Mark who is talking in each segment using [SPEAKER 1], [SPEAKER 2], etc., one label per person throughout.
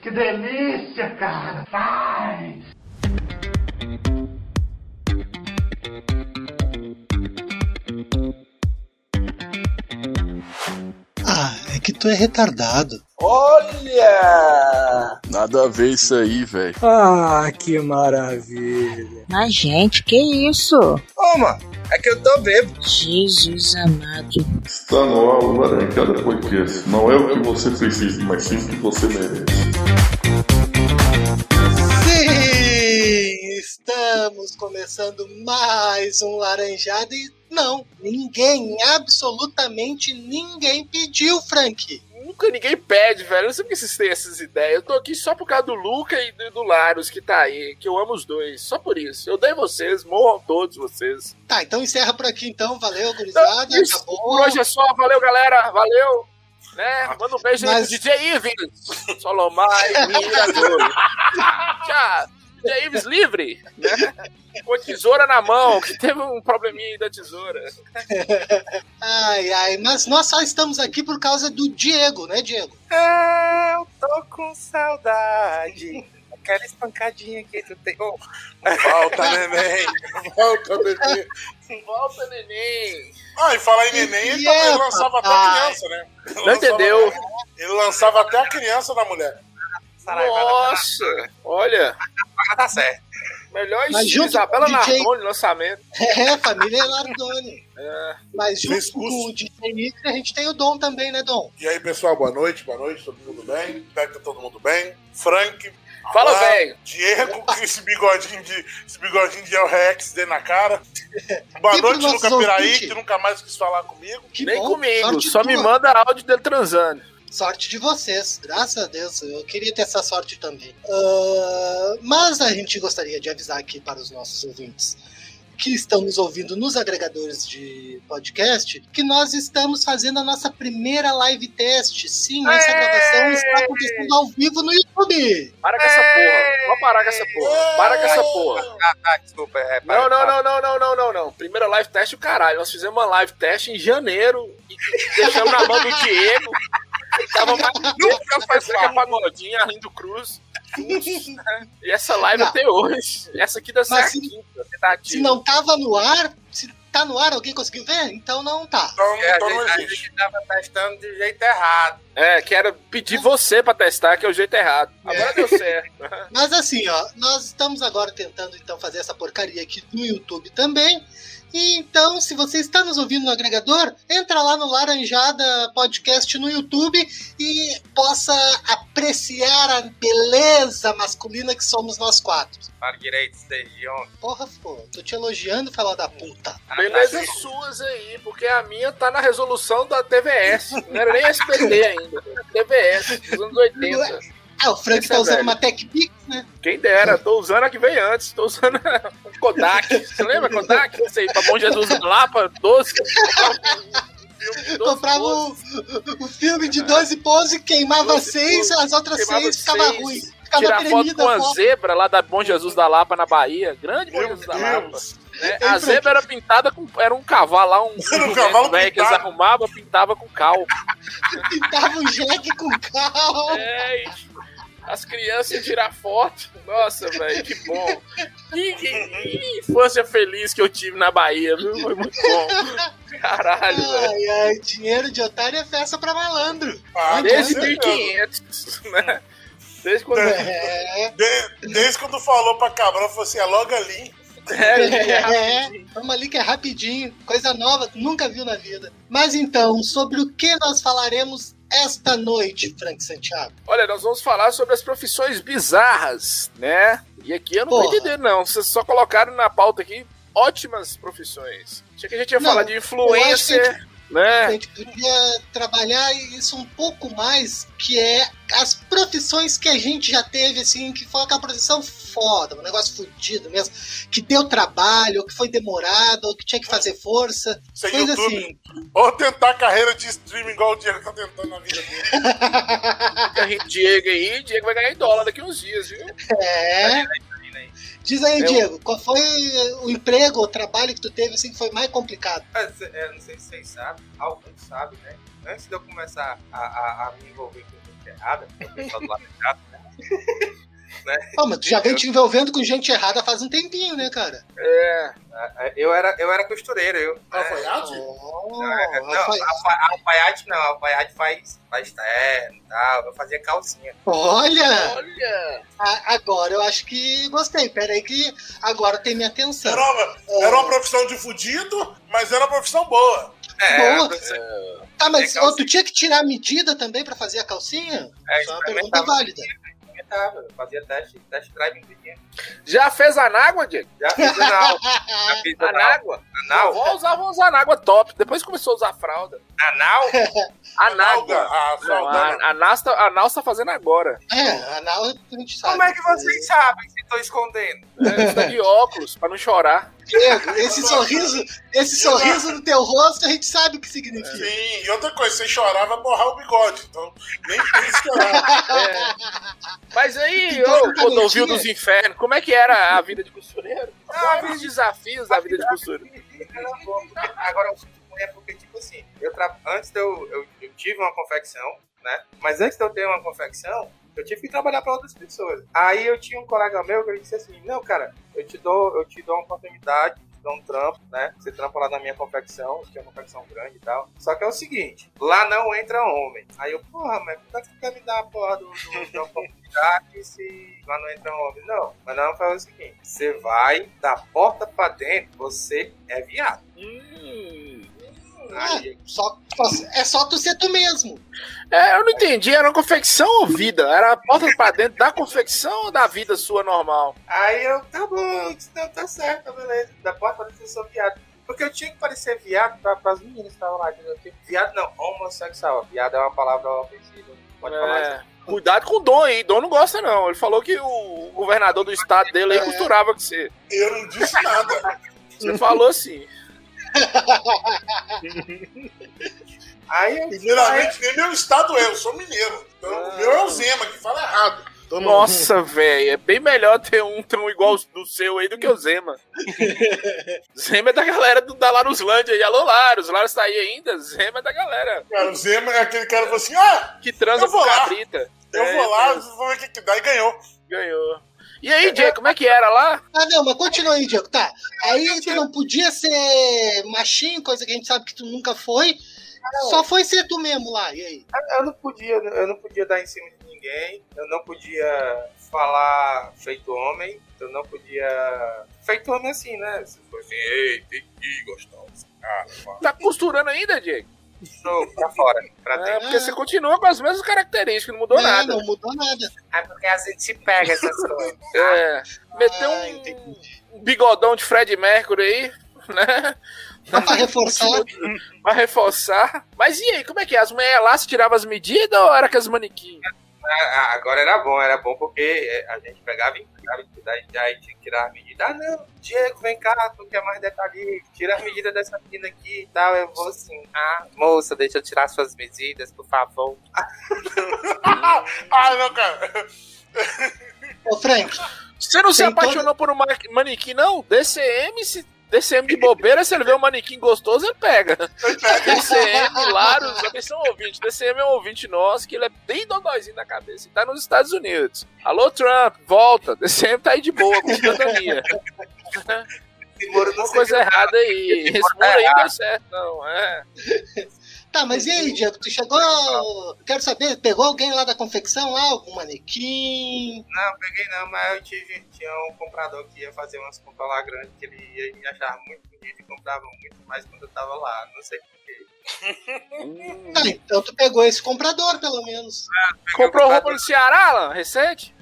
[SPEAKER 1] Que delícia, cara! Vai!
[SPEAKER 2] Ah, é que tu é retardado.
[SPEAKER 3] Olha!
[SPEAKER 4] Nada a ver isso aí, velho.
[SPEAKER 5] Ah, que maravilha.
[SPEAKER 6] Mas, gente, que isso?
[SPEAKER 3] Ô, mano, é que eu tô bêbado.
[SPEAKER 6] Jesus amado.
[SPEAKER 4] Está Tá no ar o Laranjada Podcast. Não é o que você precisa, mas sim o que você merece.
[SPEAKER 2] Sim, estamos começando mais um Laranjada e não, ninguém, absolutamente ninguém pediu, Frank.
[SPEAKER 3] Nunca ninguém pede, velho. Eu não sei porque vocês têm essas ideias. Eu tô aqui só por causa do Luca e do, do Larus que tá aí, que eu amo os dois. Só por isso. Eu odeio vocês, morram todos vocês.
[SPEAKER 2] Tá, então encerra por aqui então, valeu, gurizada,
[SPEAKER 3] Isso, Por
[SPEAKER 2] acabou.
[SPEAKER 3] hoje é só. Valeu, galera. Valeu. Né? Manda um beijo aí
[SPEAKER 2] Mas-
[SPEAKER 3] pro DJ Ives. Solomai, Mira, doido. Tchau. DJ Ives livre, né? Com a tesoura na mão, que teve um probleminha aí da tesoura.
[SPEAKER 2] Ai, ai, mas nós só estamos aqui por causa do Diego, né, Diego?
[SPEAKER 5] Ah, eu tô com saudade. Aquela espancadinha que tu tem. Oh,
[SPEAKER 7] Volta, neném. Volta, neném.
[SPEAKER 3] Volta, neném.
[SPEAKER 7] Ah, e falar em neném, ele, também
[SPEAKER 2] Yeah,
[SPEAKER 7] lançava até
[SPEAKER 2] papai.
[SPEAKER 7] a criança, né? Ele
[SPEAKER 3] Não
[SPEAKER 7] lançava-
[SPEAKER 3] entendeu.
[SPEAKER 7] Ele lançava até a criança da mulher.
[SPEAKER 5] Nossa.
[SPEAKER 3] Nossa. Olha.
[SPEAKER 5] tá certo.
[SPEAKER 3] Melhor
[SPEAKER 2] Mas
[SPEAKER 3] estilo,
[SPEAKER 2] junto
[SPEAKER 3] Isabela
[SPEAKER 2] com o DJ.
[SPEAKER 3] Nardoni, lançamento.
[SPEAKER 2] É, família Lardoni.
[SPEAKER 3] É.
[SPEAKER 2] Mas
[SPEAKER 7] Fez
[SPEAKER 2] junto com
[SPEAKER 7] curso.
[SPEAKER 2] o DJ Nick, a gente tem o Dom também, né, Dom?
[SPEAKER 7] E aí, pessoal, boa noite, boa noite, todo mundo bem? Espero que tá todo mundo bem. Frank.
[SPEAKER 3] Fala,
[SPEAKER 7] Alain,
[SPEAKER 3] velho.
[SPEAKER 7] Diego, com esse bigodinho de, esse bigodinho de El Rex dentro na cara. Boa
[SPEAKER 2] E pros
[SPEAKER 7] noite, Luca
[SPEAKER 2] nossos
[SPEAKER 7] Piraí,
[SPEAKER 2] ouvintes?
[SPEAKER 7] que nunca mais quis falar comigo.
[SPEAKER 2] Que
[SPEAKER 3] Nem
[SPEAKER 2] bom,
[SPEAKER 3] comigo,
[SPEAKER 2] sorte
[SPEAKER 3] só me
[SPEAKER 2] tua.
[SPEAKER 3] manda áudio dele transando.
[SPEAKER 2] Sorte de vocês, graças a Deus. Eu queria ter essa sorte também. Ah, mas a gente gostaria de avisar aqui para os nossos ouvintes que estão nos ouvindo nos agregadores de podcast que nós estamos fazendo a nossa primeira live test. Sim, essa gravação está acontecendo ao vivo no YouTube.
[SPEAKER 3] Para com essa porra. Vamos parar com essa porra. Para com essa porra.
[SPEAKER 5] Ah, desculpa. É,
[SPEAKER 3] Não, não,
[SPEAKER 5] para-
[SPEAKER 3] não,
[SPEAKER 5] para-
[SPEAKER 3] não, não, não, não, não. Primeira live test, o caralho. Nós fizemos uma live test em janeiro e e deixamos na mão do Diego. Tava mais nunca fazendo a pagodinha, Arlindo Cruz. E essa live
[SPEAKER 2] Não.
[SPEAKER 3] até hoje. Essa aqui deve ser
[SPEAKER 2] Mas
[SPEAKER 3] a
[SPEAKER 2] se-
[SPEAKER 3] quinta
[SPEAKER 2] Se
[SPEAKER 3] tentativa.
[SPEAKER 2] não tava no ar, se tá no ar, alguém conseguiu ver? Então não tá.
[SPEAKER 7] Então,
[SPEAKER 5] É, a,
[SPEAKER 7] então não
[SPEAKER 5] gente, a
[SPEAKER 7] existe.
[SPEAKER 5] gente tava testando de jeito errado.
[SPEAKER 3] É, que era pedir você pra testar, que é o jeito errado. Agora deu certo.
[SPEAKER 2] Mas assim, ó, nós estamos agora tentando então fazer essa porcaria aqui no YouTube também. E então, se você está nos ouvindo no agregador, entra lá no Laranjada Podcast no YouTube e possa apreciar a beleza masculina que somos nós quatro.
[SPEAKER 5] Para direito, desde ontem.
[SPEAKER 2] Porra, pô, tô te elogiando, fala da puta.
[SPEAKER 5] Ah,
[SPEAKER 3] Beleza
[SPEAKER 5] tá,
[SPEAKER 3] suas aí, porque a minha tá na resolução da TVS. Não era nem SBT ainda. TVS, dos anos 80.
[SPEAKER 2] Ah, o Frank
[SPEAKER 3] Esse
[SPEAKER 2] tá
[SPEAKER 3] é
[SPEAKER 2] usando
[SPEAKER 3] velho.
[SPEAKER 2] uma TechPix, né?
[SPEAKER 3] Quem dera, tô usando a que veio antes, tô usando a Kodak. Você lembra Kodak? Não sei, pra Bom Jesus na Lapa, 12. Filme de 12
[SPEAKER 2] Comprava
[SPEAKER 3] poses,
[SPEAKER 2] o, o filme de 12 poses, queimava
[SPEAKER 3] 12
[SPEAKER 2] seis,
[SPEAKER 3] poses,
[SPEAKER 2] as outras
[SPEAKER 3] queimava
[SPEAKER 2] seis ficava
[SPEAKER 3] seis,
[SPEAKER 2] ruim. Ficava
[SPEAKER 3] Tirar foto
[SPEAKER 2] tremida
[SPEAKER 3] com
[SPEAKER 2] a
[SPEAKER 3] a
[SPEAKER 2] foto.
[SPEAKER 3] zebra lá da Bom Jesus da Lapa na Bahia. Grande Bom
[SPEAKER 7] Meu
[SPEAKER 3] Jesus da Lapa.
[SPEAKER 7] Deus.
[SPEAKER 3] né? A zebra era pintada com. Era um cavalo lá, um.
[SPEAKER 7] É, Era um cavalo
[SPEAKER 3] velho que eles
[SPEAKER 7] pintado.
[SPEAKER 3] arrumavam, pintava com cal.
[SPEAKER 2] Pintava um jegue com cal.
[SPEAKER 3] É, e as crianças tirar foto. Nossa, velho, que bom. Que, que- que infância feliz que eu tive na Bahia, viu? Foi muito bom. Caralho, velho.
[SPEAKER 2] Ai, ai, dinheiro de otário é festa pra malandro.
[SPEAKER 7] Ah,
[SPEAKER 3] Desde
[SPEAKER 7] com certeza.
[SPEAKER 3] 1500, né? Desde quando eu
[SPEAKER 2] É,
[SPEAKER 7] De- desde quando falou pra Cabral, falou assim: é logo ali.
[SPEAKER 3] né?
[SPEAKER 2] é, vamos ali que é rapidinho, coisa nova, que nunca viu na vida. Mas então, sobre o que nós falaremos esta noite, Frank Santiago?
[SPEAKER 3] Olha, nós vamos falar sobre as profissões bizarras, né? E aqui eu não vou
[SPEAKER 2] Porra.
[SPEAKER 3] entender, não. Vocês só colocaram na pauta aqui ótimas profissões. Achei que a gente ia
[SPEAKER 2] Não,
[SPEAKER 3] falar de
[SPEAKER 2] eu
[SPEAKER 3] influencer,
[SPEAKER 2] A
[SPEAKER 3] né?
[SPEAKER 2] gente podia trabalhar isso um pouco mais, que é as profissões que a gente já teve, assim, que foi aquela profissão foda, um negócio fudido mesmo, que deu trabalho, ou que foi demorado, ou que tinha que fazer força,
[SPEAKER 7] Sem
[SPEAKER 2] coisa
[SPEAKER 7] YouTube.
[SPEAKER 2] assim.
[SPEAKER 7] Ou tentar a carreira de streaming igual o Diego tá tentando na vida dele.
[SPEAKER 2] assim.
[SPEAKER 3] A gente, Diego aí, Diego vai ganhar em dólar daqui uns dias, viu?
[SPEAKER 2] É. Diz aí,
[SPEAKER 3] Eu-
[SPEAKER 2] Diego, qual foi o emprego, o trabalho que tu teve assim que foi mais complicado?
[SPEAKER 5] Mas, é, não sei se vocês sabem, alguns sabem, né? Antes de eu começar a, a- a me envolver com errada, o pessoal do lado errado.
[SPEAKER 2] Ah, mas tu já vem te envolvendo com gente errada faz um tempinho, né, cara?
[SPEAKER 3] É.
[SPEAKER 5] Ah, Eu era, eu era costureiro, eu.
[SPEAKER 7] Alfaiate?
[SPEAKER 2] Oh,
[SPEAKER 5] É, não,
[SPEAKER 2] Rafael.
[SPEAKER 5] alfa- alfaiate não, alfaiate faz, faz terno e tal. Eu fazia calcinha.
[SPEAKER 2] Olha!
[SPEAKER 3] Olha!
[SPEAKER 2] a- agora eu acho que gostei. Pera aí que agora tem minha atenção.
[SPEAKER 7] Era uma, era uma profissão de fudido, mas era uma profissão boa.
[SPEAKER 5] É,
[SPEAKER 2] Boa. Ah, tá, mas
[SPEAKER 5] é calcinha.
[SPEAKER 2] ô, tu tinha que tirar a medida também pra fazer a calcinha?
[SPEAKER 5] É,
[SPEAKER 2] Só uma pergunta
[SPEAKER 5] experimentava,
[SPEAKER 2] válida.
[SPEAKER 5] experimentava. Eu fazia teste, teste drive em vinha.
[SPEAKER 3] Já fez anágua, Diego?
[SPEAKER 5] Já fiz anal. Já fiz anal.
[SPEAKER 3] Anágua?
[SPEAKER 5] Anal?
[SPEAKER 3] Vó usava umas anágua top. Depois começou a usar fralda.
[SPEAKER 5] Anal?
[SPEAKER 3] Anágua.
[SPEAKER 7] Ah,
[SPEAKER 3] Não,
[SPEAKER 7] fraldana.
[SPEAKER 3] a, a, Nau está- a Nau está fazendo agora.
[SPEAKER 2] É, anal a gente sabe.
[SPEAKER 5] Como é que vocês sabem se tô escondendo?
[SPEAKER 3] Ela está Né? Tá de óculos pra não chorar.
[SPEAKER 2] Diego, É, esse sorriso, esse sorriso no teu rosto, a gente sabe o que significa.
[SPEAKER 7] Sim, e outra coisa, você chorava borrar o bigode, então nem pense que era.
[SPEAKER 3] É. Mas aí,
[SPEAKER 2] Que
[SPEAKER 3] ô
[SPEAKER 2] coisa
[SPEAKER 3] Clodovil
[SPEAKER 2] garotinha.
[SPEAKER 3] dos Infernos, como é que era a vida de costureiro?
[SPEAKER 5] Ah,
[SPEAKER 3] Quais os desafios da vida de costureiro?
[SPEAKER 5] Era bom, porque- Agora, é porque, tipo assim, eu tra- antes de eu, eu, eu tive uma confecção, né? Mas antes de eu ter uma confecção, eu tive que trabalhar para outras pessoas. Aí eu tinha um colega meu que ele disse assim, não, cara, eu te dou, eu te dou uma oportunidade, te dou um trampo, né? Você trampa lá na minha confecção, que é uma confecção grande e tal. Só que é o seguinte, lá não entra homem. Aí eu, porra, mas por que você quer me dar a porra do, do, da oportunidade se lá não entra homem? Não, mas não, faz o seguinte, você vai da porta pra dentro, você é viado.
[SPEAKER 3] Hum.
[SPEAKER 5] Aí,
[SPEAKER 2] Só, só- é só tu ser tu mesmo.
[SPEAKER 3] É, eu não entendi, era uma confecção ou vida? Era a porta pra dentro da confecção ou da vida sua normal?
[SPEAKER 5] aí eu, tá bom, eu disse, não, tá certo, beleza. Da porta pra dentro eu sou viado. Porque eu tinha que parecer viado pra, pras meninas que estavam lá. entendeu? Tipo, Viado não, homossexual. Viado é uma palavra ofensiva. Pode falar isso.
[SPEAKER 3] É, Cuidado com o Dom aí, Dom não gosta não. Ele falou que o governador do estado dele aí costurava com você.
[SPEAKER 7] Eu não disse nada.
[SPEAKER 3] Você falou assim.
[SPEAKER 5] Aí eu
[SPEAKER 7] Primeiramente, nem meu estado é, eu sou mineiro. Então, o meu é o Zema, que fala errado. Então, não-
[SPEAKER 3] Nossa, velho, é bem melhor ter um tão igual do seu aí do que o Zema. Zema é da galera do, da Laruslândia. E alô, Larus, Larus tá aí ainda? Zema é da galera
[SPEAKER 7] Cara, o Zema é aquele cara que fala assim: ah,
[SPEAKER 3] que transa
[SPEAKER 7] Eu vou
[SPEAKER 3] com
[SPEAKER 7] lá.
[SPEAKER 3] cabrita.
[SPEAKER 7] eu
[SPEAKER 3] É,
[SPEAKER 7] vou lá,
[SPEAKER 3] Deus,
[SPEAKER 7] vou ver o que, que dá, e ganhou.
[SPEAKER 3] Ganhou. E aí, Jay, como é que era lá?
[SPEAKER 2] Ah, não, mas continua aí, Diego. Tá. Aí tu não podia ser machinho, coisa que a gente sabe que tu nunca foi. Só foi ser tu mesmo lá. E aí?
[SPEAKER 5] Eu não podia, eu não podia dar em cima de ninguém, eu não podia falar feito homem, eu não podia. Feito homem assim, né? Se for assim, ei, tem que ir, gostoso. Ah,
[SPEAKER 3] Tá costurando ainda, Diego?
[SPEAKER 5] show, pra fora, pra
[SPEAKER 3] É,
[SPEAKER 5] dentro.
[SPEAKER 3] porque você continua com as mesmas características, não mudou
[SPEAKER 2] não,
[SPEAKER 3] nada.
[SPEAKER 2] não mudou nada.
[SPEAKER 5] É porque a gente se pega essas coisas.
[SPEAKER 3] É, meteu
[SPEAKER 2] Ah,
[SPEAKER 3] um, um bigodão de Fred Mercury aí, né?
[SPEAKER 2] Só pra reforçar.
[SPEAKER 3] Pra reforçar. Mas e aí, como é que é? As mulheres lá se tiravam as medidas ou era com as manequins?
[SPEAKER 5] Ah, Agora era bom, era bom porque é, a gente pegava e pegava e daí, daí tinha que tirar a medida. Ah, não, Diego, vem cá, tu quer mais detalhista, tira a medida dessa menina aqui e tal. Eu vou assim, ah, moça, deixa eu tirar suas medidas, por favor.
[SPEAKER 7] ah, não, cara.
[SPEAKER 2] Ô, Frank,
[SPEAKER 3] Você não se
[SPEAKER 2] Tem
[SPEAKER 3] apaixonou por um ma- manequim, não? DCM, se DCM de bobeira, se ele vê um manequim gostoso, ele pega. DCM, Larus, atenção ouvinte. DCM é um ouvinte nosso, que ele é bem dodóizinho na cabeça. Ele tá nos Estados Unidos. Alô, Trump, volta. DCM tá aí de boa, com cidadania.
[SPEAKER 5] Esse muro não
[SPEAKER 3] Uma
[SPEAKER 5] sei
[SPEAKER 3] coisa errada aí. Esse muro aí não deu certo, não. É.
[SPEAKER 2] tá, mas e aí, Diego? Tu chegou. Quero saber, pegou alguém lá da confecção lá? Algum manequim?
[SPEAKER 5] Não, peguei não, mas eu tive, tinha um comprador que ia fazer umas compras lá grandes, que ele ia me achava muito bonito e comprava muito mais quando eu tava lá, não sei porquê.
[SPEAKER 2] Tá, então tu pegou esse comprador, pelo menos.
[SPEAKER 3] Comprou roupa no Ceará, Alan, recente?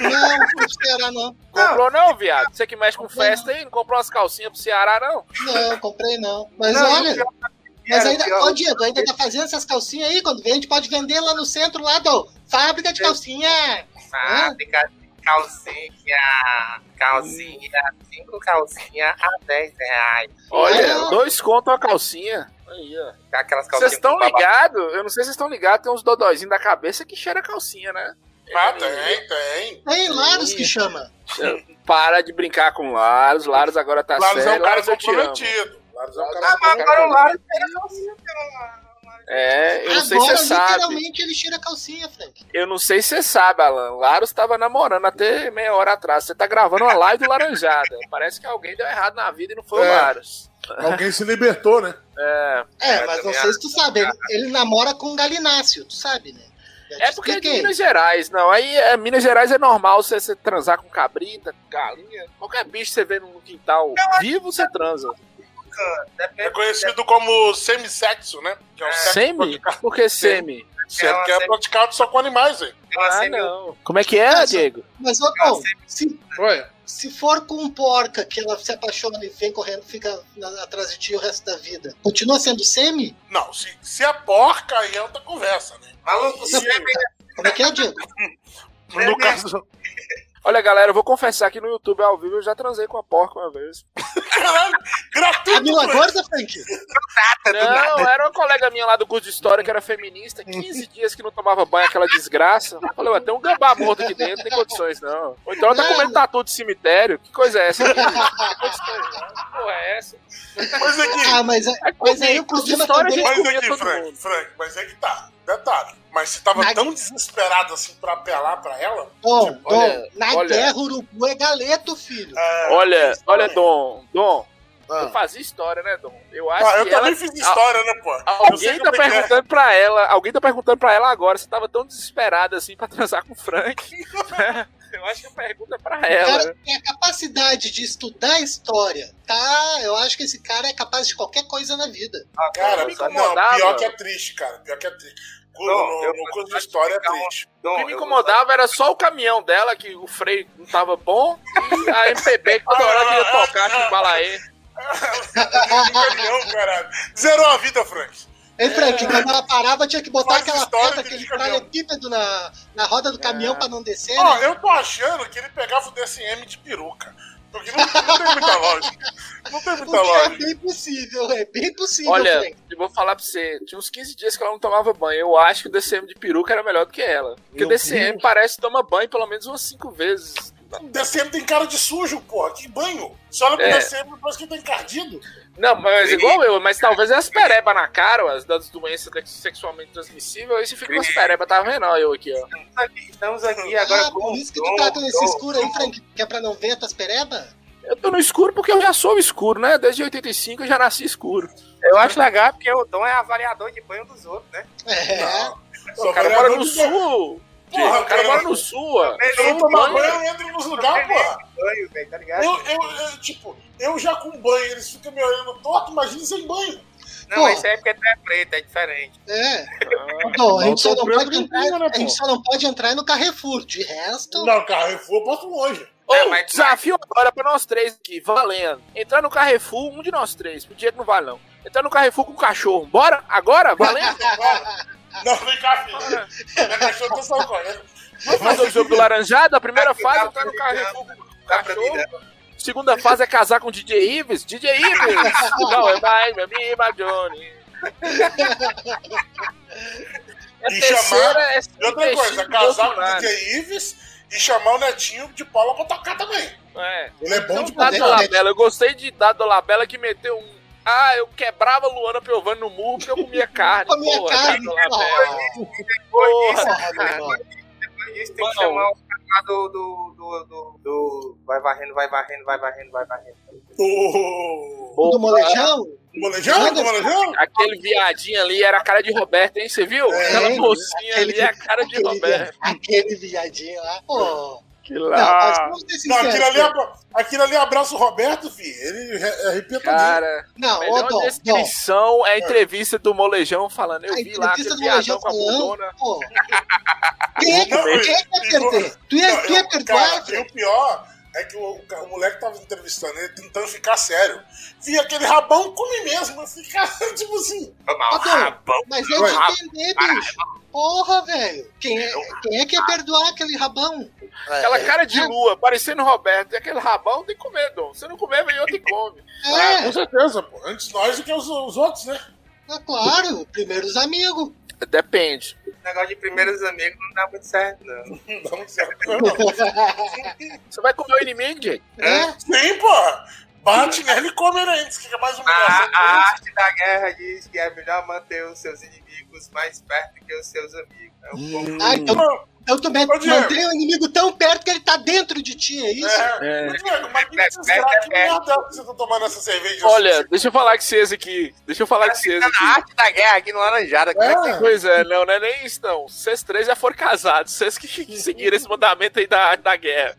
[SPEAKER 2] Não, não esperar, não.
[SPEAKER 3] Comprou não, viado? Você que mexe com festa aí, não comprou umas calcinhas pro Ceará, não?
[SPEAKER 2] Não, comprei não. Mas
[SPEAKER 5] Não,
[SPEAKER 2] olha.
[SPEAKER 5] e o pior-
[SPEAKER 2] Mas
[SPEAKER 5] era
[SPEAKER 2] ainda,
[SPEAKER 5] o pior-
[SPEAKER 2] ô Diego, ainda tá fazendo essas calcinhas aí? Quando vem, a gente pode vender lá no centro, lá do Fábrica de Calcinha.
[SPEAKER 5] Fábrica de Ah, calcinha, calcinha, cinco calcinhas a 10 reais.
[SPEAKER 3] Olha,
[SPEAKER 2] Ah.
[SPEAKER 3] dois contam a calcinha. Aí, ó.
[SPEAKER 5] Aquelas
[SPEAKER 3] Vocês
[SPEAKER 5] calcinhas
[SPEAKER 3] estão
[SPEAKER 5] com babado.
[SPEAKER 3] ligados? Eu não sei se vocês estão ligados, tem uns dodóizinhos da cabeça que cheira a calcinha, né?
[SPEAKER 7] Ah, tem, tem.
[SPEAKER 2] É Hilários que
[SPEAKER 3] Ih.
[SPEAKER 2] chama.
[SPEAKER 3] Para de brincar com o Laros, Laros agora tá
[SPEAKER 7] Larus é um
[SPEAKER 3] sério.
[SPEAKER 7] cara
[SPEAKER 3] Laros, eu te amo.
[SPEAKER 7] comprometido. Larus é um
[SPEAKER 5] Ah,
[SPEAKER 7] cara
[SPEAKER 5] mas agora o Laro era calcinha, cara.
[SPEAKER 3] É, eu não sei se
[SPEAKER 2] Agora,
[SPEAKER 3] você sabe.
[SPEAKER 2] literalmente, ele tira a calcinha, Frank.
[SPEAKER 3] Eu não sei se você sabe, Alan. Larus tava namorando até meia hora atrás. Você tá gravando uma live do Laranjada. Parece que alguém deu errado na vida e não foi o
[SPEAKER 7] É.
[SPEAKER 3] Larus.
[SPEAKER 7] Alguém se libertou, né?
[SPEAKER 3] É,
[SPEAKER 2] É,
[SPEAKER 5] Eu
[SPEAKER 2] mas não
[SPEAKER 5] também
[SPEAKER 2] sei se tu sabe. Ele, ele namora com Galinácio, tu sabe, né? Já te
[SPEAKER 3] é porque é de
[SPEAKER 2] expliquei.
[SPEAKER 3] Minas Gerais, não. Aí é, Minas Gerais é normal você, você transar com cabrita, com galinha. Qualquer bicho que você vê no quintal vivo, você transa.
[SPEAKER 7] É
[SPEAKER 5] Depende
[SPEAKER 7] conhecido como semissexo, né? Que é um sexo
[SPEAKER 3] Semi?
[SPEAKER 7] praticado,
[SPEAKER 3] Por que semi?
[SPEAKER 7] certo, que é praticado só com animais, velho.
[SPEAKER 5] de uma
[SPEAKER 3] Ah,
[SPEAKER 5] semi
[SPEAKER 3] não. Como é que é,
[SPEAKER 2] Nossa.
[SPEAKER 3] Diego?
[SPEAKER 2] Mas, ô,
[SPEAKER 5] Eu
[SPEAKER 2] bom, se,
[SPEAKER 7] Ué.
[SPEAKER 2] se for com um porca que ela se apaixona e vem correndo, fica na- atrás de ti o resto da vida, continua sendo semi?
[SPEAKER 7] Não, se, se é porca, aí é outra conversa, né?
[SPEAKER 5] Maluco,
[SPEAKER 7] Sim.
[SPEAKER 5] semi
[SPEAKER 2] Como é que é, Diego?
[SPEAKER 7] No caso.
[SPEAKER 3] Olha, galera, eu vou confessar que no YouTube ao vivo eu já transei com a porca uma vez.
[SPEAKER 7] Caralho, gratuito,
[SPEAKER 2] Camila
[SPEAKER 7] velho.
[SPEAKER 2] Gorda, Frank?
[SPEAKER 3] Não, era uma colega minha lá do curso de história que era feminista, 15 dias que não tomava banho, aquela desgraça. Eu Falei, ué, tem um gambá morto aqui dentro, não tem condições não. Ou então ela tá
[SPEAKER 2] Não.
[SPEAKER 3] comendo tatu de cemitério, que coisa é essa? Porra, é essa?
[SPEAKER 7] Mas é que.
[SPEAKER 2] Ah, mas, é-
[SPEAKER 3] Aí
[SPEAKER 2] mas aí o
[SPEAKER 3] curso de
[SPEAKER 2] problema
[SPEAKER 3] história a
[SPEAKER 2] também...
[SPEAKER 3] gente
[SPEAKER 7] Mas é
[SPEAKER 3] comia
[SPEAKER 7] que,
[SPEAKER 3] todo
[SPEAKER 7] Frank,
[SPEAKER 3] mundo.
[SPEAKER 7] Frank, mas é que tá. Detalhe. Mas você tava
[SPEAKER 2] Na-
[SPEAKER 7] tão desesperado assim pra apelar pra ela?
[SPEAKER 2] Dom, Dom,
[SPEAKER 3] olha,
[SPEAKER 2] na
[SPEAKER 3] olha.
[SPEAKER 2] guerra, urubu é galeto, filho.
[SPEAKER 7] É,
[SPEAKER 3] Olha, olha,
[SPEAKER 7] Frank.
[SPEAKER 3] Dom, Dom, eu
[SPEAKER 2] Ah.
[SPEAKER 3] fazia história, né, Dom? Eu acho
[SPEAKER 7] Ah, eu
[SPEAKER 3] que ela-
[SPEAKER 7] também fiz história, né, pô? Eu sei
[SPEAKER 3] Alguém
[SPEAKER 7] como
[SPEAKER 3] tá
[SPEAKER 7] é que é.
[SPEAKER 3] perguntando pra ela, alguém tá perguntando pra ela agora, você tava tão desesperada assim pra transar com o Frank. eu acho que a pergunta é pra ela.
[SPEAKER 2] Cara, tem a capacidade de estudar história, tá? Eu acho que esse cara é capaz de qualquer coisa na vida.
[SPEAKER 7] Cara,
[SPEAKER 3] me
[SPEAKER 7] não,
[SPEAKER 3] incomodava.
[SPEAKER 7] pior que é triste, cara. Pior que é triste. No,
[SPEAKER 5] Não, eu-
[SPEAKER 7] no curso de história é triste.
[SPEAKER 3] O que me incomodava era só o caminhão dela, que o freio não tava bom, e a MPB que toda hora que ia tocar, chimbala aí.
[SPEAKER 7] Caminhão, caralho. Zerou a vida, Frank.
[SPEAKER 2] Ei, Frank, quando ela parava, tinha que botar
[SPEAKER 7] Faz
[SPEAKER 2] aquela
[SPEAKER 7] história
[SPEAKER 2] pedra,
[SPEAKER 7] de
[SPEAKER 2] aquele
[SPEAKER 7] caminhão.
[SPEAKER 2] paralelepípedo na, na roda do caminhão pra não descer.
[SPEAKER 7] Ó,
[SPEAKER 2] né?
[SPEAKER 7] eu tô achando que ele pegava o DCM de peruca. Porque não, não tem muita lógica. Não tem
[SPEAKER 2] O
[SPEAKER 7] muita
[SPEAKER 2] que é
[SPEAKER 7] lógica.
[SPEAKER 2] bem possível, é bem possível,
[SPEAKER 3] Olha,
[SPEAKER 2] Frank.
[SPEAKER 3] eu vou falar pra você, tinha uns 15 dias que ela não tomava banho. Eu acho que o DCM de peruca era melhor do que ela. Porque
[SPEAKER 7] Meu
[SPEAKER 3] o DCM parece que toma banho pelo menos umas 5 vezes.
[SPEAKER 7] DCM tem cara de sujo, porra. Que banho. Você olha pro
[SPEAKER 3] É.
[SPEAKER 7] DCM e parece que ele tá encardido.
[SPEAKER 3] Não, mas igual eu, mas talvez é as perebas na cara, ó, as das doenças de- sexualmente transmissíveis, aí você fica com as perebas, tá vendo? Ó, eu aqui, ó.
[SPEAKER 5] Estamos aqui, estamos aqui agora
[SPEAKER 2] ah,
[SPEAKER 5] com
[SPEAKER 2] por
[SPEAKER 5] o
[SPEAKER 2] isso que tu
[SPEAKER 5] Dom,
[SPEAKER 2] tá com esse
[SPEAKER 5] Dom,
[SPEAKER 2] escuro aí,
[SPEAKER 5] Dom.
[SPEAKER 2] Frank, que é pra não ver tuas pereba?
[SPEAKER 3] Eu tô no escuro porque eu já sou escuro, né? Desde 85 eu já nasci escuro.
[SPEAKER 5] Eu acho legal porque o Dom é avaliador de banho dos outros, né?
[SPEAKER 2] É,
[SPEAKER 7] Só
[SPEAKER 3] o cara
[SPEAKER 7] vereador
[SPEAKER 3] mora no
[SPEAKER 7] de-
[SPEAKER 3] sul!
[SPEAKER 7] é. Porra,
[SPEAKER 3] Diego, o cara
[SPEAKER 7] cara.
[SPEAKER 3] mora no sul, ó.
[SPEAKER 7] Eu não tomar banho, eu entro nos lugares, porra.
[SPEAKER 5] Banho, velho, tá ligado?
[SPEAKER 7] Eu, eu, eu, tipo, eu já com banho, eles ficam me olhando torto, imagina sem banho.
[SPEAKER 5] Não,
[SPEAKER 2] Pô.
[SPEAKER 5] mas isso aí é porque tu é preto, é diferente.
[SPEAKER 2] é. Bom, a gente, só não
[SPEAKER 7] Faltou
[SPEAKER 2] pode
[SPEAKER 7] branco
[SPEAKER 2] entrar,
[SPEAKER 7] em cima, né,
[SPEAKER 2] a gente
[SPEAKER 7] pô?
[SPEAKER 2] só não pode entrar no Carrefour, de
[SPEAKER 3] Então-
[SPEAKER 2] resto...
[SPEAKER 7] Não, Carrefour eu boto longe.
[SPEAKER 3] Ô,
[SPEAKER 5] É, mas-
[SPEAKER 3] desafio agora pra nós três aqui, valendo. Entrar no Carrefour, um de nós três, o Diego não vale não. Entrar no Carrefour com o cachorro, bora? Agora? Valendo?
[SPEAKER 7] Não, vem cá, filho. Minha cachorra tá só correndo.
[SPEAKER 3] Fazer o jogo do Laranjada, a primeira
[SPEAKER 5] Tá,
[SPEAKER 3] fase,
[SPEAKER 5] tá,
[SPEAKER 3] entrar no
[SPEAKER 5] tá,
[SPEAKER 3] Carrefour com o
[SPEAKER 5] tá, tá,
[SPEAKER 3] cachorro. Segunda fase é casar com o DJ Ives. DJ Ives! não, é mais, meu amigo, é Johnny. A
[SPEAKER 7] E
[SPEAKER 3] terceira é se
[SPEAKER 7] E outra
[SPEAKER 3] investir
[SPEAKER 7] coisa,
[SPEAKER 3] no
[SPEAKER 7] casar com o
[SPEAKER 3] Bolsonaro.
[SPEAKER 7] DJ Ives e chamar o netinho de Paula pra tocar também.
[SPEAKER 3] É.
[SPEAKER 7] Ele é bom
[SPEAKER 3] Então,
[SPEAKER 7] de
[SPEAKER 3] Dado
[SPEAKER 7] poder.
[SPEAKER 2] tá,
[SPEAKER 7] né?
[SPEAKER 3] Dolabella, eu gostei de Dado Dolabella que meteu um. Ah, eu quebrava Luana Piovani no murro porque eu comia carne.
[SPEAKER 2] Com a Tá minha
[SPEAKER 3] Porra, tá
[SPEAKER 2] carne,
[SPEAKER 3] Dado Dolabella.
[SPEAKER 2] porra,
[SPEAKER 3] Porra.
[SPEAKER 2] porra, tá porra.
[SPEAKER 5] Isso tem que
[SPEAKER 3] Mano.
[SPEAKER 5] chamar o cara do, do, do, do, do- Vai varrendo, vai varrendo, vai varrendo, vai varrendo.
[SPEAKER 7] O
[SPEAKER 2] Do
[SPEAKER 3] Porra.
[SPEAKER 2] molejão?
[SPEAKER 7] o molejão, o molejão.
[SPEAKER 3] Aquele viadinho ali era a cara de Roberto, hein? Você viu?
[SPEAKER 7] É,
[SPEAKER 3] Aquela
[SPEAKER 2] hein?
[SPEAKER 3] mocinha
[SPEAKER 2] Aquele
[SPEAKER 3] ali é a cara de
[SPEAKER 2] Aquele,
[SPEAKER 3] Roberto.
[SPEAKER 2] vi- aquele viadinho lá, pô.
[SPEAKER 3] Que
[SPEAKER 2] Não, mas
[SPEAKER 3] lá.
[SPEAKER 2] vamos ser
[SPEAKER 7] Não,
[SPEAKER 2] sinceros.
[SPEAKER 7] aquilo ali, abra- aquilo ali abraça o Roberto, filho. Ele re- arrepia tudo.
[SPEAKER 3] Cara, a
[SPEAKER 2] Não, ô
[SPEAKER 3] melhor
[SPEAKER 2] Dom, Dom,
[SPEAKER 3] descrição é a entrevista do Molejão falando. Eu
[SPEAKER 2] a
[SPEAKER 3] vi lá
[SPEAKER 2] entrevista
[SPEAKER 3] aquele
[SPEAKER 2] do Lojão
[SPEAKER 3] viadão com a
[SPEAKER 2] falando,
[SPEAKER 3] bundona.
[SPEAKER 2] pô. Quem é que,
[SPEAKER 7] Não,
[SPEAKER 2] quem é que ia
[SPEAKER 7] e- e-
[SPEAKER 2] perder? Tu ia, tu
[SPEAKER 7] Não,
[SPEAKER 2] ia
[SPEAKER 7] eu- cara,
[SPEAKER 2] perdoar,
[SPEAKER 7] e o pior é que o, o moleque tava entrevistando ele tentando ficar sério. Vi aquele rabão comi mesmo. Eu fiquei, cara, tipo assim.
[SPEAKER 5] Foi mal.
[SPEAKER 2] Ô, Dom, mas é
[SPEAKER 7] Ué,
[SPEAKER 2] de entender, bicho. Porra, velho. Quem é, quem é que ia perdoar aquele rabão?
[SPEAKER 3] Aquela
[SPEAKER 2] É.
[SPEAKER 3] cara de lua, parecendo Roberto. E aquele rabão tem que comer, Dom. Se não comer, vem outro e come.
[SPEAKER 2] É,
[SPEAKER 3] Ah,
[SPEAKER 7] Com certeza, pô. Antes nós do que os, os outros, né?
[SPEAKER 2] é claro, primeiros amigos.
[SPEAKER 3] Depende.
[SPEAKER 5] Esse negócio de primeiros amigos não dá muito certo, não.
[SPEAKER 7] Não dá muito certo. Não, não.
[SPEAKER 3] Você vai comer o inimigo, gente?
[SPEAKER 2] É,
[SPEAKER 7] Sim, ah. porra. Bate nele e come ele ainda. Isso que é mais humilhação.
[SPEAKER 5] A, a arte da guerra diz que é melhor manter os seus inimigos mais perto que os seus amigos. É um pouco
[SPEAKER 2] Ah, então,
[SPEAKER 7] Não,
[SPEAKER 2] então tu met-
[SPEAKER 7] Ô, Diego.
[SPEAKER 2] mantém o inimigo tão perto que ele tá dentro de ti, é isso?
[SPEAKER 7] é. Mas, Diego, mas que desgraça, que merda que você tá tomando essa cerveja?
[SPEAKER 3] Olha, deixa eu falar com vocês aqui. Deixa eu falar com vocês
[SPEAKER 5] assim. Tá na
[SPEAKER 3] aqui.
[SPEAKER 5] arte da guerra aqui no Laranjada. Como é que
[SPEAKER 7] É.
[SPEAKER 3] Pois é, não, não é nem isso, não. Vocês três já foram casados, vocês que seguiram esse mandamento aí da arte da guerra.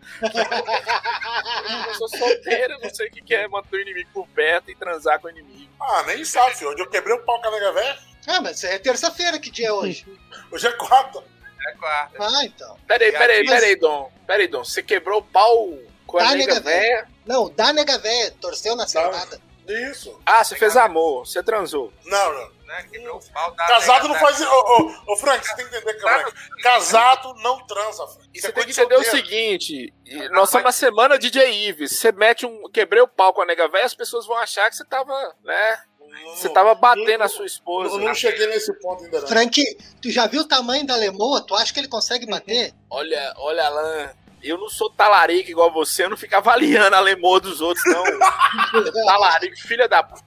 [SPEAKER 3] Eu sou solteiro, não sei o que que é manter o inimigo por perto e transar com o inimigo.
[SPEAKER 7] Ah, nem sabe, filho. Hoje eu quebrei o pau com a nega velha.
[SPEAKER 2] Ah, mas é terça-feira, que dia é hoje?
[SPEAKER 7] Hoje é quarta.
[SPEAKER 5] você é quarta?
[SPEAKER 2] Ah, então.
[SPEAKER 3] Peraí, peraí, peraí, Dom. Peraí, Dom. Você quebrou o pau com a
[SPEAKER 2] Tá,
[SPEAKER 3] nega
[SPEAKER 2] nega
[SPEAKER 3] véia?
[SPEAKER 2] Não, dá nega véia, torceu na sentada.
[SPEAKER 7] Isso.
[SPEAKER 3] Ah,
[SPEAKER 5] Tá
[SPEAKER 3] você fez amor, você transou.
[SPEAKER 7] Não, não.
[SPEAKER 5] Né? Quebrou o pau da
[SPEAKER 7] Casado não
[SPEAKER 5] da-
[SPEAKER 7] faz. Ô, ô, ô, Frank, você tem que entender, cara. Casado não transa, Frank.
[SPEAKER 3] E
[SPEAKER 7] Isso
[SPEAKER 3] você
[SPEAKER 7] é
[SPEAKER 3] tem
[SPEAKER 7] coisa
[SPEAKER 3] que
[SPEAKER 7] de
[SPEAKER 3] entender o
[SPEAKER 5] um.
[SPEAKER 7] solteiro.
[SPEAKER 3] seguinte: e nós estamos na semana DJ Ives. Você mete um. Quebrei o pau com a nega velha, as pessoas vão achar que você tava, né?
[SPEAKER 7] Não,
[SPEAKER 3] Você né?
[SPEAKER 7] não,
[SPEAKER 3] tava
[SPEAKER 7] não,
[SPEAKER 3] batendo a
[SPEAKER 7] não,
[SPEAKER 3] sua
[SPEAKER 7] Eu
[SPEAKER 3] esposa.
[SPEAKER 7] não cheguei nesse ponto ainda, não.
[SPEAKER 2] Frank, tu já viu o tamanho da lemoa? Tu acha que ele consegue bater?
[SPEAKER 3] Olha, olha, Alan, eu não sou talarico igual você, eu não fico avaliando a lemor dos outros, não. talarico, filha da puta.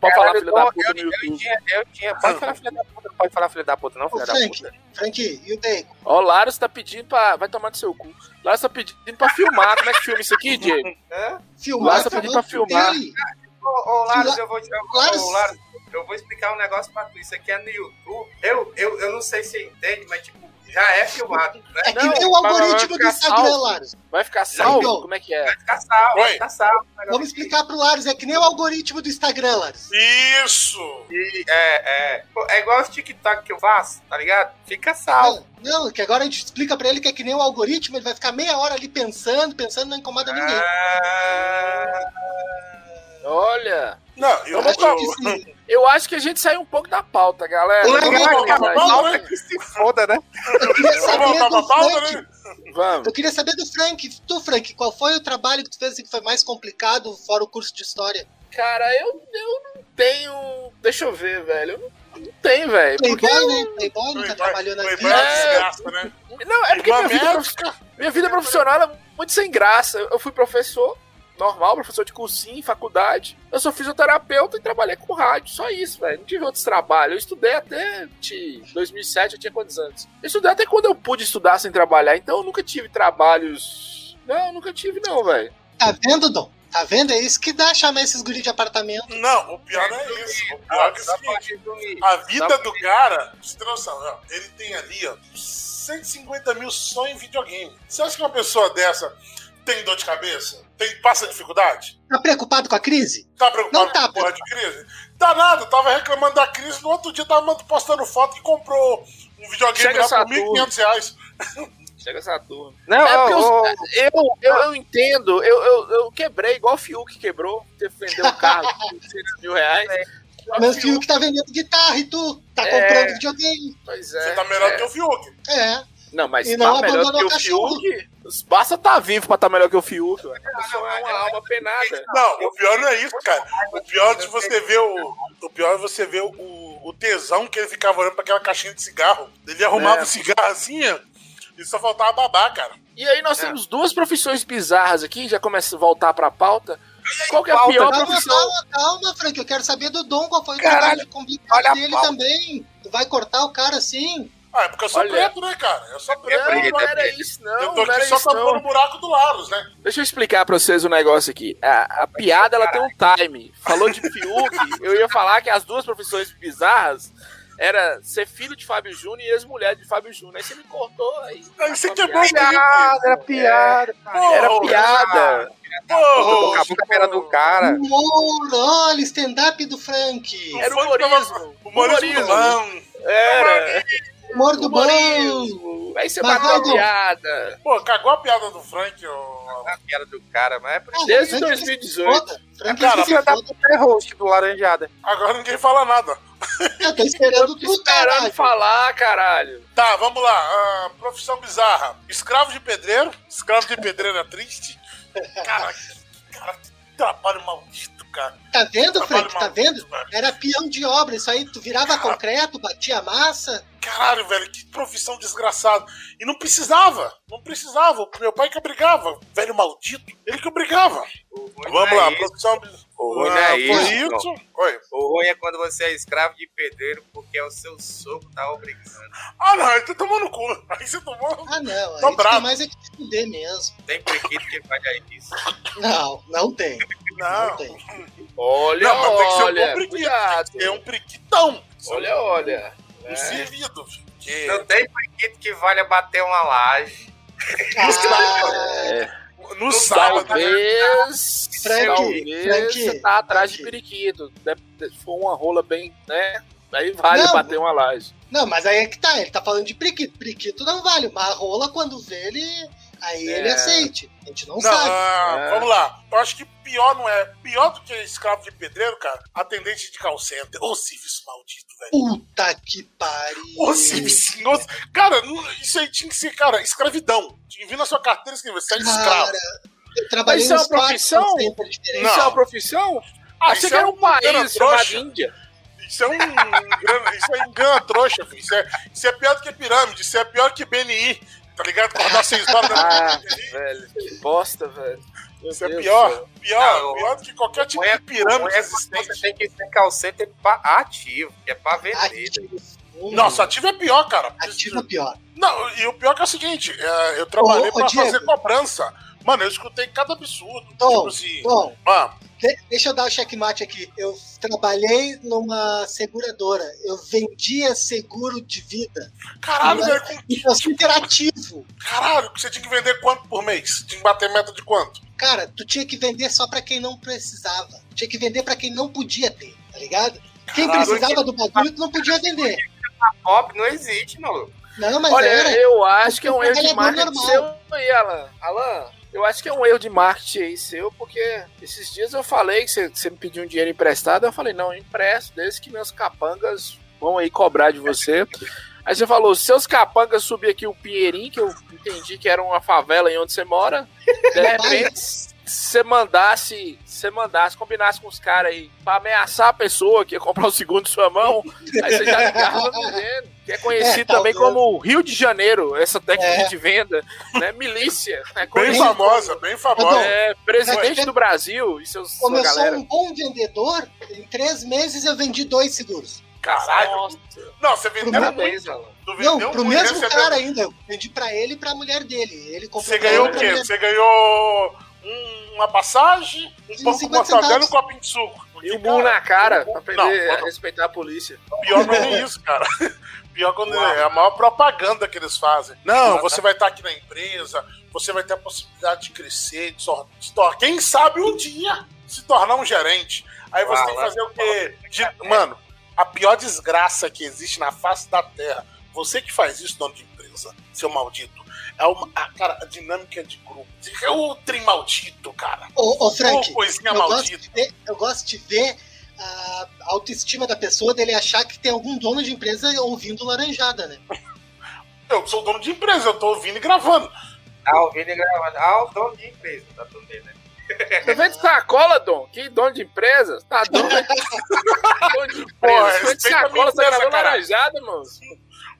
[SPEAKER 3] Pode falar,
[SPEAKER 5] Caralho,
[SPEAKER 3] filha da
[SPEAKER 5] eu-
[SPEAKER 3] puta no
[SPEAKER 5] eu, eu,
[SPEAKER 3] YouTube.
[SPEAKER 5] tinha, eu tinha. Pode falar filha da puta, não pode falar filha da puta, não,
[SPEAKER 2] Ô,
[SPEAKER 5] filha da
[SPEAKER 2] Frank,
[SPEAKER 5] puta.
[SPEAKER 2] Frank, e o bacon?
[SPEAKER 3] Ó, o Laros tá pedindo pra. Vai tomar no seu cu. Laros tá pedindo pra filmar. Como é que filma isso aqui, Diego?
[SPEAKER 5] Hã?
[SPEAKER 2] Filmar,
[SPEAKER 3] Lá, só pedi
[SPEAKER 2] filmar,
[SPEAKER 3] pra filmar.
[SPEAKER 2] dele.
[SPEAKER 5] né? Ô, ô Laros,
[SPEAKER 2] Lá-
[SPEAKER 5] eu vou te. Eu,
[SPEAKER 2] Laros.
[SPEAKER 5] ô, Laros, eu vou explicar um negócio pra tu. Isso aqui é no YouTube. Eu, eu, eu não sei se você entende, mas tipo, já é filmado, né?
[SPEAKER 2] É que
[SPEAKER 3] Não,
[SPEAKER 2] nem o
[SPEAKER 3] mas
[SPEAKER 2] algoritmo
[SPEAKER 3] vai
[SPEAKER 2] do
[SPEAKER 3] ficar
[SPEAKER 2] Instagram,
[SPEAKER 3] salvo.
[SPEAKER 2] Laros.
[SPEAKER 3] Vai ficar salvo?
[SPEAKER 2] Não.
[SPEAKER 3] Como é que é?
[SPEAKER 5] Vai ficar salvo,
[SPEAKER 7] Oi.
[SPEAKER 5] vai ficar salvo. o negócio
[SPEAKER 2] Vamos
[SPEAKER 5] aqui.
[SPEAKER 2] explicar pro Laros, é que nem o algoritmo do Instagram, Laros.
[SPEAKER 7] Isso!
[SPEAKER 5] E, é, é. Pô, É igual os TikTok que eu faço, tá ligado? Fica salvo.
[SPEAKER 2] Não, não, que agora a gente explica pra ele que é que nem o algoritmo, ele vai ficar meia hora ali pensando, pensando, não incomoda ninguém.
[SPEAKER 5] Ah,
[SPEAKER 3] Olha.
[SPEAKER 7] Não, eu
[SPEAKER 2] Eu
[SPEAKER 7] não
[SPEAKER 2] acho que
[SPEAKER 7] tô.
[SPEAKER 2] sim.
[SPEAKER 3] Eu acho que a gente saiu um pouco da pauta, galera.
[SPEAKER 5] o
[SPEAKER 7] Vamos
[SPEAKER 5] legal é que a
[SPEAKER 7] voltar pra pauta,
[SPEAKER 5] pauta
[SPEAKER 7] né?
[SPEAKER 5] que se foda, né?
[SPEAKER 2] Eu queria
[SPEAKER 7] Vamos
[SPEAKER 2] saber
[SPEAKER 7] voltar pra
[SPEAKER 2] do
[SPEAKER 7] pauta,
[SPEAKER 2] Frank.
[SPEAKER 7] né?
[SPEAKER 3] Vamos.
[SPEAKER 2] Eu queria saber do Frank. Tu, Frank, qual foi o trabalho que tu fez assim, que foi mais complicado, fora o curso de história?
[SPEAKER 3] Cara, eu, eu não tenho. Deixa eu ver, velho. Eu não, não tenho, velho. Porque
[SPEAKER 2] Playboy, né? Playboy nunca
[SPEAKER 7] Playboy-
[SPEAKER 2] trabalhou na
[SPEAKER 7] Playboy é
[SPEAKER 2] vida.
[SPEAKER 7] uma desgraça, né?
[SPEAKER 3] Não, é porque
[SPEAKER 7] Uma
[SPEAKER 3] minha vida,
[SPEAKER 7] merda.
[SPEAKER 3] prof- minha vida profissional é muito sem graça. Eu fui professor normal, professor de cursinho, faculdade. Eu sou fisioterapeuta e trabalhei com rádio. Só isso, velho. Não tive outros trabalhos. Eu estudei até de 2007, eu tinha quantos anos? Eu estudei até quando eu pude estudar sem trabalhar. Então eu nunca tive trabalhos. Não, nunca tive, não, velho.
[SPEAKER 2] Tá vendo, Dom? Tá vendo? É isso que dá chamar esses guri de apartamento.
[SPEAKER 7] Não, o pior não é isso. O pior é que é o
[SPEAKER 5] Dá pra
[SPEAKER 7] seguinte,
[SPEAKER 5] resumir.
[SPEAKER 7] a vida do cara, você tem noção, ó, ele tem ali, ó, 150 mil só em videogame. Você acha que uma pessoa dessa tem dor de cabeça? Tem, passa dificuldade?
[SPEAKER 2] Tá preocupado com a crise?
[SPEAKER 7] Tá preocupado
[SPEAKER 2] Não tá,
[SPEAKER 7] com porra de crise? Tá nada, tava reclamando da crise, no outro dia tava postando foto que comprou um videogame
[SPEAKER 3] Chega
[SPEAKER 7] lá por
[SPEAKER 3] Saturno.
[SPEAKER 7] 1.500 reais.
[SPEAKER 3] Chega essa turma.
[SPEAKER 5] Não,
[SPEAKER 3] É porque
[SPEAKER 5] ô, ô,
[SPEAKER 3] os- eu, eu, eu entendo, eu, eu, eu quebrei igual o Fiuk quebrou, defendeu o carro por 600 mil reais. Igual o
[SPEAKER 2] Meu
[SPEAKER 3] Fiuk,
[SPEAKER 2] filho que tá vendendo guitarra e tu tá
[SPEAKER 3] É.
[SPEAKER 2] comprando videogame.
[SPEAKER 3] Pois é.
[SPEAKER 7] Você tá melhor
[SPEAKER 3] é.
[SPEAKER 7] que o Fiuk.
[SPEAKER 2] É.
[SPEAKER 3] Não, mas
[SPEAKER 2] E
[SPEAKER 3] tá
[SPEAKER 2] não
[SPEAKER 3] melhor
[SPEAKER 2] abandonou
[SPEAKER 3] que o
[SPEAKER 2] o cachorro.
[SPEAKER 3] Fiuk. Basta tá vivo pra tá melhor que o Fiuk. velho. A pessoa é uma alma penada.
[SPEAKER 7] Não, o pior não é isso, cara. O pior é de você ver o. O pior é você ver o, o tesão que ele ficava olhando pra aquela caixinha de cigarro. Ele arrumava
[SPEAKER 3] É.
[SPEAKER 7] o cigarro assim, ó, e só faltava babar, cara.
[SPEAKER 3] E aí
[SPEAKER 7] É.
[SPEAKER 3] nós temos duas profissões bizarras aqui, já começa a voltar pra pauta. Qual que é a
[SPEAKER 5] pauta,
[SPEAKER 3] pior
[SPEAKER 7] né?
[SPEAKER 2] Calma,
[SPEAKER 3] profissão?
[SPEAKER 2] calma, calma, Frank. Eu quero saber do Dom qual foi o
[SPEAKER 5] Caralho,
[SPEAKER 2] trabalho
[SPEAKER 5] olha
[SPEAKER 2] complicado
[SPEAKER 5] a
[SPEAKER 2] dele
[SPEAKER 5] pauta.
[SPEAKER 2] também. Tu vai cortar o cara assim?
[SPEAKER 7] Ah, é porque eu sou
[SPEAKER 3] Olha.
[SPEAKER 7] preto, né, cara? Eu sou preto.
[SPEAKER 3] Não,
[SPEAKER 7] eu tô
[SPEAKER 3] não
[SPEAKER 7] aqui-
[SPEAKER 3] era isso,
[SPEAKER 7] é eu
[SPEAKER 3] não.
[SPEAKER 7] tô
[SPEAKER 3] Não era
[SPEAKER 7] aqui só
[SPEAKER 3] isso,
[SPEAKER 7] tapando o
[SPEAKER 3] não.
[SPEAKER 7] buraco do Laros, né?
[SPEAKER 3] Deixa eu explicar pra vocês o negócio aqui. É, A, a piada ela tem um time. Falou de Fiuk, eu ia falar que as duas profissões bizarras era ser filho de Fábio Júnior e ex-mulher de Fábio Júnior. Aí você me cortou aí.
[SPEAKER 7] Aí você
[SPEAKER 3] Uma
[SPEAKER 7] quebrou o
[SPEAKER 5] piada, era piada.
[SPEAKER 7] é Porra,
[SPEAKER 3] Era piada.
[SPEAKER 5] Tocou a
[SPEAKER 7] Porra,
[SPEAKER 5] boca pera do cara.
[SPEAKER 2] Humor, olha, stand-up do Frank.
[SPEAKER 3] Era
[SPEAKER 7] foi que tava- né?
[SPEAKER 3] humorismo.
[SPEAKER 7] o Maurício
[SPEAKER 3] Humorismo.
[SPEAKER 7] Mulão.
[SPEAKER 3] Era.
[SPEAKER 2] Humor do bom.
[SPEAKER 3] Humorismo. Aí você
[SPEAKER 2] Mas
[SPEAKER 3] bateu a
[SPEAKER 2] não.
[SPEAKER 3] piada.
[SPEAKER 7] Pô, cagou a piada do Frank, ô.
[SPEAKER 5] A piada do cara, mas é por
[SPEAKER 2] Ah,
[SPEAKER 3] Desde
[SPEAKER 2] Frank,
[SPEAKER 3] 2018.
[SPEAKER 2] Foda. Frank,
[SPEAKER 7] Cara,
[SPEAKER 2] cara,
[SPEAKER 5] filha da puta é host do Laranjada.
[SPEAKER 7] Agora ninguém fala nada.
[SPEAKER 2] eu tô esperando tu,
[SPEAKER 3] Esperando
[SPEAKER 2] caralho.
[SPEAKER 3] falar, caralho.
[SPEAKER 7] Tá, vamos lá. Ah, profissão bizarra. Escravo de pedreiro. Escravo de pedreiro é triste. Cara, cara, trabalho maldito, cara.
[SPEAKER 2] Tá vendo,
[SPEAKER 7] Trabalho
[SPEAKER 2] Frank? Tá
[SPEAKER 7] maldito,
[SPEAKER 2] vendo?
[SPEAKER 7] velho.
[SPEAKER 2] Era peão de obra, isso aí tu virava concreto, batia massa.
[SPEAKER 7] Caralho, velho, que profissão desgraçada. E não precisava, não precisava. Meu pai que obrigava, velho maldito. Ele que obrigava.
[SPEAKER 5] O ruim
[SPEAKER 7] Vamos
[SPEAKER 5] não é
[SPEAKER 7] lá,
[SPEAKER 5] isso.
[SPEAKER 7] produção.
[SPEAKER 5] O ruim
[SPEAKER 7] Ah,
[SPEAKER 5] não é
[SPEAKER 7] foi
[SPEAKER 5] isso,
[SPEAKER 7] isso. Oi.
[SPEAKER 5] O ruim é quando você é escravo de pedreiro porque é o seu soco tá obrigando.
[SPEAKER 7] Ah, não, ele tá tomando cu. Aí você tomou.
[SPEAKER 2] Ah, não. Aí
[SPEAKER 7] Tô
[SPEAKER 2] tu
[SPEAKER 7] bravo.
[SPEAKER 2] tem mais é que te fuder mesmo.
[SPEAKER 5] Tem prequito que faz aí isso.
[SPEAKER 2] Não, não tem. Não
[SPEAKER 7] Não,
[SPEAKER 2] tem.
[SPEAKER 3] Olha,
[SPEAKER 7] Não, mas tem que ser um
[SPEAKER 3] olha.
[SPEAKER 7] bom brinquedo,
[SPEAKER 3] cuidado.
[SPEAKER 7] é um priquitão.
[SPEAKER 3] Olha, olha.
[SPEAKER 5] É.
[SPEAKER 7] Um servido. filho. Que...
[SPEAKER 5] Não tem prequito que valha bater uma laje.
[SPEAKER 2] Ah,
[SPEAKER 7] No sábado,
[SPEAKER 3] Talvez.
[SPEAKER 2] Frank,
[SPEAKER 3] talvez
[SPEAKER 2] Frank,
[SPEAKER 3] você tá atrás de
[SPEAKER 2] Frank.
[SPEAKER 3] periquito. Né? Se for uma rola bem, né? Aí vale
[SPEAKER 2] Não.
[SPEAKER 3] bater uma laje.
[SPEAKER 2] não, mas aí é que tá. Ele tá falando de priquito. Priquito não vale. Mas rola, quando vê ele, aí ele
[SPEAKER 3] É.
[SPEAKER 2] aceite. A gente não,
[SPEAKER 7] Não,
[SPEAKER 2] sabe.
[SPEAKER 7] ah,
[SPEAKER 3] É.
[SPEAKER 7] Vamos lá. Eu acho que pior não é. Pior do que escravo de pedreiro, cara. Atendente de call center. Ô, serviço maldito, velho.
[SPEAKER 2] Puta Tá que pariu.
[SPEAKER 7] Ô, serviço. nossa. Cara, não- isso aí tinha que ser, cara, escravidão. Tinha que vir na sua carteira e escrever, você é escravo.
[SPEAKER 2] Cara, eu trabalhei
[SPEAKER 3] Mas isso é
[SPEAKER 2] uns
[SPEAKER 3] uma
[SPEAKER 2] quatro
[SPEAKER 3] profissão?
[SPEAKER 2] centros diferentes.
[SPEAKER 3] Isso é
[SPEAKER 7] Não.
[SPEAKER 3] uma profissão?
[SPEAKER 7] Ah,
[SPEAKER 3] Achei
[SPEAKER 7] isso
[SPEAKER 3] que
[SPEAKER 7] é
[SPEAKER 3] era um
[SPEAKER 7] um engano
[SPEAKER 3] país chamado
[SPEAKER 7] trouxa.
[SPEAKER 3] Índia.
[SPEAKER 7] Isso é um engano, isso é engana trouxa, filho. Isso é, isso é pior do que pirâmide, isso é pior que BNI. Tá ligado? Acordar seis horas da manhã.
[SPEAKER 3] Ah, velho. Que bosta, velho. Meu
[SPEAKER 7] né? Isso é
[SPEAKER 3] Deus do
[SPEAKER 7] pior,
[SPEAKER 3] céu.
[SPEAKER 7] pior,
[SPEAKER 5] Não,
[SPEAKER 7] pior do que qualquer tipo
[SPEAKER 5] não é-
[SPEAKER 7] de pirâmide
[SPEAKER 5] Ruim é quando
[SPEAKER 7] existente.
[SPEAKER 5] você tem que ser
[SPEAKER 3] É
[SPEAKER 5] calcete pra ativo, que é pra vender.
[SPEAKER 2] Ativo.
[SPEAKER 7] Nossa, ativo é pior, cara.
[SPEAKER 2] Ativo é pior.
[SPEAKER 7] Não, e o pior que é o seguinte, é, eu trabalhei
[SPEAKER 2] Ô, ô,
[SPEAKER 7] pra
[SPEAKER 2] Diego.
[SPEAKER 7] fazer cobrança. Mano, eu escutei cada absurdo.
[SPEAKER 2] Tom,
[SPEAKER 7] tipo assim,
[SPEAKER 2] Bom,
[SPEAKER 7] ah,
[SPEAKER 2] De- deixa eu dar o checkmate aqui. Eu trabalhei numa seguradora. Eu vendia seguro de vida.
[SPEAKER 7] caralho,
[SPEAKER 2] Mas-
[SPEAKER 7] velho, com-
[SPEAKER 2] E eu sou interativo.
[SPEAKER 7] caralho, você tinha que vender quanto por mês? Tinha que bater meta de quanto?
[SPEAKER 2] Cara, tu tinha que vender só pra quem não precisava. Tinha que vender pra quem não podia ter, tá ligado? Quem
[SPEAKER 7] Caralho,
[SPEAKER 2] precisava do bagulho, tu não podia vender.
[SPEAKER 5] Pop não existe, maluco.
[SPEAKER 2] Não, mas
[SPEAKER 3] Olha,
[SPEAKER 2] era.
[SPEAKER 3] eu acho que é um erro de
[SPEAKER 2] Trabalhador
[SPEAKER 3] marketing
[SPEAKER 2] normal.
[SPEAKER 3] seu aí, Alan. Alan, eu acho que é um erro de marketing aí seu, porque esses dias eu falei que você, você me pediu um dinheiro emprestado, eu falei, não, eu empresto, desde que meus capangas vão aí cobrar de você. Aí você falou, seus capangas subir aqui o Pinheirinho, que eu entendi que era uma favela em onde você mora, de repente... É, se Você mandasse, se você mandasse, combinasse com os caras aí pra ameaçar a pessoa que ia comprar o segundo de sua mão, Aí você já ligava vendendo. Que é conhecido
[SPEAKER 2] É,
[SPEAKER 3] também
[SPEAKER 2] talvez.
[SPEAKER 3] como Rio de Janeiro, essa técnica
[SPEAKER 2] É.
[SPEAKER 3] de venda, né? Milícia. É
[SPEAKER 7] Bem
[SPEAKER 3] conhecido
[SPEAKER 7] famosa, bem
[SPEAKER 2] Tá
[SPEAKER 7] famosa.
[SPEAKER 2] bom.
[SPEAKER 7] É,
[SPEAKER 3] é, presidente
[SPEAKER 2] Mas-
[SPEAKER 3] do Brasil e seus,
[SPEAKER 2] Como
[SPEAKER 3] sua
[SPEAKER 2] eu sou
[SPEAKER 3] galera.
[SPEAKER 2] um bom vendedor, em três meses eu vendi dois seguros.
[SPEAKER 7] Caralho.
[SPEAKER 3] Nossa,
[SPEAKER 7] Não, você vendeu muito.
[SPEAKER 3] parabéns, Alan.
[SPEAKER 7] Tu vendeu
[SPEAKER 2] Não, pro
[SPEAKER 7] muito,
[SPEAKER 2] mesmo
[SPEAKER 7] recebeu-
[SPEAKER 2] cara ainda. Eu vendi pra ele e pra mulher dele. Ele comprou
[SPEAKER 7] Você
[SPEAKER 2] pra
[SPEAKER 7] ganhou
[SPEAKER 2] ela,
[SPEAKER 7] o
[SPEAKER 2] pra
[SPEAKER 7] quê?
[SPEAKER 2] mulher.
[SPEAKER 7] Você ganhou um- uma passagem, um pão com
[SPEAKER 2] 50
[SPEAKER 7] mortadela e
[SPEAKER 2] centavos.
[SPEAKER 7] um copinho de suco.
[SPEAKER 3] E o burro na cara, pra aprender
[SPEAKER 7] Não,
[SPEAKER 3] a
[SPEAKER 7] não.
[SPEAKER 3] respeitar a polícia.
[SPEAKER 7] Pior não é isso, cara. Pior quando é a maior propaganda que eles fazem. Não, você vai estar aqui na empresa, você vai ter a possibilidade de crescer, de sor- de tor- quem sabe um dia se tornar um gerente. Aí você
[SPEAKER 5] Ah,
[SPEAKER 7] tem que
[SPEAKER 5] lá-
[SPEAKER 7] fazer o quê? De- Mano, a pior desgraça que existe na face da terra. Você que faz isso, dono de empresa, seu maldito. É uma. a- cara, a dinâmica de grupo. É o trem maldito, cara.
[SPEAKER 2] Ô, ô, Frank.
[SPEAKER 7] Ô, coisinha
[SPEAKER 2] eu gosto,
[SPEAKER 7] maldita.
[SPEAKER 2] de ver, eu gosto de ver ah, a autoestima da pessoa dele achar que tem algum dono de empresa ouvindo laranjada, né?
[SPEAKER 7] Eu sou dono de empresa, eu tô ouvindo e gravando.
[SPEAKER 5] Tá ouvindo e gravando. Ah, o dono de empresa, tá tudo bem, né?
[SPEAKER 3] Você vende sacola, Dom? Que dono de empresa? Tá dono de dono de
[SPEAKER 7] Porra,
[SPEAKER 3] empresa. Vende
[SPEAKER 7] respeita a minha
[SPEAKER 3] sacola, você
[SPEAKER 7] empresa,
[SPEAKER 3] gravou
[SPEAKER 7] cara.
[SPEAKER 3] laranjada, mano.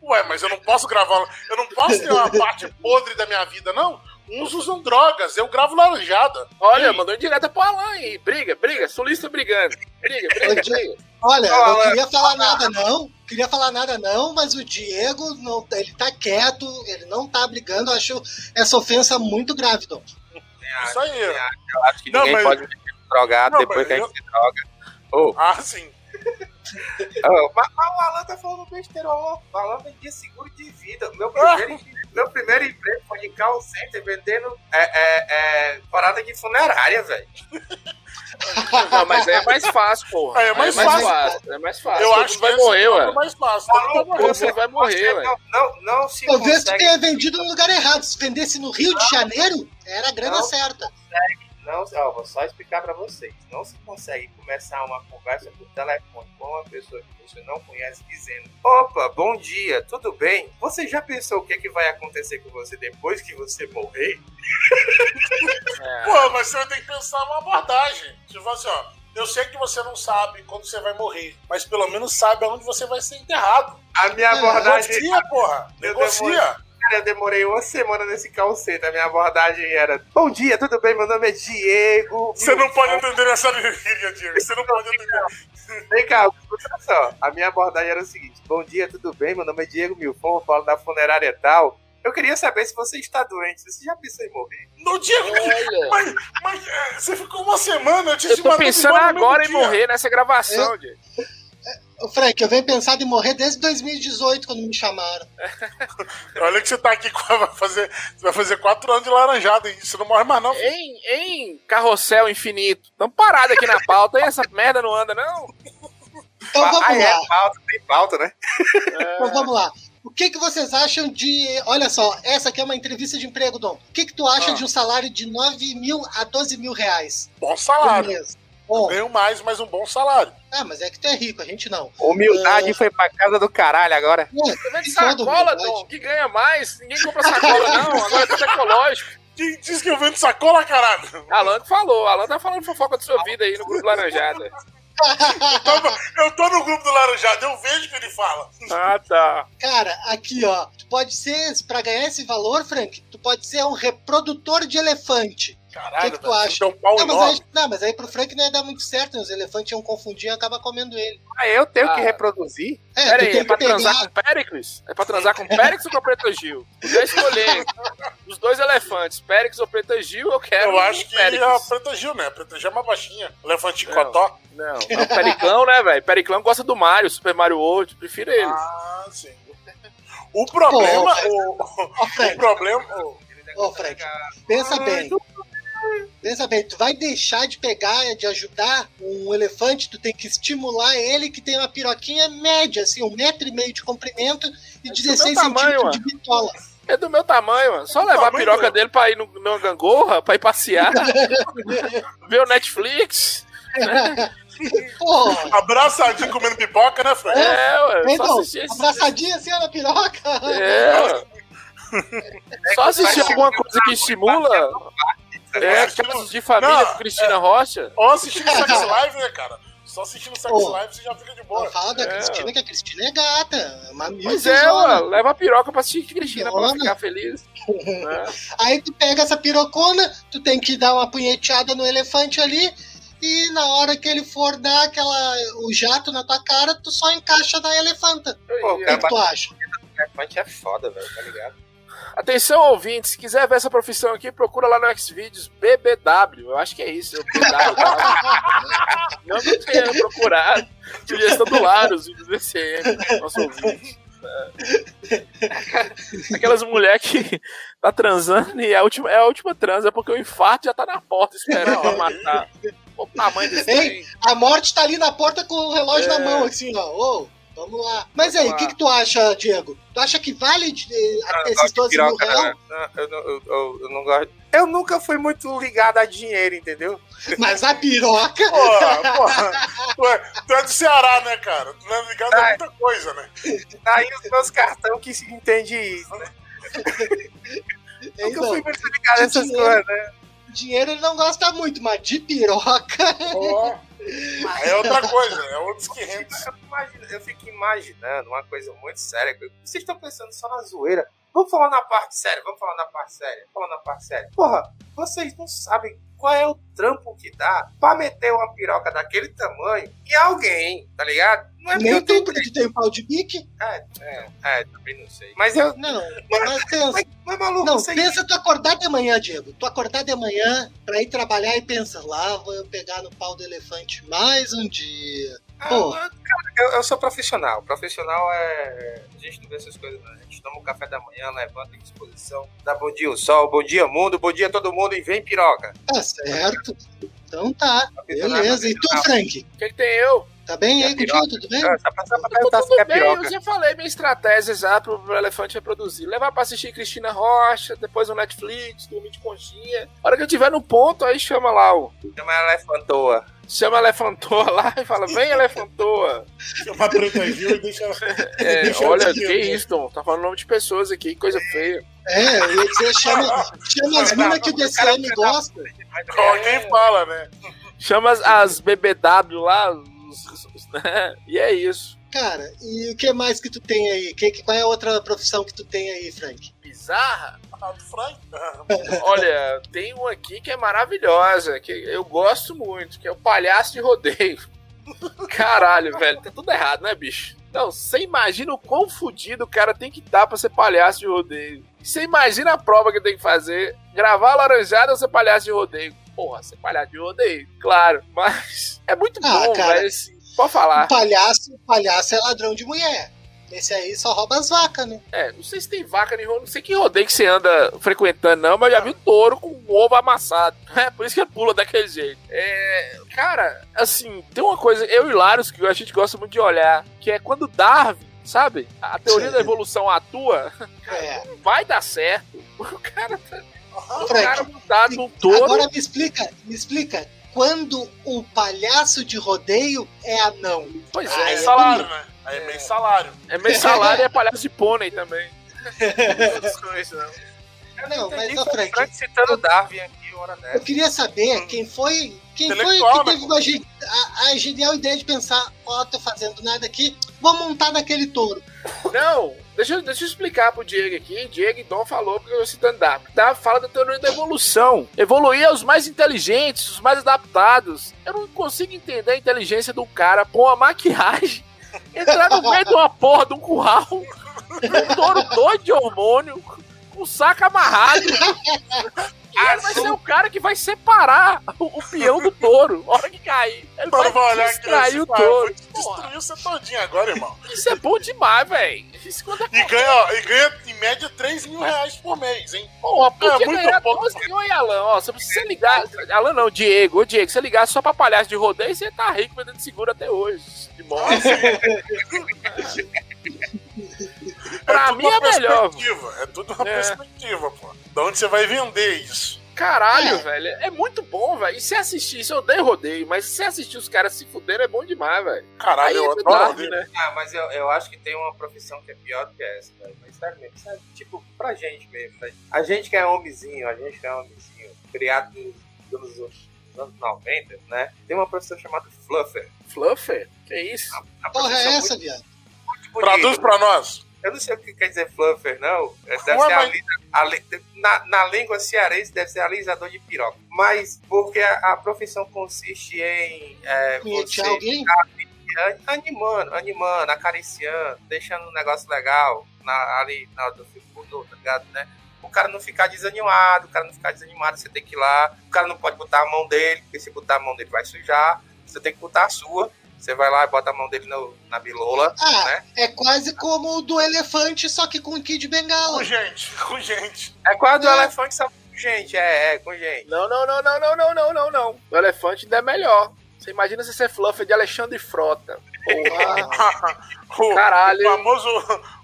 [SPEAKER 7] Ué, mas eu não posso gravar. Eu não posso ter uma parte podre da minha vida, não. Uns usam drogas, eu gravo laranjada.
[SPEAKER 3] Olha,
[SPEAKER 7] Ih.
[SPEAKER 3] mandou em direta pro Alan aí. Briga, briga, sulista brigando. Briga, briga, briga.
[SPEAKER 2] Olha,
[SPEAKER 5] Fala,
[SPEAKER 2] eu não
[SPEAKER 5] Alex.
[SPEAKER 2] queria falar nada não, queria falar nada não, mas o Diego, não, ele tá quieto, ele não tá brigando, eu acho essa ofensa muito grave, Dom.
[SPEAKER 7] Isso aí.
[SPEAKER 5] Eu acho que
[SPEAKER 7] Não,
[SPEAKER 5] ninguém
[SPEAKER 7] mas-
[SPEAKER 5] pode ser drogado
[SPEAKER 7] Não,
[SPEAKER 5] depois
[SPEAKER 7] mas
[SPEAKER 5] que a
[SPEAKER 7] eu-
[SPEAKER 5] gente se droga. Ô,
[SPEAKER 7] Ah, sim.
[SPEAKER 5] ô, mas, mas o Alan tá falando besteira, ó. O Alan vendia seguro de vida. Meu primeiro, meu primeiro emprego foi de call center vendendo é, é, é, parada de funerária, velho.
[SPEAKER 3] Não, mas aí é mais fácil, porra.
[SPEAKER 7] Aí é
[SPEAKER 3] Aí
[SPEAKER 7] mais
[SPEAKER 2] fácil.
[SPEAKER 3] É mais fácil.
[SPEAKER 7] eu
[SPEAKER 3] Todo
[SPEAKER 7] acho
[SPEAKER 3] mundo
[SPEAKER 7] que
[SPEAKER 3] vai
[SPEAKER 7] esse
[SPEAKER 3] morrer,
[SPEAKER 7] é o
[SPEAKER 3] ué.
[SPEAKER 7] mais fácil. Todo mundo vai morrer.
[SPEAKER 3] Você vai morrer, ué.
[SPEAKER 5] não, não, não se
[SPEAKER 2] Talvez tu
[SPEAKER 5] consegue,
[SPEAKER 2] tenha vendido no lugar errado, se vendesse no Rio de Janeiro, era a grana
[SPEAKER 5] Não.
[SPEAKER 2] certa.
[SPEAKER 5] Não, ó, vou só explicar pra vocês. Não se consegue começar uma conversa por telefone com uma pessoa que você não conhece dizendo: Opa, bom dia, tudo bem? Você já pensou o que, é que vai acontecer com você depois que você morrer?
[SPEAKER 3] É.
[SPEAKER 7] Pô, mas você tem que pensar uma abordagem. Tipo assim, ó. Eu sei que você não sabe quando você vai morrer, mas pelo menos sabe aonde você vai ser enterrado.
[SPEAKER 5] A minha abordagem.
[SPEAKER 7] Negocia, porra!
[SPEAKER 5] Eu
[SPEAKER 7] Negocia!
[SPEAKER 5] Cara, eu demorei uma semana nesse calceto. A minha abordagem era: Bom dia, tudo bem? Meu nome é Diego.
[SPEAKER 7] Você não pode entender essa virilha, Diego. Você não pode
[SPEAKER 5] né?
[SPEAKER 7] entender.
[SPEAKER 5] Vem cá, escuta só. A minha abordagem era o seguinte: Bom dia, tudo bem? Meu nome é Diego Milfon, eu falo da funerária tal. Eu queria saber se você está doente. Você já pensou em morrer?
[SPEAKER 7] Não, Diego,
[SPEAKER 3] Olha.
[SPEAKER 7] mas, mas é, você ficou uma semana, eu te
[SPEAKER 3] Eu tô
[SPEAKER 7] mandei
[SPEAKER 3] pensando
[SPEAKER 7] embora no mesmo
[SPEAKER 3] agora em
[SPEAKER 7] dia. É.
[SPEAKER 3] morrer nessa gravação, gente.
[SPEAKER 2] Ô, Frank, eu venho pensado em morrer desde 2018, quando me chamaram.
[SPEAKER 7] Olha que você tá aqui, com- vai fazer, você vai fazer quatro anos de laranjada e você não morre mais, não. filho.
[SPEAKER 3] Em, em carrossel infinito. Estamos parados aqui na pauta, hein? Essa merda não anda, não?
[SPEAKER 2] Então
[SPEAKER 5] ah,
[SPEAKER 2] vamos lá.
[SPEAKER 5] é, pauta, tem pauta, né?
[SPEAKER 2] Então vamos lá. O que, que vocês acham de. Olha só, essa aqui é uma entrevista de emprego, Dom. O que, que tu acha
[SPEAKER 3] Ah.
[SPEAKER 2] de um salário de 9 mil a 12 mil reais
[SPEAKER 7] Bom
[SPEAKER 2] por
[SPEAKER 7] salário.
[SPEAKER 2] mês? Bom,
[SPEAKER 7] Ganho mais, mas um bom salário.
[SPEAKER 2] ah, mas é que tu é rico, a gente não.
[SPEAKER 5] Humildade
[SPEAKER 2] É.
[SPEAKER 5] foi pra casa do caralho agora.
[SPEAKER 3] Tá vendo
[SPEAKER 2] Todo
[SPEAKER 3] sacola,
[SPEAKER 2] mundo,
[SPEAKER 3] Dom? Que ganha mais? Ninguém compra sacola, não. Agora é tudo ecológico.
[SPEAKER 7] Quem diz que eu vendo sacola, caralho?
[SPEAKER 3] Alan que falou. Alan tá falando fofoca da sua vida aí no grupo Laranjada.
[SPEAKER 7] Eu tô- Eu tô no grupo do laranjado, eu vejo o que ele fala.
[SPEAKER 3] Ah, tá.
[SPEAKER 2] Cara, aqui ó, tu pode ser, pra ganhar esse valor, Frank, tu pode ser um reprodutor de elefante. O que,
[SPEAKER 7] Caralho,
[SPEAKER 2] que tu
[SPEAKER 7] velho,
[SPEAKER 2] acha?
[SPEAKER 7] tem um pau
[SPEAKER 2] Não mas,
[SPEAKER 7] enorme.
[SPEAKER 2] aí, não, mas aí pro Frank não ia dar muito certo, né? Os elefantes iam confundir e acaba comendo ele.
[SPEAKER 5] Ah, eu tenho
[SPEAKER 3] Ah.
[SPEAKER 5] que reproduzir?
[SPEAKER 2] É,
[SPEAKER 3] Pera
[SPEAKER 2] tu
[SPEAKER 3] aí,
[SPEAKER 2] tem
[SPEAKER 3] é
[SPEAKER 2] que
[SPEAKER 3] pra
[SPEAKER 2] pegar-
[SPEAKER 3] transar com o Péricles? É pra transar com o Péricles ou com o Preta Gil? Tu vai escolher os dois elefantes, Péricles ou Preta Gil, eu quero um
[SPEAKER 7] Eu acho
[SPEAKER 3] o
[SPEAKER 7] que é a
[SPEAKER 3] Péricles.
[SPEAKER 7] Preta Gil, né? A Preta Gil é mais baixinha. Elefante
[SPEAKER 3] Não.
[SPEAKER 7] cotó.
[SPEAKER 3] Não, é o Periclão, né, velho? Periclão gosta do Mario, Super Mario World, prefiro ele.
[SPEAKER 7] Ah, sim. O problema.
[SPEAKER 2] Pô,
[SPEAKER 7] o,
[SPEAKER 2] Ó,
[SPEAKER 7] o
[SPEAKER 2] Frank,
[SPEAKER 7] problema.
[SPEAKER 2] Ô,
[SPEAKER 5] tá
[SPEAKER 2] Frank, pensa bem. Pensa bem, tu vai deixar de pegar, de ajudar um elefante, tu tem que estimular ele que tem uma piroquinha média, assim, um metro e meio de comprimento e
[SPEAKER 3] do
[SPEAKER 2] 16
[SPEAKER 3] é meu tamanho,
[SPEAKER 2] centímetros de bitola.
[SPEAKER 3] É do meu tamanho, mano. Só levar a
[SPEAKER 7] É tamanho
[SPEAKER 3] piroca
[SPEAKER 7] meu.
[SPEAKER 3] dele pra ir no, numa gangorra, pra ir passear, ver o Netflix.
[SPEAKER 2] Pô,
[SPEAKER 7] Abraçadinho comendo pipoca, né, Frank?
[SPEAKER 3] É, ué, só
[SPEAKER 2] então,
[SPEAKER 3] assistir esse...
[SPEAKER 2] abraçadinha assim ó, na piroca.
[SPEAKER 3] É, ué. Só assistir alguma coisa que estimula. É, casos de família
[SPEAKER 7] Não,
[SPEAKER 3] com Cristina Rocha.
[SPEAKER 7] Ou assistindo Sex Live, né, cara? Só assistindo Sex
[SPEAKER 2] É. Pô.
[SPEAKER 7] Live você já fica de
[SPEAKER 2] Não
[SPEAKER 7] boa.
[SPEAKER 2] fala da
[SPEAKER 3] É.
[SPEAKER 2] Cristina, que a Cristina é gata. É uma
[SPEAKER 3] Pois
[SPEAKER 2] milfzona.
[SPEAKER 3] é, ué, leva a piroca pra assistir Cristina pra ela
[SPEAKER 2] Olha.
[SPEAKER 3] ficar feliz. né?
[SPEAKER 2] Aí tu pega essa pirocona, tu tem que dar uma punheteada no elefante ali, e na hora que ele for dar aquela, o jato na tua cara, tu só encaixa na elefanta.
[SPEAKER 5] Pô,
[SPEAKER 2] O que, que tu acha?
[SPEAKER 5] Elefante é foda, velho, tá ligado?
[SPEAKER 3] Atenção, ouvintes, se quiser ver essa profissão aqui, procura lá no Xvideos BBW. Eu acho que é isso, é o BBW. Não que eu tenha procurado. Sugestão do Laro, os vídeos do ECM, nosso ouvinte. É. Aquelas mulheres que tá transando e a última, é a última transa, porque o infarto já tá na porta esperando pra matar. Olha o tamanho desse
[SPEAKER 2] Ei,
[SPEAKER 3] trem.
[SPEAKER 2] A morte tá ali na porta com o relógio
[SPEAKER 3] É.
[SPEAKER 2] na mão, assim, ó. Ô, vamos lá. Mas aí, o
[SPEAKER 5] Vamos lá. Ah,
[SPEAKER 2] que, que tu acha, Diego? Tu acha que vale de- eh, Ah, esses 12 mil
[SPEAKER 5] Piroca, né?
[SPEAKER 2] reais?
[SPEAKER 5] não, eu, não- eu- eu- eu não gosto. Eu nunca fui muito ligado a dinheiro, entendeu?
[SPEAKER 2] Mas a piroca.
[SPEAKER 7] Porra, porra. Ué, tu é do Ceará, né, cara? Tu não é ligado a
[SPEAKER 5] Ai.
[SPEAKER 7] muita coisa, né?
[SPEAKER 5] Tá Aí os meus cartão que se entende isso. né?
[SPEAKER 2] Então,
[SPEAKER 5] nunca fui muito ligado a essas
[SPEAKER 2] dinheiro.
[SPEAKER 5] coisas, né?
[SPEAKER 2] Dinheiro ele não gosta muito, mas de piroca.
[SPEAKER 7] Aí é outra coisa, é outros 500.
[SPEAKER 5] Eu, imagino- eu fico imaginando uma coisa muito séria. Vocês estão pensando só na zoeira. Vamos falar na parte séria, vamos falar na parte séria, vamos falar na parte séria. Porra, vocês não sabem qual é o trampo que dá pra meter uma piroca daquele tamanho e alguém, tá ligado? Não é
[SPEAKER 2] Nem
[SPEAKER 5] porque
[SPEAKER 2] tem
[SPEAKER 5] eu
[SPEAKER 2] porque tu tem pau de bique.
[SPEAKER 5] tenho. É, também não sei. Mas eu.
[SPEAKER 2] Não, é mas pensa.
[SPEAKER 5] Mas, mas maluco,
[SPEAKER 2] Não,
[SPEAKER 5] vocês
[SPEAKER 2] pensa tu acordar de manhã, Diego. Tu acordar de manhã pra ir trabalhar e pensa, lá vou eu pegar no pau do elefante mais um dia.
[SPEAKER 5] Ah,
[SPEAKER 2] Pô.
[SPEAKER 5] Cara, eu, eu sou profissional. Profissional é. A gente não vê essas coisas, não. A gente toma um café da manhã, levanta em disposição, dá bom dia o sol, bom dia mundo, bom dia todo mundo e vem piroca.
[SPEAKER 2] Tá certo. Então tá,
[SPEAKER 5] Profissional é
[SPEAKER 2] beleza. então assim, E tu,
[SPEAKER 5] profissional.
[SPEAKER 2] Frank?
[SPEAKER 3] O que, que tem eu?
[SPEAKER 2] Tá bem
[SPEAKER 5] E a
[SPEAKER 2] aí contigo?
[SPEAKER 5] piroca?
[SPEAKER 2] Tudo bem?
[SPEAKER 5] Ah, Só passar
[SPEAKER 2] então
[SPEAKER 5] pra
[SPEAKER 3] Tá
[SPEAKER 5] perguntar se
[SPEAKER 3] tudo
[SPEAKER 5] quer
[SPEAKER 3] bem, eu
[SPEAKER 5] piroca.
[SPEAKER 3] já falei minha estratégia já pro, pro Elefante reproduzir. Levar pra assistir Cristina Rocha, depois o Netflix, dormir de conchinha. A hora que eu tiver no ponto, aí chama lá o...
[SPEAKER 5] Chama ela é elefantoa.
[SPEAKER 3] Chama a Elefantoa lá e fala, vem Elefantoa.
[SPEAKER 7] Chama a Preta Gil e deixa ela.
[SPEAKER 3] É,
[SPEAKER 7] Deixa eu
[SPEAKER 3] olha,
[SPEAKER 7] te
[SPEAKER 3] que
[SPEAKER 7] ver.
[SPEAKER 3] isso, Tom. Tá falando nome de pessoas aqui, que coisa feia.
[SPEAKER 2] É, eu ia dizer, chama, chama as minas que o DCM gosta.
[SPEAKER 7] Alguém fala, né?
[SPEAKER 3] Chama as, as BBW lá, os- os- os- né? E é isso.
[SPEAKER 2] Cara, e o que mais que tu tem aí? Que, que- qual é a outra profissão que tu tem aí, Frank?
[SPEAKER 3] Bizarra?
[SPEAKER 7] Ah, do Frank?
[SPEAKER 3] Olha, tem um aqui que é maravilhosa, que eu gosto muito, que é o palhaço de rodeio. Caralho, velho, tá tudo errado, né, bicho? Não, você imagina o quão fudido o cara tem que estar pra ser palhaço de rodeio. Você imagina a prova que tem que fazer, gravar a laranjada ou ser palhaço de rodeio. Porra, ser palhaço de rodeio, claro. Mas é muito
[SPEAKER 2] Ah,
[SPEAKER 3] bom,
[SPEAKER 2] cara.
[SPEAKER 3] velho. assim, Pode
[SPEAKER 5] Ah.
[SPEAKER 3] falar.
[SPEAKER 2] O palhaço, o palhaço é ladrão de mulher. Esse aí só rouba as vacas, né?
[SPEAKER 3] É, não sei se tem vaca nem rodeio, não sei que rodeio que você anda frequentando, não, mas eu já vi um touro com um ovo amassado. É, por isso que ele pula daquele jeito. É, cara, assim, tem uma coisa, eu e Larios, que a gente gosta muito de olhar, que é quando Darwin, sabe? A teoria da evolução atua,
[SPEAKER 2] É.
[SPEAKER 3] não vai dar certo. O cara tá. O
[SPEAKER 2] Frank,
[SPEAKER 3] cara montado num touro.
[SPEAKER 2] Agora me explica, me explica. Quando o palhaço de rodeio é anão.
[SPEAKER 3] Pois
[SPEAKER 7] Aí
[SPEAKER 3] é,
[SPEAKER 7] é
[SPEAKER 3] salário.
[SPEAKER 7] salário, né? Aí é bem salário.
[SPEAKER 3] É meio salário e é palhaço de pônei também. Essas coisas, né?
[SPEAKER 5] Eu
[SPEAKER 2] Não,
[SPEAKER 5] entendi
[SPEAKER 2] mas, ó,
[SPEAKER 5] foi o
[SPEAKER 2] Frank,
[SPEAKER 5] Frank citando Darwin aqui, hora
[SPEAKER 2] Eu
[SPEAKER 5] dessa.
[SPEAKER 2] queria saber quem foi, quem foi
[SPEAKER 7] Intelectual,
[SPEAKER 2] que
[SPEAKER 7] né,
[SPEAKER 2] teve uma ge- a, a genial ideia de pensar, ó, tô fazendo nada aqui, vou montar naquele touro.
[SPEAKER 3] Não, deixa, eu- deixa eu explicar pro Diego aqui. Diego e Dom falou porque eu tô citando Darwin. Tá, fala da teoria da evolução. Evoluir é os mais inteligentes, os mais adaptados. Eu não consigo entender a inteligência do cara com a maquiagem. Entrar no meio de uma porra de um curral, um touro doido de hormônio, com o saco amarrado. E ele vai ser o cara que vai separar o, o peão do touro. A hora que cair, ele
[SPEAKER 7] Mano, vai
[SPEAKER 3] vai
[SPEAKER 7] olhar
[SPEAKER 3] distrair o
[SPEAKER 7] aqui, vai,
[SPEAKER 3] touro.
[SPEAKER 7] vai,
[SPEAKER 3] Porra,
[SPEAKER 7] Destruiu você todinho agora, irmão.
[SPEAKER 3] isso é bom demais, velho. Isso quando
[SPEAKER 7] E ganha, ó, e ganha em média 3 mil reais por mês, hein?
[SPEAKER 3] Porra, podia
[SPEAKER 7] É muito
[SPEAKER 3] ganhar
[SPEAKER 7] pouco.
[SPEAKER 3] 12 milhões, Alan. Ó, se você ligar. Alan não, Diego, ô Diego, se você ligar só pra palhaço de rodeio, você tá rico vendendo seguro até hoje. De moto.
[SPEAKER 7] Então, assim,
[SPEAKER 3] pra mim é
[SPEAKER 7] uma
[SPEAKER 3] melhor.
[SPEAKER 5] assim,
[SPEAKER 7] perspectiva, É tudo uma
[SPEAKER 3] É.
[SPEAKER 7] perspectiva, pô. Da onde você vai vender isso?
[SPEAKER 3] Caralho,
[SPEAKER 2] É.
[SPEAKER 3] velho. É muito bom, velho. E se assistir, isso eu odeio rodeio, mas se assistir os caras se fudendo é bom demais, velho.
[SPEAKER 7] Caralho,
[SPEAKER 3] Aí
[SPEAKER 7] eu
[SPEAKER 3] é
[SPEAKER 7] adoro
[SPEAKER 3] verdade,
[SPEAKER 7] rodeio.
[SPEAKER 3] né?
[SPEAKER 5] Ah, mas eu, eu acho que tem uma profissão que é pior do que essa, velho. Mas sério mesmo, sabe? Tipo, pra gente mesmo. né? A gente que é homenzinho, a gente que é homenzinho, criado pelos anos 90, né? Tem uma profissão chamada Fluffer.
[SPEAKER 3] Fluffer? é? Que isso?
[SPEAKER 5] Uma
[SPEAKER 2] Porra, é
[SPEAKER 5] profissão
[SPEAKER 2] essa, viado?
[SPEAKER 5] muito bonita.
[SPEAKER 7] Traduz pra nós.
[SPEAKER 5] Eu não sei o que quer dizer fluffer, não. É, Deve ser
[SPEAKER 7] Ué,
[SPEAKER 5] a
[SPEAKER 7] mas-
[SPEAKER 5] li- a li- na, na língua cearense deve ser alisador de piroca. Mas porque a, a profissão consiste em é, você
[SPEAKER 2] Conhecer alguém?
[SPEAKER 5] an- animando, animando, acariciando, deixando um negócio legal na- ali na hora do filme pornô, tá ligado, né? O cara não ficar desanimado, o cara não ficar desanimado, você tem que ir lá. O cara não pode botar a mão dele, porque se botar a mão dele vai sujar. Você tem que botar a sua. Você vai lá e bota a mão dele no- na bilola,
[SPEAKER 2] Ah,
[SPEAKER 5] né?
[SPEAKER 2] É quase como o do elefante, só que com o Kid Bengala.
[SPEAKER 7] Com gente, com gente.
[SPEAKER 5] É quase o
[SPEAKER 2] Ah.
[SPEAKER 5] elefante, sabe? Com Gente, é, é, com gente.
[SPEAKER 3] Não, não, não, não, não, não, não, não, não. O elefante ainda é melhor. Você imagina você ser fluffer de Alexandre Frota. Porra.
[SPEAKER 7] o,
[SPEAKER 3] Caralho.
[SPEAKER 7] o famoso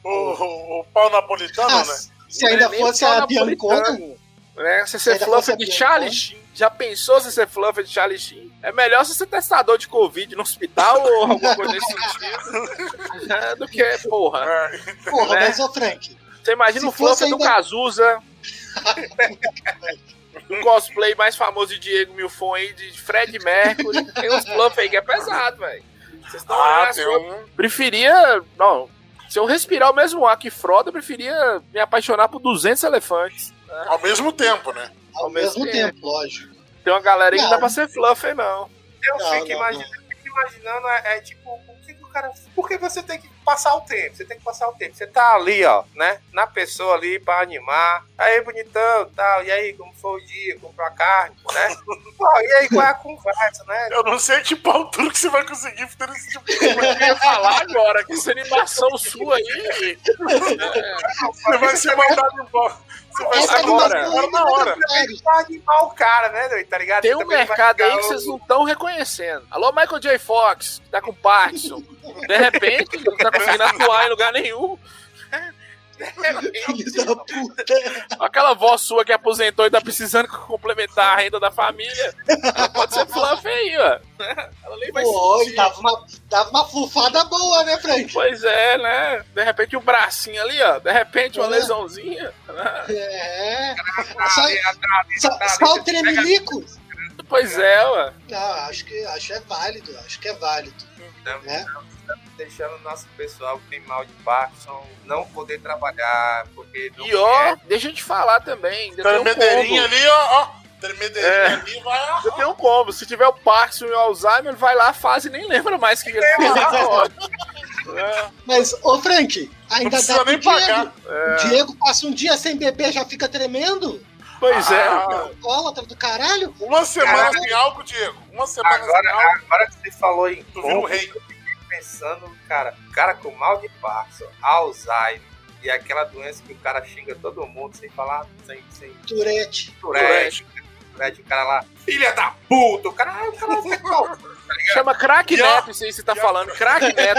[SPEAKER 7] o, o, o pau napolitano,
[SPEAKER 2] Ah,
[SPEAKER 7] né?
[SPEAKER 2] se ainda
[SPEAKER 3] Não é nem
[SPEAKER 2] fosse
[SPEAKER 3] só
[SPEAKER 2] a
[SPEAKER 3] napolitano,
[SPEAKER 2] Biancona,
[SPEAKER 3] Né? Você
[SPEAKER 2] Se
[SPEAKER 3] ser
[SPEAKER 2] ainda fosse
[SPEAKER 3] fluffer
[SPEAKER 2] a
[SPEAKER 3] de
[SPEAKER 2] Biancona.
[SPEAKER 3] Charlie Sheen. Já pensou se ser fluffer de Charlie Sheen? É melhor você ser testador de Covid no hospital ou alguma coisa desse sentido. É, Do que, porra.
[SPEAKER 7] É.
[SPEAKER 2] porra,
[SPEAKER 3] né?
[SPEAKER 2] mas ô Frank,
[SPEAKER 3] Você imagina
[SPEAKER 2] Se
[SPEAKER 3] o fluffer
[SPEAKER 2] fosse
[SPEAKER 3] do
[SPEAKER 2] ainda-
[SPEAKER 3] Cazuza. O cosplay mais famoso de Diego Milfon aí, de Fred Mercury. Tem uns fluffer aí que é pesado, velho. Vocês estão
[SPEAKER 7] Ah,
[SPEAKER 3] olhando
[SPEAKER 7] tem
[SPEAKER 3] só-
[SPEAKER 7] um.
[SPEAKER 3] preferia. Não. Se eu respirar o mesmo ar que Frodo, eu preferia me apaixonar por 200 elefantes.
[SPEAKER 7] Ao mesmo tempo, né?
[SPEAKER 2] ao,
[SPEAKER 3] Ao mesmo
[SPEAKER 2] mesmo tempo, lógico.
[SPEAKER 3] Tem uma galera aí que
[SPEAKER 2] Não.
[SPEAKER 3] dá pra ser fluffer, não.
[SPEAKER 5] Eu
[SPEAKER 2] Não,
[SPEAKER 5] fico
[SPEAKER 2] não,
[SPEAKER 5] imaginando, eu fico imaginando é, é, tipo, o que, que o cara. Por que você tem que passar o tempo, você tem que passar o tempo. Você tá ali, ó, né? Na pessoa ali pra animar. Aí, bonitão, tal. E aí, como foi o dia? Comprou a carne, né? Pô, e aí, qual é a conversa, né?
[SPEAKER 7] Eu não sei que pau duro que você vai conseguir fazer esse tipo de coisa.
[SPEAKER 3] Eu ia falar Tá agora que essa animação sua aí.
[SPEAKER 7] Você vai ser mandado embora. Você vai
[SPEAKER 2] Essa
[SPEAKER 7] ser mandado
[SPEAKER 2] animação
[SPEAKER 3] agora,
[SPEAKER 7] embora na hora.
[SPEAKER 2] sério.
[SPEAKER 5] Pra animar o cara, né, doido? Tá ligado?
[SPEAKER 3] Tem
[SPEAKER 5] Você
[SPEAKER 3] um
[SPEAKER 5] também vai
[SPEAKER 3] mercado aí
[SPEAKER 5] ficar
[SPEAKER 3] que vocês
[SPEAKER 5] o-
[SPEAKER 3] não estão reconhecendo. Alô, Michael J. Fox, que tá com Parkinson. De repente, não tá conseguindo atuar em lugar nenhum.
[SPEAKER 2] Filho da puta.
[SPEAKER 3] Aquela avó sua que aposentou e tá precisando complementar a renda da família. Ela pode ser fluff aí, ó. Ela nem vai
[SPEAKER 2] Pô, tá-
[SPEAKER 3] sentir.
[SPEAKER 2] ele
[SPEAKER 7] é
[SPEAKER 2] dava uma, dava uma flufada boa, né, Frank?
[SPEAKER 3] Pois é, né? De repente um bracinho ali, ó. De repente uma
[SPEAKER 2] É.
[SPEAKER 3] lesãozinha. né?
[SPEAKER 2] É.
[SPEAKER 5] Ah, é, ah,
[SPEAKER 2] Só, só o tremelico.
[SPEAKER 3] Pois é, ó.
[SPEAKER 2] Não, acho que acho é válido, acho que é válido.
[SPEAKER 5] Não.
[SPEAKER 2] Né?
[SPEAKER 5] deixando o nosso pessoal que tem mal de Parkinson não poder trabalhar, porque não
[SPEAKER 3] E ó, deixa eu te falar também. Ainda tem um
[SPEAKER 7] Tremedeirinha
[SPEAKER 3] combo.
[SPEAKER 7] ali, ó. ó. Tremedeirinha
[SPEAKER 3] É.
[SPEAKER 7] ali, vai, ó.
[SPEAKER 3] Ainda tem um combo. Se tiver o Parkinson e o Alzheimer, vai lá, faz e nem lembra mais o que que ele fez. É.
[SPEAKER 2] Mas, ô Frank,
[SPEAKER 7] Não
[SPEAKER 2] ainda
[SPEAKER 7] precisa
[SPEAKER 2] dá pro
[SPEAKER 7] nem pagar. É.
[SPEAKER 2] Diego. O Diego passa um dia sem beber, já fica tremendo?
[SPEAKER 3] Pois é.
[SPEAKER 7] Ah,
[SPEAKER 2] Alcoólatra do caralho?
[SPEAKER 7] uma semana
[SPEAKER 5] Caraca.
[SPEAKER 7] sem álcool, Diego. Uma semana sem álcool,
[SPEAKER 5] agora, ah, agora que você falou em
[SPEAKER 7] tu vira o
[SPEAKER 5] combo,
[SPEAKER 7] rei.
[SPEAKER 5] pensando, cara, o cara com mal de Parkinson, Alzheimer, e aquela doença que o cara xinga todo mundo sem falar, sem, sem
[SPEAKER 2] Turete.
[SPEAKER 5] turete, turete, o cara lá, filha da puta, o cara, o cara é fica com-
[SPEAKER 3] Chama crack
[SPEAKER 7] E ó,
[SPEAKER 3] neto isso aí que você tá falando. Crack neto.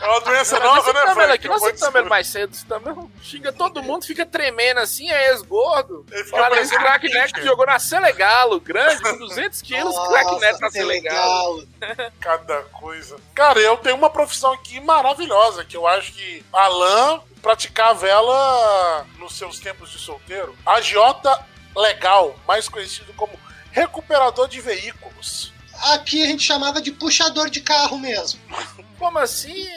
[SPEAKER 7] É uma doença
[SPEAKER 3] Nós
[SPEAKER 7] nova,
[SPEAKER 3] citamos
[SPEAKER 7] né,
[SPEAKER 3] ele
[SPEAKER 7] Frank?
[SPEAKER 3] aqui,
[SPEAKER 7] Eu
[SPEAKER 3] nós citamos
[SPEAKER 7] vou
[SPEAKER 3] ele
[SPEAKER 7] descobrir.
[SPEAKER 3] mais cedo. Citamos, xinga todo mundo, fica tremendo assim, é ex-gordo.
[SPEAKER 7] Ele fica
[SPEAKER 3] Falaram esse
[SPEAKER 7] parecendo
[SPEAKER 3] crack
[SPEAKER 7] um
[SPEAKER 3] neto que jogou na Selegalo, grande, com 200 quilos, crack neto
[SPEAKER 7] tá
[SPEAKER 3] na
[SPEAKER 2] que
[SPEAKER 3] Selegalo.
[SPEAKER 7] Cada coisa. Cara, eu tenho uma profissão aqui maravilhosa, que eu acho que Alain praticava ela nos seus tempos de solteiro. Agiota legal, mais conhecido como recuperador de veículos.
[SPEAKER 2] Aqui a gente chamava de puxador de carro mesmo.
[SPEAKER 3] Como assim?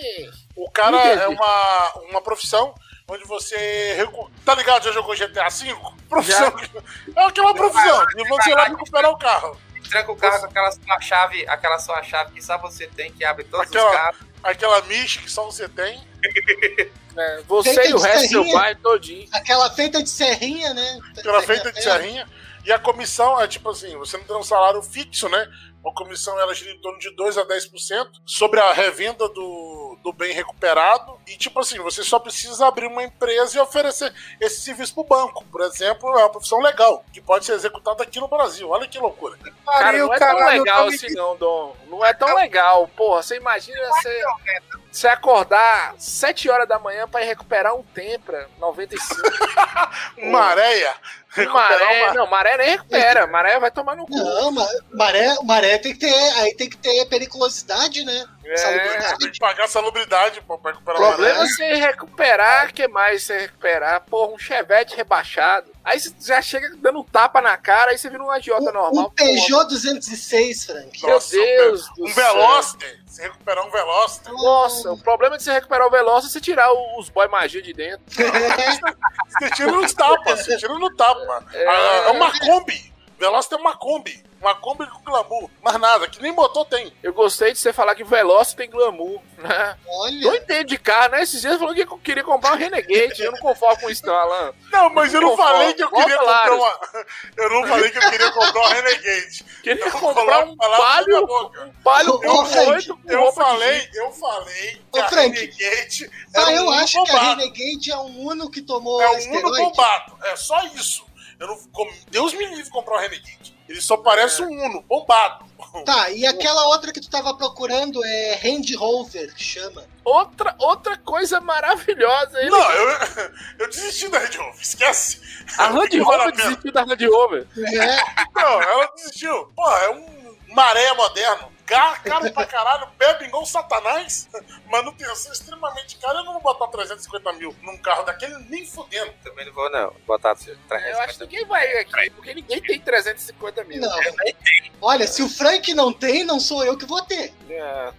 [SPEAKER 7] O cara
[SPEAKER 3] Entendi.
[SPEAKER 7] é uma, uma profissão onde você. recu- Tá ligado? Já jogou GTA V? Profissão. É o que é uma profissão. E você vai recuperar o carro.
[SPEAKER 5] tranca o carro com aquela sua chave, aquela sua chave que só você tem, que abre todos
[SPEAKER 7] Aquela-
[SPEAKER 5] os carros.
[SPEAKER 7] Aquela miche que só você tem.
[SPEAKER 3] É, você
[SPEAKER 2] Feita
[SPEAKER 3] e o
[SPEAKER 2] de
[SPEAKER 3] resto do seu
[SPEAKER 2] serrinha.
[SPEAKER 3] pai todinho.
[SPEAKER 2] Aquela feita de serrinha, né?
[SPEAKER 7] Aquela feita de
[SPEAKER 2] É,
[SPEAKER 7] serrinha. E a comissão é tipo assim: você não tem um salário fixo, né? A comissão ela gira em torno de 2 a 10% sobre a revenda do, do bem recuperado. E tipo assim, você só precisa abrir uma empresa e oferecer esse serviço pro banco. Por exemplo, é uma profissão legal, que pode ser executada aqui no Brasil. Olha que loucura.
[SPEAKER 3] Cara,
[SPEAKER 5] Pariu,
[SPEAKER 3] não é tão
[SPEAKER 5] caralho,
[SPEAKER 3] legal
[SPEAKER 5] eu tô me-
[SPEAKER 3] assim não, Dom. Não é tão legal, porra. Você imagina você, você acordar 7 horas da manhã pra ir recuperar um Tempra 95.
[SPEAKER 7] Uma areia.
[SPEAKER 3] maré, não, maré nem recupera. Maré vai tomar no cu.
[SPEAKER 2] Não, ma- maré, maré tem que ter. Aí tem que ter periculosidade, né?
[SPEAKER 3] É.
[SPEAKER 2] Salubridade.
[SPEAKER 7] Pagar salubridade, pô, pra
[SPEAKER 3] O
[SPEAKER 7] recuperar uma
[SPEAKER 3] problema é
[SPEAKER 7] areia.
[SPEAKER 3] você recuperar, que mais você recuperar? Porra, um chevette rebaixado. Aí você já chega dando um tapa na cara, aí você vira um agiota
[SPEAKER 2] Um,
[SPEAKER 3] normal.
[SPEAKER 2] um Peugeot 206, Frank.
[SPEAKER 3] Meu
[SPEAKER 7] Nossa, um
[SPEAKER 3] Deus do
[SPEAKER 7] Um
[SPEAKER 3] céu.
[SPEAKER 7] Veloster. Se recuperar um Veloster.
[SPEAKER 3] Nossa, o problema de você recuperar o Veloz é você tirar o- os boy magia de dentro.
[SPEAKER 7] Você tira no tapa, você tira no tapa.
[SPEAKER 3] É.
[SPEAKER 7] Ah, É uma Kombi. Veloster é uma Kombi. Uma Kombi com glamour. Mas nada, que nem motor tem.
[SPEAKER 3] Eu gostei de você falar que Veloz tem glamour, né? Não
[SPEAKER 2] Olha.
[SPEAKER 3] entendo de carro, né? Esses dias falou que eu queria comprar um Renegade. Eu não conformo com isso, não, Alan.
[SPEAKER 7] Não, mas eu não
[SPEAKER 3] Volta,
[SPEAKER 7] falei que eu
[SPEAKER 3] volta
[SPEAKER 7] queria
[SPEAKER 3] lá.
[SPEAKER 7] comprar uma. Eu não falei que eu queria comprar uma Renegade.
[SPEAKER 3] Queria
[SPEAKER 7] Eu
[SPEAKER 3] comprar um
[SPEAKER 7] palavra na
[SPEAKER 3] palio,
[SPEAKER 7] boca.
[SPEAKER 3] um palio
[SPEAKER 2] Ô,
[SPEAKER 3] com
[SPEAKER 2] Frank,
[SPEAKER 3] oito. com
[SPEAKER 7] Eu
[SPEAKER 3] roupa de
[SPEAKER 7] falei, eu falei que
[SPEAKER 2] Ô,
[SPEAKER 7] a
[SPEAKER 2] Frank,
[SPEAKER 7] Renegade
[SPEAKER 2] Só
[SPEAKER 7] era
[SPEAKER 2] Ah, eu
[SPEAKER 7] um
[SPEAKER 2] acho que a
[SPEAKER 7] roubado.
[SPEAKER 2] Renegade é um Uno que tomou
[SPEAKER 7] É um Uno
[SPEAKER 2] esteroide.
[SPEAKER 7] bombado. É só isso. Eu não, com- Deus me livre de comprar um Renegade. Ele só parece um Uno, bombado.
[SPEAKER 2] Tá, e aquela outra que tu tava procurando é Range Rover, que chama.
[SPEAKER 3] Outra, outra coisa maravilhosa. Ele...
[SPEAKER 7] Não, eu, eu desisti da Red Rover, esquece.
[SPEAKER 3] a Land
[SPEAKER 7] Que
[SPEAKER 3] Rover
[SPEAKER 7] maravilha.
[SPEAKER 3] desistiu da Land Rover.
[SPEAKER 2] É,
[SPEAKER 7] Não, ela desistiu. Porra, é um maré moderno. Gar, caro pra caralho, bebe igual um satanás. Manutenção extremamente cara. Eu não vou botar 350 mil num carro daquele nem fudendo.
[SPEAKER 5] Também não vou, não. Botar pra você.
[SPEAKER 3] Eu acho que ninguém vai aqui, porque ninguém tem 350 mil.
[SPEAKER 2] É, não. Olha, se o Frank não tem, não sou eu que vou ter.
[SPEAKER 3] É.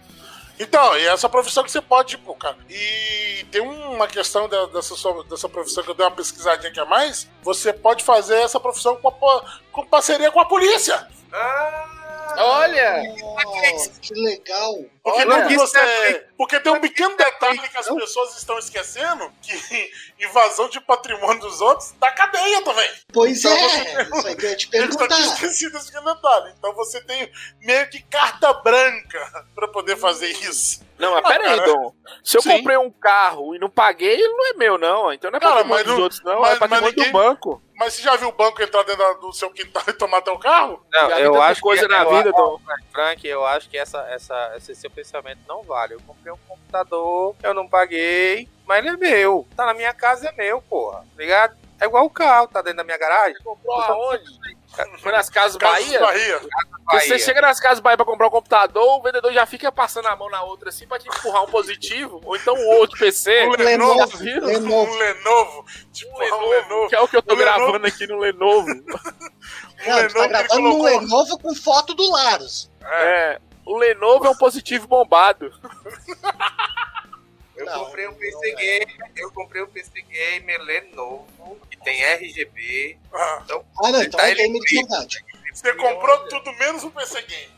[SPEAKER 7] Então, e essa profissão que você pode, tipo, cara. E tem uma questão da- dessa, sua- dessa profissão que eu dei uma pesquisadinha aqui a mais. Você pode fazer essa profissão com, a po- com parceria com a polícia.
[SPEAKER 5] Ah,
[SPEAKER 3] Olha,
[SPEAKER 2] Oh, que legal.
[SPEAKER 7] Porque,
[SPEAKER 5] Olha,
[SPEAKER 7] não que
[SPEAKER 5] isso
[SPEAKER 7] você-
[SPEAKER 5] é
[SPEAKER 7] porque tem um pequeno detalhe que as
[SPEAKER 5] não?
[SPEAKER 7] pessoas estão esquecendo, que invasão de patrimônio dos outros dá cadeia também.
[SPEAKER 2] Pois
[SPEAKER 7] Então
[SPEAKER 2] é, isso aí que eu ia te
[SPEAKER 7] Eles não
[SPEAKER 2] perguntar.
[SPEAKER 7] tinham esquecido esse pequeno detalhe. Então você tem meio que carta branca pra poder fazer isso.
[SPEAKER 3] Não, mas pera aí,
[SPEAKER 7] Ah, cara.
[SPEAKER 3] Dom. Se eu
[SPEAKER 7] Sim.
[SPEAKER 3] comprei um carro e não paguei, ele não é meu, não. Então não é
[SPEAKER 7] Cara,
[SPEAKER 3] patrimônio
[SPEAKER 7] mas
[SPEAKER 3] dos
[SPEAKER 7] não-
[SPEAKER 3] outros, não.
[SPEAKER 7] mas-
[SPEAKER 3] é patrimônio
[SPEAKER 7] mas
[SPEAKER 3] do
[SPEAKER 7] ninguém-
[SPEAKER 3] banco.
[SPEAKER 7] Mas você já viu o banco entrar dentro da- do seu quintal e tomar teu carro?
[SPEAKER 5] Não,
[SPEAKER 3] Já vi
[SPEAKER 5] eu
[SPEAKER 3] tanta
[SPEAKER 5] acho
[SPEAKER 3] coisa
[SPEAKER 5] que, é
[SPEAKER 3] na
[SPEAKER 5] eu
[SPEAKER 3] vida,
[SPEAKER 5] acho-
[SPEAKER 3] Dom.
[SPEAKER 5] Frank, eu acho que essa, essa, esse seu pensamento não vale. Eu comprei um computador, eu não paguei, mas ele é meu. Tá na minha casa, é meu, porra. Tá Ligado? É igual o carro, tá dentro da minha garagem.
[SPEAKER 3] Comprou aonde? Foi nas Casas
[SPEAKER 7] Casas
[SPEAKER 3] Bahia?
[SPEAKER 7] Bahia.
[SPEAKER 3] Porque
[SPEAKER 5] Bahia.
[SPEAKER 3] Você chega nas Casas Bahia pra comprar um computador, o vendedor já fica passando a mão na outra assim pra te empurrar um positivo, ou então o outro PC.
[SPEAKER 7] Um
[SPEAKER 2] Lenovo,
[SPEAKER 7] Lenovo.
[SPEAKER 3] viu?
[SPEAKER 2] Lenovo.
[SPEAKER 7] Um Lenovo. Tipo,
[SPEAKER 3] Um
[SPEAKER 7] um Lenovo.
[SPEAKER 3] que é o que eu tô
[SPEAKER 7] O Lenovo-
[SPEAKER 3] gravando aqui no Lenovo.
[SPEAKER 7] Um
[SPEAKER 2] Não, tu
[SPEAKER 7] Lenovo
[SPEAKER 2] tá
[SPEAKER 7] que ele
[SPEAKER 2] gravando no
[SPEAKER 7] colocou.
[SPEAKER 2] Lenovo com foto do Laros.
[SPEAKER 3] É. O Lenovo é um positivo bombado.
[SPEAKER 5] Eu
[SPEAKER 2] Não,
[SPEAKER 5] comprei um
[SPEAKER 2] não
[SPEAKER 5] PC
[SPEAKER 2] é.
[SPEAKER 5] Gamer, eu comprei um PC Gamer Lenovo, que tem RGB.
[SPEAKER 7] Ah,
[SPEAKER 2] Ah, não, então
[SPEAKER 5] Tá,
[SPEAKER 2] é
[SPEAKER 5] ele
[SPEAKER 2] game de
[SPEAKER 5] clica.
[SPEAKER 2] verdade.
[SPEAKER 7] Você comprou tudo menos um PC Game.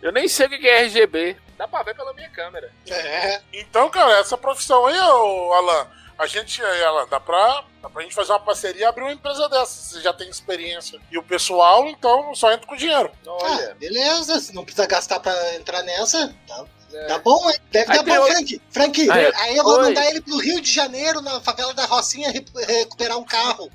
[SPEAKER 3] Eu nem sei o que é RGB. Dá pra ver pela minha câmera.
[SPEAKER 2] É,
[SPEAKER 7] Então, cara, essa profissão aí, ô, Alan, a gente, aí, Alan, dá pra, dá pra gente fazer uma parceria e abrir uma empresa dessa. Você já tem experiência. E o pessoal, então, só entra com dinheiro.
[SPEAKER 2] ah,
[SPEAKER 3] Olha.
[SPEAKER 2] beleza, se não precisa gastar pra entrar nessa, tá,
[SPEAKER 3] é.
[SPEAKER 2] tá bom, hein? Deve
[SPEAKER 3] Aí
[SPEAKER 2] dar
[SPEAKER 3] tem
[SPEAKER 2] bom,
[SPEAKER 3] outro-
[SPEAKER 2] Frank. Frank,
[SPEAKER 3] Aí,
[SPEAKER 2] aí eu vou
[SPEAKER 3] oi.
[SPEAKER 2] mandar ele pro Rio de Janeiro, na favela da Rocinha, re- recuperar um carro.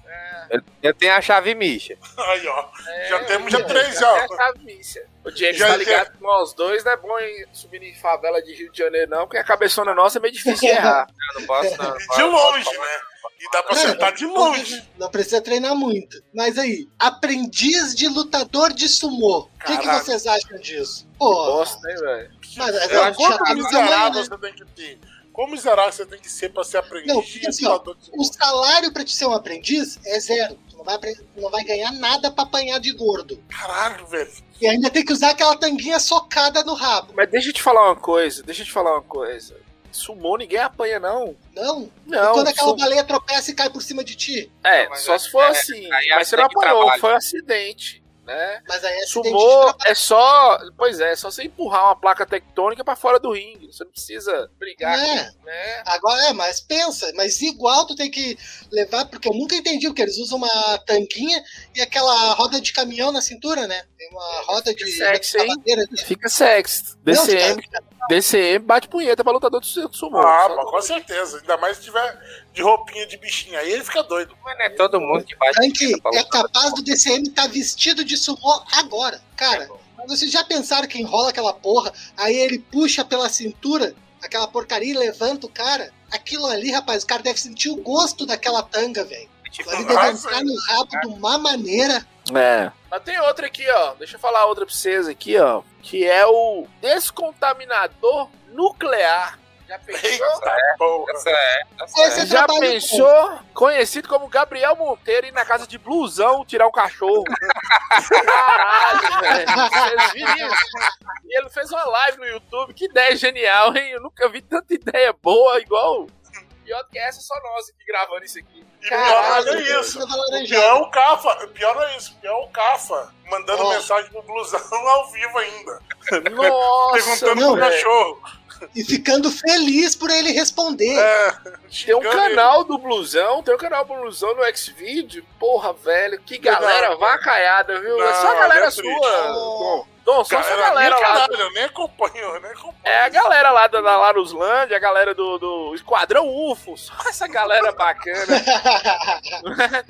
[SPEAKER 5] Eu tenho a chave Misha.
[SPEAKER 7] Aí, ó.
[SPEAKER 3] É,
[SPEAKER 7] já temos já
[SPEAKER 3] é,
[SPEAKER 7] três,
[SPEAKER 3] já
[SPEAKER 7] já.
[SPEAKER 3] é chavícia. O Diego
[SPEAKER 7] Já- é
[SPEAKER 3] tá ligado que nós dois, não é bom hein, subir em favela de Rio de Janeiro, não, porque a cabeçona nossa é meio difícil de errar.
[SPEAKER 5] Eu não posso, não.
[SPEAKER 2] é,
[SPEAKER 7] E de longe, né? E dá pra
[SPEAKER 2] Cara,
[SPEAKER 7] sentar de longe.
[SPEAKER 2] Não precisa treinar muito. Mas aí, aprendiz de lutador de sumô. O que, que
[SPEAKER 7] Caralho.
[SPEAKER 2] vocês acham disso? Pô,
[SPEAKER 3] Bosta, hein, velho?
[SPEAKER 2] mas, mas
[SPEAKER 7] Eu
[SPEAKER 2] é,
[SPEAKER 7] acho que
[SPEAKER 2] já tá
[SPEAKER 7] quanto
[SPEAKER 2] no tamanho,
[SPEAKER 7] miserável
[SPEAKER 2] né?
[SPEAKER 7] você tem que ter. Como miserável você tem que ser pra ser aprendiz
[SPEAKER 2] Não,
[SPEAKER 7] de
[SPEAKER 2] assim, ó,
[SPEAKER 7] lutador de
[SPEAKER 2] O salário pra te ser um aprendiz é zero. Tu não vai, apre- não vai ganhar nada pra apanhar de gordo.
[SPEAKER 7] Caralho, velho.
[SPEAKER 2] E ainda tem que usar aquela tanguinha socada no rabo.
[SPEAKER 3] Mas deixa eu te falar uma coisa, deixa eu te falar uma coisa. Sumou, ninguém apanha, não.
[SPEAKER 2] Não?
[SPEAKER 3] Não,
[SPEAKER 2] Quando é aquela
[SPEAKER 3] sum-
[SPEAKER 2] baleia tropeça e cai por cima de ti.
[SPEAKER 3] É,
[SPEAKER 5] Não, mas
[SPEAKER 3] só
[SPEAKER 5] é-
[SPEAKER 3] se for
[SPEAKER 5] é,
[SPEAKER 3] assim.
[SPEAKER 5] aí
[SPEAKER 3] Mas você
[SPEAKER 5] tem
[SPEAKER 3] não
[SPEAKER 5] que
[SPEAKER 3] apanhou,
[SPEAKER 5] trabalho.
[SPEAKER 3] foi um acidente, né?
[SPEAKER 2] Mas aí é acidente de
[SPEAKER 3] Sumou
[SPEAKER 2] trabalho.
[SPEAKER 3] é só. Pois é, é só você empurrar uma placa tectônica pra fora do ringue. Você não precisa brigar,
[SPEAKER 2] É.
[SPEAKER 3] né?
[SPEAKER 2] Agora é, mas pensa, mas igual tu tem que levar, porque eu nunca entendi o que eles usam uma tanguinha e aquela roda de caminhão na cintura, né? Tem uma roda de
[SPEAKER 3] Sexy, hein?
[SPEAKER 2] cavadeira.
[SPEAKER 3] Fica sexy.
[SPEAKER 2] Não,
[SPEAKER 3] DCM, DCM bate punheta pra lutador do sumô.
[SPEAKER 7] Ah,
[SPEAKER 3] Só-
[SPEAKER 7] mas com certeza. Ainda mais se tiver de roupinha de bichinho. Aí ele fica doido.
[SPEAKER 5] Mas não é todo mundo que bate
[SPEAKER 2] Frank,
[SPEAKER 5] punheta pra
[SPEAKER 2] é
[SPEAKER 5] lutar.
[SPEAKER 2] capaz do DCM estar tá vestido de sumô agora. Cara, mas vocês já pensaram que enrola aquela porra, aí ele puxa pela cintura aquela porcaria e levanta o cara? Aquilo ali, rapaz, o cara deve sentir o gosto daquela tanga, velho.
[SPEAKER 5] Tipo,
[SPEAKER 2] Ele
[SPEAKER 7] Nossa.
[SPEAKER 2] deve entrar no rabo de uma maneira.
[SPEAKER 3] É. Mas tem outra aqui, ó. Deixa eu falar outra pra vocês aqui, ó. Que é o descontaminador nuclear. Já
[SPEAKER 2] Então,
[SPEAKER 3] pensou?
[SPEAKER 7] Eita porra.
[SPEAKER 5] essa é, essa
[SPEAKER 2] Esse
[SPEAKER 5] é.
[SPEAKER 2] Você
[SPEAKER 3] Já
[SPEAKER 2] trabalha
[SPEAKER 3] pensou? Conhecido como Gabriel Monteiro ir na casa de blusão tirar um cachorro. Caralho, velho. Vocês viram isso? E ele fez uma live no YouTube. Que ideia genial, hein? Eu nunca vi tanta ideia boa igual. Pior do que essa, só nós aqui gravando isso aqui.
[SPEAKER 7] E pior
[SPEAKER 3] Caralho,
[SPEAKER 7] não é
[SPEAKER 2] velho,
[SPEAKER 7] isso.
[SPEAKER 2] tava
[SPEAKER 7] O
[SPEAKER 2] laranjado.
[SPEAKER 7] pior é o Cafa. O pior é isso. O pior é o Cafa. Mandando
[SPEAKER 2] Nossa.
[SPEAKER 7] mensagem pro blusão ao vivo ainda.
[SPEAKER 3] Nossa, é.
[SPEAKER 7] perguntando
[SPEAKER 2] não,
[SPEAKER 7] pro
[SPEAKER 3] velho.
[SPEAKER 7] cachorro.
[SPEAKER 2] E ficando feliz por ele responder.
[SPEAKER 7] É,
[SPEAKER 3] Tem um
[SPEAKER 7] xingando
[SPEAKER 3] canal do Blusão, tem um canal do Blusão no Xvideo. Porra, velho, que galera
[SPEAKER 7] Não.
[SPEAKER 3] vacaiada, viu? é
[SPEAKER 7] Não,
[SPEAKER 3] só a galera
[SPEAKER 7] é
[SPEAKER 3] sua,
[SPEAKER 7] triste.
[SPEAKER 3] Dom. Dom, só
[SPEAKER 7] Cara,
[SPEAKER 3] essa galera
[SPEAKER 7] nem
[SPEAKER 3] lá.
[SPEAKER 7] caralho, eu nem acompanho, eu nem acompanho.
[SPEAKER 3] É a galera lá da, da Laruslândia, a galera do, do Esquadrão UFO, só essa galera bacana.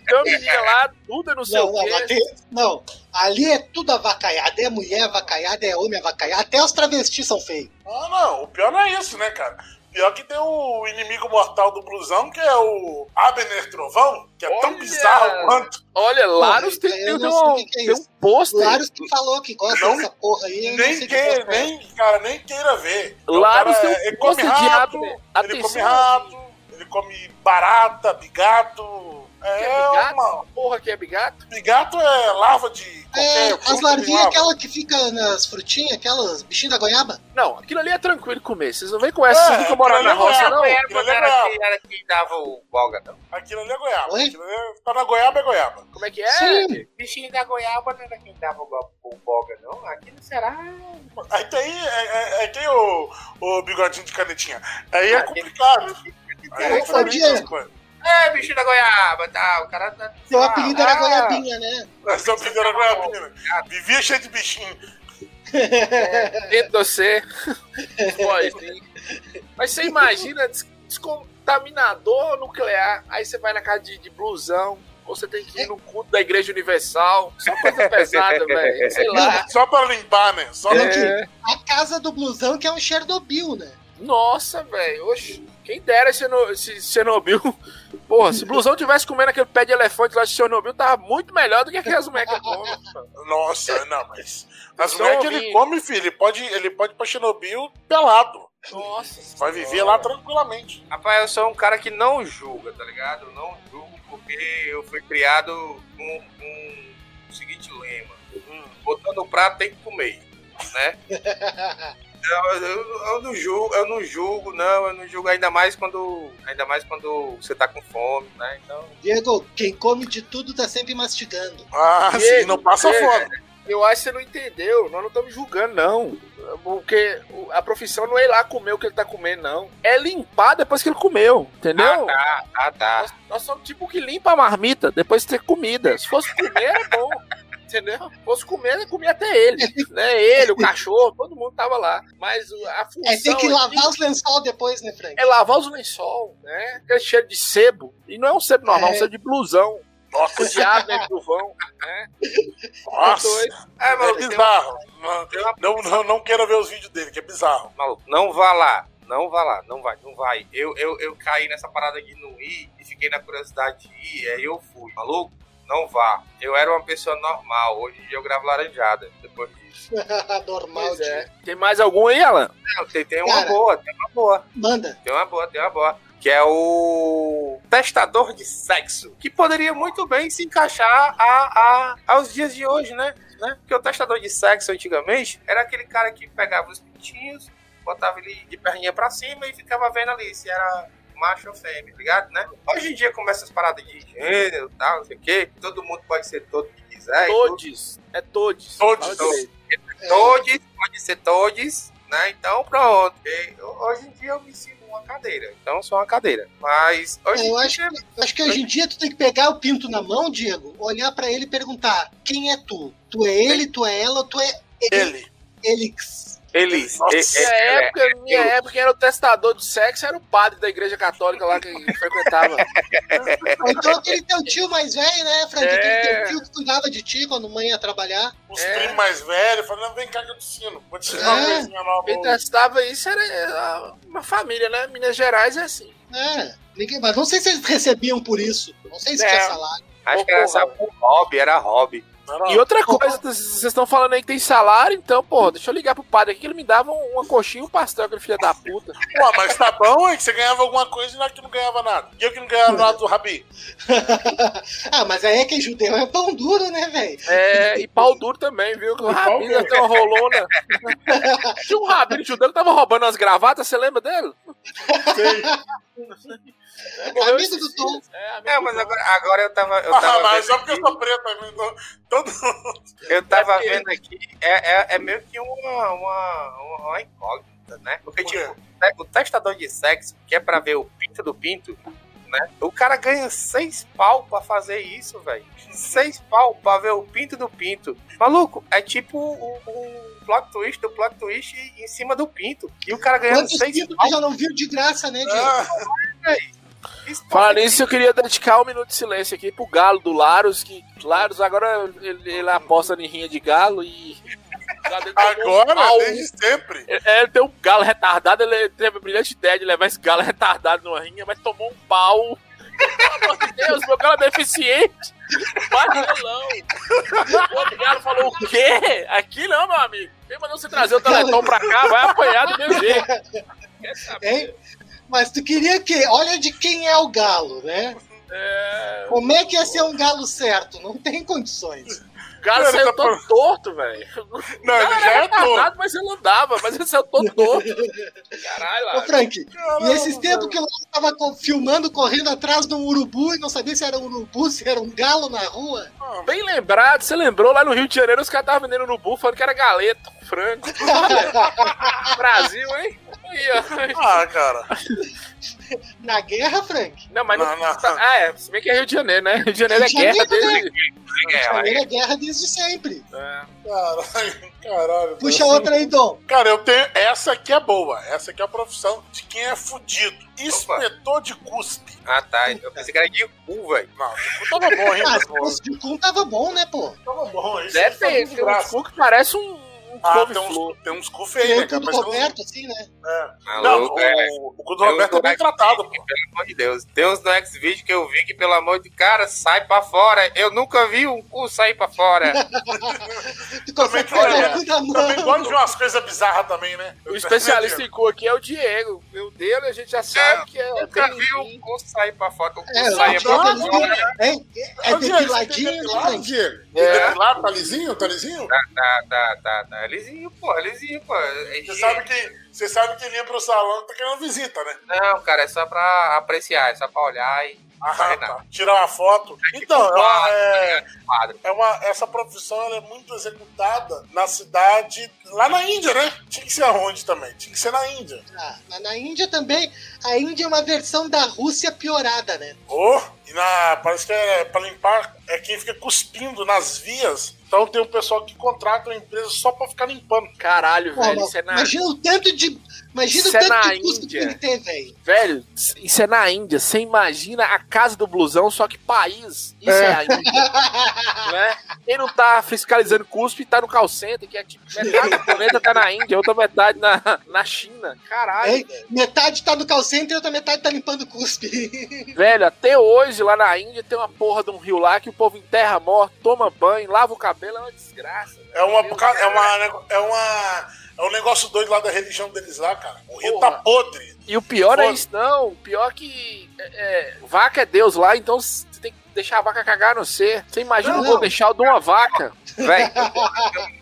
[SPEAKER 3] tem uma menina lá, Duda não sei
[SPEAKER 2] não,
[SPEAKER 3] o
[SPEAKER 2] não, mas
[SPEAKER 3] quê.
[SPEAKER 2] tem- não. ali é tudo avacaiado. É mulher avacaiada, é homem avacaiado. Até os travestis são feios.
[SPEAKER 7] Não, não, o pior não é isso, né, cara? Pior que tem o inimigo mortal do blusão, que é o Abner Trovão, que é tão
[SPEAKER 3] Olha!
[SPEAKER 7] bizarro quanto.
[SPEAKER 3] Olha, Larus
[SPEAKER 2] eu
[SPEAKER 3] tem,
[SPEAKER 2] não
[SPEAKER 3] tem,
[SPEAKER 2] sei
[SPEAKER 3] um,
[SPEAKER 2] o que que é
[SPEAKER 3] tem
[SPEAKER 2] isso.
[SPEAKER 3] um pôster.
[SPEAKER 2] Laros que falou que gosta
[SPEAKER 7] Não-
[SPEAKER 2] dessa porra aí. eu não sei
[SPEAKER 7] Nem,
[SPEAKER 2] que
[SPEAKER 3] é?
[SPEAKER 7] que,
[SPEAKER 2] gosta.
[SPEAKER 7] nem, cara, nem queira ver. É um
[SPEAKER 3] Larus
[SPEAKER 7] cara-
[SPEAKER 3] tem um
[SPEAKER 7] ele come
[SPEAKER 3] pôster de
[SPEAKER 7] rato,
[SPEAKER 3] Abner.
[SPEAKER 7] ele come
[SPEAKER 3] Atenção.
[SPEAKER 7] rato, ele come barata, bigato. É,
[SPEAKER 3] bigato?
[SPEAKER 7] uma.
[SPEAKER 3] Porra, fala que é bigato?
[SPEAKER 7] Bigato é lava de.
[SPEAKER 2] É,
[SPEAKER 7] qualquer fruta
[SPEAKER 2] as
[SPEAKER 7] de
[SPEAKER 2] larvinhas,
[SPEAKER 7] lava.
[SPEAKER 2] aquela que fica nas frutinhas, aquelas bichinhos da goiaba.
[SPEAKER 3] Não, aquilo ali é tranquilo comer. Vocês não vêm com
[SPEAKER 5] Ah,
[SPEAKER 3] essa,
[SPEAKER 7] É,
[SPEAKER 3] vocês nunca moraram na
[SPEAKER 7] aquilo ali
[SPEAKER 3] roça,
[SPEAKER 7] é
[SPEAKER 3] não.
[SPEAKER 7] apanhar.
[SPEAKER 5] Era quando era que, era que dava o bolga, não.
[SPEAKER 7] Aquilo ali é goiaba.
[SPEAKER 2] Oi?
[SPEAKER 7] Aquilo ali é... Tá na goiaba é goiaba.
[SPEAKER 3] Como é que
[SPEAKER 2] Sim.
[SPEAKER 3] é?
[SPEAKER 5] Bichinho da goiaba não era quem dava o go- o bolga, não. Aqui no Ceará.
[SPEAKER 7] Aí tem, é, é- é- tem o, o bigodinho de canetinha. Aí é
[SPEAKER 5] Ah,
[SPEAKER 7] complicado. Aí é
[SPEAKER 2] Ô,
[SPEAKER 7] diferente
[SPEAKER 2] Diego.
[SPEAKER 7] das coisas.
[SPEAKER 5] É, bichinho da goiaba, tá. O cara tá.
[SPEAKER 2] Seu
[SPEAKER 5] ah,
[SPEAKER 2] apelido era
[SPEAKER 5] ah,
[SPEAKER 2] goiabinha, né?
[SPEAKER 7] Mas o apelido era goiabinha. né? Vivia cheio de bichinho.
[SPEAKER 3] Dentro de você. Pode, sim. Mas você imagina des- descontaminador nuclear, aí você vai na casa de, de blusão, ou você tem que ir no culto da Igreja Universal. Só coisa pesada, velho. Sei lá.
[SPEAKER 7] Só pra limpar, né? Só
[SPEAKER 2] Não,
[SPEAKER 7] pra-
[SPEAKER 2] que-
[SPEAKER 3] É.
[SPEAKER 2] A casa do blusão, que é um Chernobyl, né?
[SPEAKER 3] Nossa, velho. Oxe, Quem dera esse, no, esse Chernobyl. Porra, se o blusão tivesse comendo aquele pé de elefante lá de Chernobyl, tava muito melhor do que aquelas mecas comem.
[SPEAKER 7] Nossa, não, mas. As
[SPEAKER 3] Só
[SPEAKER 7] mulheres que
[SPEAKER 3] ouvi.
[SPEAKER 7] ele come, filho, ele pode, ele pode ir pra Chernobyl pelado.
[SPEAKER 3] Nossa.
[SPEAKER 7] Vai viver lá tranquilamente.
[SPEAKER 5] Rapaz, eu sou um cara que não julga, tá ligado? Eu não julgo porque eu fui criado com, com o seguinte lema: botando o prato tem que comer, né? Não, eu, eu- eu não julgo, eu não julgo, não, eu não julgo ainda mais quando, ainda mais quando você tá com fome, né? Então,
[SPEAKER 2] Diego, quem come de tudo tá sempre mastigando.
[SPEAKER 7] Ah,
[SPEAKER 3] Diego,
[SPEAKER 7] sim, não passa
[SPEAKER 3] Diego.
[SPEAKER 7] fome.
[SPEAKER 3] Eu acho que você não entendeu. Nós não estamos julgando, não. Porque o- a profissão não é ir lá comer o que ele tá comendo, não. É limpar depois que ele comeu, entendeu?
[SPEAKER 5] ah, tá, tá.
[SPEAKER 3] Nós, nós somos tipo que limpa a marmita depois de ter comida. Se fosse comer, era bom. Entendeu? Se fosse comer, eu comia até ele. Né? Ele, o cachorro, todo mundo tava lá. Mas o- a função.
[SPEAKER 2] É, tem que
[SPEAKER 3] é
[SPEAKER 2] lavar os lençol depois, né, Frank?
[SPEAKER 3] é lavar os lençol, né? Aquele cheiro de sebo. E não é um sebo normal, é um
[SPEAKER 2] É.
[SPEAKER 3] sebo de blusão. né,
[SPEAKER 7] Nossa,
[SPEAKER 3] O diabo dentro do vão.
[SPEAKER 7] nossa.
[SPEAKER 3] Dois.
[SPEAKER 5] É,
[SPEAKER 7] É
[SPEAKER 5] maluco, tem um-
[SPEAKER 7] bizarro. Não, não, não quero ver os vídeos dele, que é bizarro.
[SPEAKER 5] maluco, não vá lá. Não vá lá, não vai, não vai. Eu, eu, eu caí nessa parada de não ir e fiquei na curiosidade de ir, aí eu fui. Maluco, não vá. Eu era uma pessoa normal, hoje em dia eu gravo laranjada. Depois disso.
[SPEAKER 2] Normal,
[SPEAKER 3] Pois é.
[SPEAKER 2] Diego.
[SPEAKER 3] Tem mais algum aí, Alan?
[SPEAKER 5] Não, tem, tem uma
[SPEAKER 2] Cara.
[SPEAKER 5] boa, tem uma boa,
[SPEAKER 2] Manda.
[SPEAKER 5] tem uma boa, tem uma boa. Que é o testador de sexo. Que poderia muito bem se encaixar a, a, aos dias de hoje, né? né? Porque o testador de sexo antigamente era aquele cara que pegava os pintinhos, botava ele de perninha pra cima e ficava vendo ali se era macho ou fêmea, ligado, né? Hoje em dia começa as paradas de gênero e tal, não sei o quê. Todo mundo pode ser todo que quiser. e tudo.
[SPEAKER 3] Todes. É Todes.
[SPEAKER 7] Todes.
[SPEAKER 3] Fala direito.
[SPEAKER 2] É,
[SPEAKER 5] Todes, pode ser todes, né? Então pronto. E hoje em dia eu me sinto uma cadeira. Então eu sou uma cadeira. Mas hoje
[SPEAKER 2] é, Eu
[SPEAKER 5] em
[SPEAKER 2] acho,
[SPEAKER 5] dia.
[SPEAKER 2] que, acho que hoje em dia tu tem que pegar o pinto na mão, Diego, olhar pra ele e perguntar: quem é tu? Tu é ele, tu é ela, ou tu é
[SPEAKER 7] Ele.
[SPEAKER 2] ele?
[SPEAKER 5] Eles.
[SPEAKER 7] Nossa.
[SPEAKER 5] e-
[SPEAKER 3] Minha
[SPEAKER 5] e-
[SPEAKER 3] época, minha
[SPEAKER 5] É, eu-
[SPEAKER 3] época, quem era o testador de sexo era o padre da igreja católica lá que frequentava.
[SPEAKER 2] Ou então aquele teu tio mais velho, né, Frank? Aquele
[SPEAKER 3] É.
[SPEAKER 2] teu tio que cuidava de ti quando mãe ia trabalhar.
[SPEAKER 7] Os
[SPEAKER 3] É.
[SPEAKER 7] primos mais velhos falando, vem cá que eu te ensino. Vou te ensinar uma
[SPEAKER 2] É.
[SPEAKER 7] coisinha nova.
[SPEAKER 3] Quem testava isso era ah, uma família, né? Minas Gerais é assim.
[SPEAKER 2] É. Ninguém- Mas não sei se eles recebiam por isso. Não sei se tinha
[SPEAKER 5] É.
[SPEAKER 2] salário.
[SPEAKER 5] Acho que era
[SPEAKER 3] Porra.
[SPEAKER 5] essa hobby, era hobby.
[SPEAKER 7] né, Não,
[SPEAKER 3] E outra coisa, vocês estão falando aí que tem salário, então, pô, deixa eu ligar pro padre aqui que ele me dava um- uma coxinha e um pastel, aquele filho da puta.
[SPEAKER 7] Pô, mas tá bom, hein? Que você ganhava alguma coisa e nós que não ganhava nada. E eu que não ganhava nada do Rabi.
[SPEAKER 2] ah, mas aí é que judeu é pão duro, né, velho?
[SPEAKER 3] É, e pau duro também, viu? Que o Rabino
[SPEAKER 7] duro.
[SPEAKER 3] até uma rolona. Tinha um Rabino judeu que tava roubando as gravatas, você lembra dele? É, Morreu
[SPEAKER 2] Amigo
[SPEAKER 3] esses
[SPEAKER 2] do Tom.
[SPEAKER 3] dias. É, amigo
[SPEAKER 5] Não, mas
[SPEAKER 3] do Tom.
[SPEAKER 5] agora, agora eu tava. Eu
[SPEAKER 7] Ah,
[SPEAKER 5] tava
[SPEAKER 7] mas
[SPEAKER 5] vendo
[SPEAKER 7] só porque eu
[SPEAKER 5] aqui,
[SPEAKER 7] sou preto, amigo. Todo
[SPEAKER 5] eu tava
[SPEAKER 3] É
[SPEAKER 5] vendo aqui. É, é, é meio que uma, uma, uma, uma incógnita, né? Porque,
[SPEAKER 7] Por
[SPEAKER 5] tipo, te- o testador de sexo, que é pra ver o pinto do pinto, né? O cara ganha seis pau pra fazer isso, velho. Seis pau pra ver o pinto do pinto. Maluco, é tipo o, o plot twist do plot twist em cima do pinto. E o cara ganhando
[SPEAKER 2] Quantos
[SPEAKER 5] seis
[SPEAKER 2] pintos tu
[SPEAKER 5] pau.
[SPEAKER 2] já não viu de graça, né, Diego?
[SPEAKER 7] Ah,
[SPEAKER 5] Isso
[SPEAKER 3] Falando nisso, eu queria dedicar um minuto de silêncio aqui pro Galo do Laros, que Laros agora ele, ele aposta em rinha de galo e.
[SPEAKER 7] Ah, agora, né?
[SPEAKER 3] Pau.
[SPEAKER 7] desde sempre.
[SPEAKER 3] É, ele tem um galo retardado, ele teve a brilhante ideia de levar esse galo retardado numa rinha, mas tomou um pau. Pelo amor de Deus, meu galo é deficiente. Bagelão. O outro galo falou o quê? Aqui não, meu amigo. Quem mandou você trazer o Teleton pra cá, vai apanhar do meu jeito. Quer saber?
[SPEAKER 2] Hein? Mas tu queria que. Olha de quem é o galo, né?
[SPEAKER 3] É...
[SPEAKER 2] Como é que ia ser um galo certo? Não tem condições.
[SPEAKER 3] O cara
[SPEAKER 7] Mano,
[SPEAKER 3] saiu
[SPEAKER 7] tá
[SPEAKER 3] todo
[SPEAKER 7] por-
[SPEAKER 3] torto, velho.
[SPEAKER 7] Não, ele já é todo.
[SPEAKER 3] Nada, mas ele andava, mas ele saiu todo torto. Caralho,
[SPEAKER 2] Ô,
[SPEAKER 3] lá.
[SPEAKER 2] Frank, e esses tempos que eu tava co- filmando, correndo atrás de um urubu e não sabia se era um urubu, se era um galo na rua?
[SPEAKER 3] Bem lembrado, você lembrou lá no Rio de Janeiro os caras estavam vendendo no Bu falando que era galeto, frango. Brasil, hein? Aí, ó.
[SPEAKER 7] Ah, cara.
[SPEAKER 2] Na guerra, Frank?
[SPEAKER 3] Não, mas não.
[SPEAKER 7] Não, não.
[SPEAKER 3] Ah, é, se bem que é Rio de Janeiro, né? Rio de Janeiro é
[SPEAKER 2] Rio de
[SPEAKER 3] guerra
[SPEAKER 2] Janeiro,
[SPEAKER 3] desde.
[SPEAKER 7] é
[SPEAKER 5] Ela
[SPEAKER 2] Primeira é guerra desde sempre.
[SPEAKER 3] É.
[SPEAKER 7] Caralho, caralho.
[SPEAKER 2] Puxa outra aí, Dom.
[SPEAKER 7] Cara, eu tenho. Essa aqui é boa. Essa aqui é a profissão de quem é fudido. Inspetor de cuspe.
[SPEAKER 5] Ah, tá. Eu pensei que era de cu, velho.
[SPEAKER 7] Não, de
[SPEAKER 3] Tá
[SPEAKER 7] cu tava bom, hein?
[SPEAKER 2] Ah,
[SPEAKER 7] pô.
[SPEAKER 2] o Sucum tava bom, né, pô?
[SPEAKER 7] Tava bom, isso.
[SPEAKER 3] Deve
[SPEAKER 7] tá
[SPEAKER 3] ter,
[SPEAKER 7] de
[SPEAKER 2] é
[SPEAKER 3] tem um
[SPEAKER 7] graça.
[SPEAKER 3] cu que parece um, um
[SPEAKER 7] Ah, tem
[SPEAKER 3] couve-flor.
[SPEAKER 7] uns, tem uns cu feios, né,
[SPEAKER 2] Dentro
[SPEAKER 7] cara?
[SPEAKER 2] do
[SPEAKER 7] Mas tem uns-
[SPEAKER 2] Roberto, assim, né?
[SPEAKER 7] Não,
[SPEAKER 5] Maluco, é.
[SPEAKER 7] o, o cu do
[SPEAKER 5] Eu
[SPEAKER 7] Roberto é
[SPEAKER 5] tô
[SPEAKER 7] bem
[SPEAKER 5] aqui.
[SPEAKER 7] tratado, pô.
[SPEAKER 5] Pelo amor de Deus. Tem uns no X-Video que eu vi que, pelo amor de cara, sai pra fora. Eu nunca vi um cu sair pra fora.
[SPEAKER 2] Tu consegue
[SPEAKER 7] Também
[SPEAKER 2] pegar
[SPEAKER 7] olha,
[SPEAKER 2] o cu da
[SPEAKER 7] Também
[SPEAKER 2] mão.
[SPEAKER 7] gosto de umas coisas bizarras também, né?
[SPEAKER 3] O especialista em cu aqui é o Diego. Meu Deus, a gente já sabe que é.
[SPEAKER 5] Eu nunca
[SPEAKER 3] tem-
[SPEAKER 5] vi um cu sair pra fora. que O cu
[SPEAKER 2] É,
[SPEAKER 5] saia
[SPEAKER 2] o
[SPEAKER 5] pra
[SPEAKER 2] Diego,
[SPEAKER 7] bom,
[SPEAKER 2] ele
[SPEAKER 5] fora.
[SPEAKER 2] fica- é, é, é depiladinho, né,
[SPEAKER 7] Depilado,
[SPEAKER 2] Frank?
[SPEAKER 7] Diego?
[SPEAKER 3] É.
[SPEAKER 7] É. Depilado, tá lisinho? Tá lisinho?
[SPEAKER 5] Tá, tá, tá, tá. É lisinho, pô. É lisinho, pô. É
[SPEAKER 7] Você sabe que, você sabe que vinha pro salão tá querendo visita, né?
[SPEAKER 5] Não, cara, é só pra apreciar, é só pra olhar e.
[SPEAKER 7] Ah,
[SPEAKER 5] Vai,
[SPEAKER 7] tá.
[SPEAKER 5] não.
[SPEAKER 7] Tirar uma foto. Então,
[SPEAKER 5] que
[SPEAKER 7] ela é,
[SPEAKER 5] quadro.
[SPEAKER 7] é uma, essa profissão ela é muito executada na cidade, lá na Índia, né? Tinha que ser aonde também? Tinha que ser na Índia.
[SPEAKER 2] Ah, mas na Índia também, a Índia é uma versão da Rússia piorada, né?
[SPEAKER 7] Oh, e na, parece que é pra limpar, é quem fica cuspindo nas vias. Então tem um pessoal que contrata uma empresa só pra ficar limpando.
[SPEAKER 3] Caralho,
[SPEAKER 2] Pô,
[SPEAKER 3] velho.
[SPEAKER 2] mas
[SPEAKER 3] Isso é na.
[SPEAKER 2] imagina o tanto de. Imagina
[SPEAKER 3] Isso é
[SPEAKER 2] o tanto
[SPEAKER 3] na
[SPEAKER 2] de custo que
[SPEAKER 3] Índia.
[SPEAKER 2] ele tem, velho.
[SPEAKER 3] Velho, isso é na Índia. Você imagina a casa do blusão, só que país. Isso é, a Índia. né? Quem não tá fiscalizando cuspe tá no call center, que é tipo, metade do planeta tá na Índia, outra metade na, na China. Caralho,
[SPEAKER 2] É, metade tá no call center e outra metade tá limpando cuspe.
[SPEAKER 3] velho, até hoje lá na Índia tem uma porra de um rio lá que o povo enterra morto, toma banho, lava o cabelo, é uma desgraça.
[SPEAKER 7] É uma,
[SPEAKER 3] Meu
[SPEAKER 7] é uma, é uma, é um negócio doido lá da religião deles lá, cara. O rio
[SPEAKER 3] Porra.
[SPEAKER 7] tá podre.
[SPEAKER 3] E o pior é
[SPEAKER 7] Foda.
[SPEAKER 3] isso, não. O pior é que é, é, vaca é Deus lá, então você tem que deixar a vaca cagar no ser. Você imagina
[SPEAKER 2] Não,
[SPEAKER 3] o gol
[SPEAKER 2] não.
[SPEAKER 3] deixar de uma vaca.
[SPEAKER 5] Véi,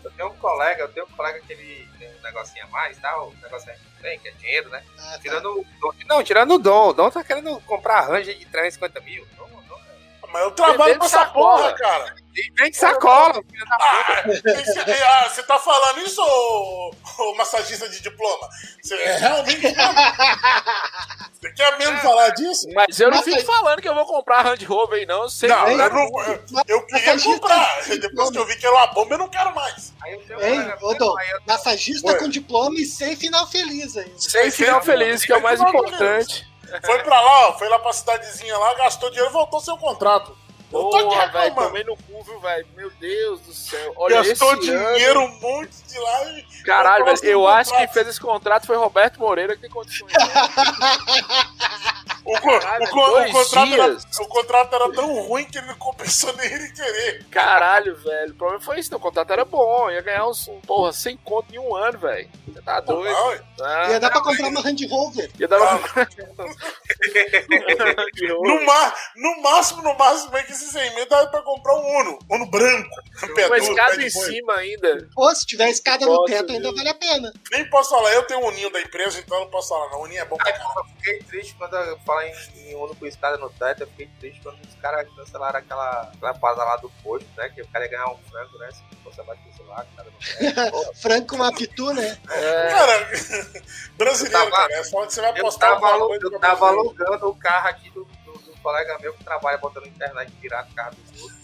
[SPEAKER 5] eu tenho um colega, eu tenho um colega que ele tem um negocinho a mais, tá? O negócio é que tem, que é dinheiro, né?
[SPEAKER 2] Ah, tá.
[SPEAKER 5] Tirando o Dom. Não, tirando o Dom. O Dom tá querendo comprar a Ranger de 350 mil. Então, Dom, Dom.
[SPEAKER 7] Mas eu trabalho
[SPEAKER 3] Bebendo
[SPEAKER 7] com essa
[SPEAKER 3] sacola.
[SPEAKER 7] porra, cara.
[SPEAKER 5] E vem de sacola. filho da-
[SPEAKER 7] Ah, esse- ah, você tá falando isso, ô, ô massagista de diploma? Você é realmente. tá? Você quer
[SPEAKER 3] É.
[SPEAKER 7] mesmo falar disso?
[SPEAKER 3] Mas eu não
[SPEAKER 2] Mas
[SPEAKER 3] fico
[SPEAKER 2] aí-
[SPEAKER 3] falando que eu vou comprar a Land Rover aí, não. Eu sei
[SPEAKER 7] Não,
[SPEAKER 3] que-
[SPEAKER 7] eu, não, eu, eu queria
[SPEAKER 2] Massagista
[SPEAKER 7] comprar.
[SPEAKER 2] de
[SPEAKER 7] Depois que eu vi que era uma bomba, eu não quero mais.
[SPEAKER 5] Aí eu tenho um
[SPEAKER 2] Hein,
[SPEAKER 5] colega
[SPEAKER 2] ô
[SPEAKER 5] meu,
[SPEAKER 2] Dom,
[SPEAKER 5] aí eu-
[SPEAKER 2] massagista
[SPEAKER 7] Ué.
[SPEAKER 2] com diploma e sem final feliz ainda.
[SPEAKER 3] Sem final feliz, que é o mais
[SPEAKER 7] Pelo amor de
[SPEAKER 3] importante.
[SPEAKER 7] Foi pra lá, ó, foi lá pra cidadezinha lá, gastou dinheiro e voltou seu contrato. Eu tô aqui
[SPEAKER 3] Porra, velho,
[SPEAKER 7] reclamando.
[SPEAKER 3] tomei no cu, viu, velho? Meu Deus do céu. Olha esse
[SPEAKER 7] Gastou
[SPEAKER 3] ano,
[SPEAKER 7] dinheiro um monte de lá e.
[SPEAKER 3] Caralho,
[SPEAKER 7] comprou
[SPEAKER 3] velho, eu
[SPEAKER 7] outro
[SPEAKER 3] acho que quem
[SPEAKER 7] contrato.
[SPEAKER 3] fez esse contrato foi Roberto Moreira que tem condições.
[SPEAKER 7] O, co-
[SPEAKER 3] Caralho,
[SPEAKER 7] o co-
[SPEAKER 3] dois
[SPEAKER 7] o contrato era,
[SPEAKER 3] dias.
[SPEAKER 7] o contrato era tão ruim que ele não compensou nem ele querer.
[SPEAKER 3] Caralho, velho. O problema foi isso, né? o contrato era bom. Ia ganhar uns, um, porra, sem conto em um ano, velho. Você tá
[SPEAKER 7] Pô,
[SPEAKER 3] doido.
[SPEAKER 7] não,
[SPEAKER 3] Ah,
[SPEAKER 2] Ia dar pra comprar uma Land Rover.
[SPEAKER 3] ia dar uma...
[SPEAKER 7] No, ma- no máximo, no máximo, é que esses 100 mil dá pra comprar um Uno. Uno branco. Pé
[SPEAKER 3] uma
[SPEAKER 7] duro,
[SPEAKER 3] escada
[SPEAKER 7] pé de
[SPEAKER 3] em
[SPEAKER 7] boi.
[SPEAKER 3] cima ainda.
[SPEAKER 2] Ou se tiver escada no
[SPEAKER 3] Nossa,
[SPEAKER 2] teto, ainda
[SPEAKER 3] Deus.
[SPEAKER 2] vale a pena.
[SPEAKER 7] Nem posso falar, eu tenho um Uninho da empresa, então eu não posso falar, não. O Uninho é bom pra caralho.
[SPEAKER 5] Eu fiquei triste quando eu falei em, em Uno com escada no teto, eu fiquei triste quando os caras cancelaram aquela, aquela pasa lá do posto, né? Que o cara ia ganhar um frango, né? Se você bater o celular, o cara não quer. Pô,
[SPEAKER 2] Franco uma pitu, né?
[SPEAKER 3] É,
[SPEAKER 7] Cara, brasileiro,
[SPEAKER 5] Eu tava-
[SPEAKER 7] cara. É só que você vai
[SPEAKER 5] Eu
[SPEAKER 7] postar
[SPEAKER 5] tava,
[SPEAKER 7] alguma
[SPEAKER 5] alu-
[SPEAKER 7] coisa
[SPEAKER 5] eu
[SPEAKER 7] pra
[SPEAKER 5] tava
[SPEAKER 7] brasileiro.
[SPEAKER 5] alugando o carro aqui do, do- do colega meu que trabalha botando internet pirata, carro dos outros.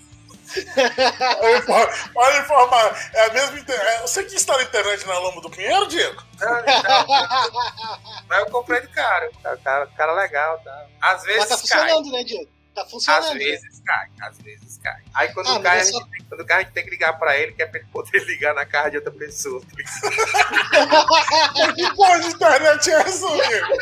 [SPEAKER 7] Olha a informa- Olha a informação. É a mesma inter- é, Você que está na internet na Lomba do Pinheiro, Diego?
[SPEAKER 5] Não, então, Mas eu comprei de cara. Cara, cara, cara legal, tá? Às
[SPEAKER 2] Mas tá
[SPEAKER 5] vezes cai.
[SPEAKER 2] funcionando, né, Diego? Tá funcionando.
[SPEAKER 5] Às vezes cai, às vezes cai. Aí quando
[SPEAKER 2] Ah, mas
[SPEAKER 5] cai,
[SPEAKER 2] é
[SPEAKER 5] a gente
[SPEAKER 2] só-
[SPEAKER 5] tem- quando cai, a gente tem que ligar pra ele, que é pra ele poder ligar na cara de outra pessoa.
[SPEAKER 7] Que porra de internet é essa, Diego?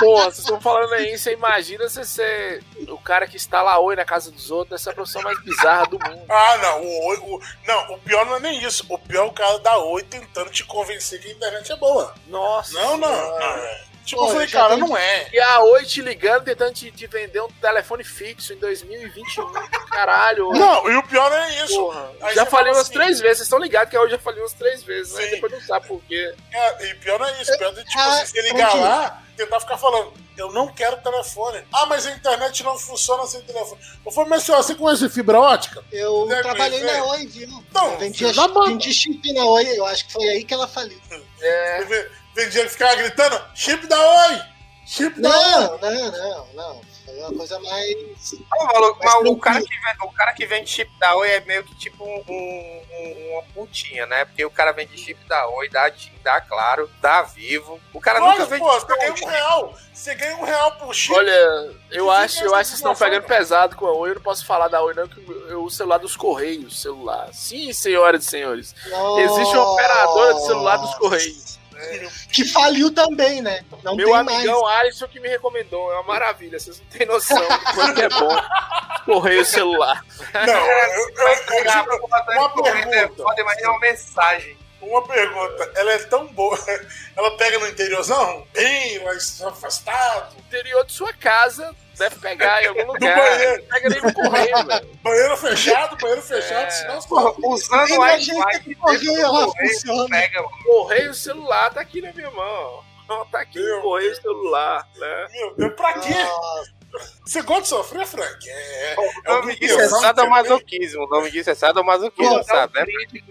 [SPEAKER 3] Porra, vocês estão falando aí, você imagina você ser o cara que instala oi na casa dos outros, essa é a profissão mais bizarra do mundo.
[SPEAKER 7] Ah, não. O, oi- o- não, o pior não é nem isso. O pior é o cara da Oi tentando te convencer que a internet é boa.
[SPEAKER 3] Nossa.
[SPEAKER 7] Não, não. não, é. Tipo,
[SPEAKER 2] Pô,
[SPEAKER 7] eu falei,
[SPEAKER 2] já
[SPEAKER 7] cara,
[SPEAKER 2] tem-
[SPEAKER 7] não é.
[SPEAKER 3] E a Oi te ligando, tentando te, te vender um telefone fixo em 2021. Caralho, Oi,
[SPEAKER 7] Não, e o pior é isso.
[SPEAKER 3] porra.
[SPEAKER 7] Aí
[SPEAKER 3] já
[SPEAKER 7] você
[SPEAKER 3] falei
[SPEAKER 7] fala
[SPEAKER 3] umas
[SPEAKER 7] assim-
[SPEAKER 3] três vezes, vocês estão ligados que a Oi já falei umas três vezes, né?
[SPEAKER 7] Sim.
[SPEAKER 3] Depois não sabe por quê.
[SPEAKER 7] É, e pior é isso, pior é tipo
[SPEAKER 2] Ah,
[SPEAKER 7] assim, você ligar
[SPEAKER 2] entendi.
[SPEAKER 7] lá, tentar ficar falando, eu não quero telefone. Ah, mas a internet não funciona sem telefone. Eu falei, mas senhor, você conhece fibra ótica?
[SPEAKER 2] Eu
[SPEAKER 7] Né,
[SPEAKER 2] trabalhei
[SPEAKER 7] pois é.
[SPEAKER 2] na Oi, viu?
[SPEAKER 7] Então,
[SPEAKER 2] Vendi,
[SPEAKER 7] filho da mãe.
[SPEAKER 2] vendi chip na Oi, eu acho que foi aí que ela faliu.
[SPEAKER 3] É,
[SPEAKER 7] Eu ve- Vendia que ficava gritando, chip da Oi! Chip da Oi!
[SPEAKER 2] Não, não, não, não. Foi uma coisa mais.
[SPEAKER 5] Não, maluco,
[SPEAKER 2] Mas
[SPEAKER 5] mas o,
[SPEAKER 2] tranquilo.
[SPEAKER 5] cara que vende, o cara que vende chip da Oi é meio que tipo um, um- um- uma putinha, né? Porque o cara vende chip da Oi, da TIM, da Claro, da Vivo. O cara nunca
[SPEAKER 7] Mas,
[SPEAKER 5] vende
[SPEAKER 7] pô, você ganha
[SPEAKER 5] chip
[SPEAKER 7] um
[SPEAKER 5] da Oi.
[SPEAKER 7] real. Você ganha um real por chip.
[SPEAKER 3] olha, eu acho,
[SPEAKER 7] Que
[SPEAKER 3] eu
[SPEAKER 7] diferença
[SPEAKER 3] acho que vocês estão
[SPEAKER 7] de relação,
[SPEAKER 3] pegando pesado com a Oi, eu não posso falar da Oi, não, que eu uso o celular dos Correios, celular. Sim, senhoras e senhores. Existe uma operadora de celular dos Correios.
[SPEAKER 2] Que faliu também, né? Não
[SPEAKER 3] Meu
[SPEAKER 2] tem
[SPEAKER 3] amigão Alisson que me recomendou, é uma maravilha, vocês não têm noção do quanto é bom. Correio celular.
[SPEAKER 7] Não, eu, eu, eu
[SPEAKER 5] Cara,
[SPEAKER 7] juro,
[SPEAKER 5] porra,
[SPEAKER 7] uma
[SPEAKER 5] tu vende,
[SPEAKER 7] pergunta.
[SPEAKER 5] Pode imaginar é uma mensagem.
[SPEAKER 7] uma pergunta. Ela é tão boa. Ela pega no interiorzão, bem mais afastado.
[SPEAKER 3] interior de sua casa, deve pegar em algum lugar.
[SPEAKER 7] banheiro.
[SPEAKER 3] Não pega nem no correio, velho.
[SPEAKER 7] Banheiro fechado, banheiro fechado, sinal
[SPEAKER 5] Porra,
[SPEAKER 2] mais.
[SPEAKER 5] usando o Wi-Fi
[SPEAKER 2] que
[SPEAKER 5] que né?
[SPEAKER 2] o correio
[SPEAKER 5] dentro do
[SPEAKER 2] ela
[SPEAKER 5] correio,
[SPEAKER 2] funciona.
[SPEAKER 5] pega, mano.
[SPEAKER 3] Correio celular tá aqui na minha mão. ó. Tá aqui
[SPEAKER 7] Meu
[SPEAKER 3] o correio celular, né?
[SPEAKER 7] Meu Deus, pra quê?
[SPEAKER 2] Nossa,
[SPEAKER 7] Você gosta de sofrer, Frank? É.
[SPEAKER 5] O
[SPEAKER 7] É o
[SPEAKER 5] nome
[SPEAKER 7] que
[SPEAKER 5] disso
[SPEAKER 7] eu
[SPEAKER 5] é
[SPEAKER 7] faço
[SPEAKER 5] sadomasoquismo. O nome disso é sadomasoquismo,
[SPEAKER 2] Porra,
[SPEAKER 5] sabe? né?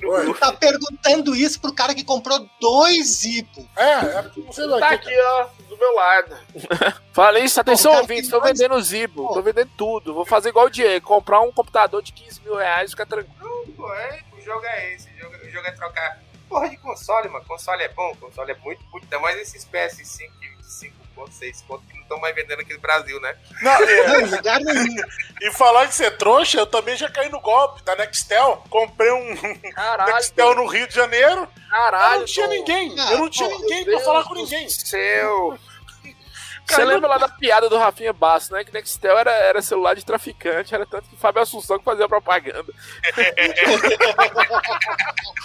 [SPEAKER 7] Oi.
[SPEAKER 2] tá perguntando isso pro cara que comprou dois Ipo.
[SPEAKER 7] É, é, não sei lá.
[SPEAKER 3] Tá
[SPEAKER 7] que-
[SPEAKER 3] aqui, ó, do meu lado. Falei isso, atenção,
[SPEAKER 2] Pô, tá
[SPEAKER 3] ouvintes,
[SPEAKER 2] aqui
[SPEAKER 3] tô
[SPEAKER 2] dois-
[SPEAKER 3] vendendo o Zibo,
[SPEAKER 2] Pô.
[SPEAKER 3] tô vendendo tudo. Vou fazer igual o Diego, comprar um computador de 15 mil reais e ficar tranquilo.
[SPEAKER 5] Pô, é, o jogo é esse, o jogo, o jogo é trocar. Porra de console, mano. Console é bom, console é muito, muito. Ainda mais esses PS5, que- 5.6 ponto que não estão mais vendendo aqui no Brasil, né?
[SPEAKER 7] Não, é,
[SPEAKER 2] Não, em lugar nenhum.
[SPEAKER 7] e falar que você é trouxa, eu também já caí no golpe da Nextel. Comprei um
[SPEAKER 3] Caralho,
[SPEAKER 7] Nextel no Rio de Janeiro. eu
[SPEAKER 3] caralho.
[SPEAKER 7] não tinha
[SPEAKER 3] Tom.
[SPEAKER 7] ninguém.
[SPEAKER 2] Ah,
[SPEAKER 7] eu não tinha
[SPEAKER 2] pô,
[SPEAKER 7] ninguém pra
[SPEAKER 3] Deus
[SPEAKER 7] falar com
[SPEAKER 3] do
[SPEAKER 7] ninguém.
[SPEAKER 3] Seu. Você
[SPEAKER 7] Caiu-
[SPEAKER 3] lembra lá da piada do Rafinha Basso, né? Que Nextel era, era celular de traficante, era tanto que Fábio Assunção que fazia propaganda.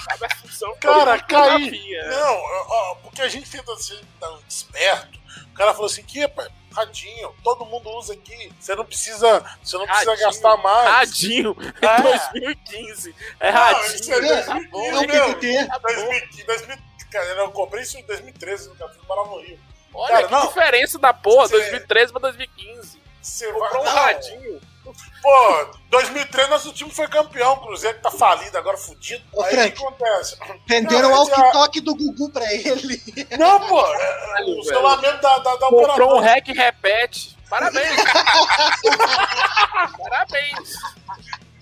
[SPEAKER 3] Fábio Assunção
[SPEAKER 7] Cara,
[SPEAKER 3] fazia
[SPEAKER 7] caí.
[SPEAKER 3] Rafinha.
[SPEAKER 7] Não, ó, ó, porque a gente tenta ser tão esperto. O cara falou assim: que, pai, radinho, todo mundo usa aqui. Você não precisa, você não precisa
[SPEAKER 3] Radinho.
[SPEAKER 7] gastar mais.
[SPEAKER 3] Radinho,
[SPEAKER 7] Ah.
[SPEAKER 3] em 2015. É Tá
[SPEAKER 7] Não, isso é
[SPEAKER 3] radinho.
[SPEAKER 2] né?
[SPEAKER 7] 2015,
[SPEAKER 2] É o
[SPEAKER 7] meu.
[SPEAKER 2] PPT.
[SPEAKER 7] 2015, 2015, cara, eu comprei isso em 2013 no Capitão Pará no Rio.
[SPEAKER 3] Olha
[SPEAKER 7] cara,
[SPEAKER 3] que
[SPEAKER 7] não.
[SPEAKER 3] diferença da porra,
[SPEAKER 7] Você-
[SPEAKER 3] 2013 pra 2015.
[SPEAKER 7] Você vai.
[SPEAKER 3] Comprou um
[SPEAKER 7] Não,
[SPEAKER 3] radinho.
[SPEAKER 7] Pô, 2003 nosso time foi campeão, o Cruzeiro que tá falido agora, fudido.
[SPEAKER 2] Ô,
[SPEAKER 7] Aí o
[SPEAKER 2] Frank.
[SPEAKER 7] que acontece?
[SPEAKER 2] Venderam o
[SPEAKER 7] Não, mas é-
[SPEAKER 2] walkie-talkie do Gugu pra ele.
[SPEAKER 7] Não, pô, é,
[SPEAKER 3] Caralho,
[SPEAKER 7] o celular mesmo da, da, da
[SPEAKER 3] Comprou um
[SPEAKER 7] operadora.
[SPEAKER 3] hack repete. Parabéns. Parabéns.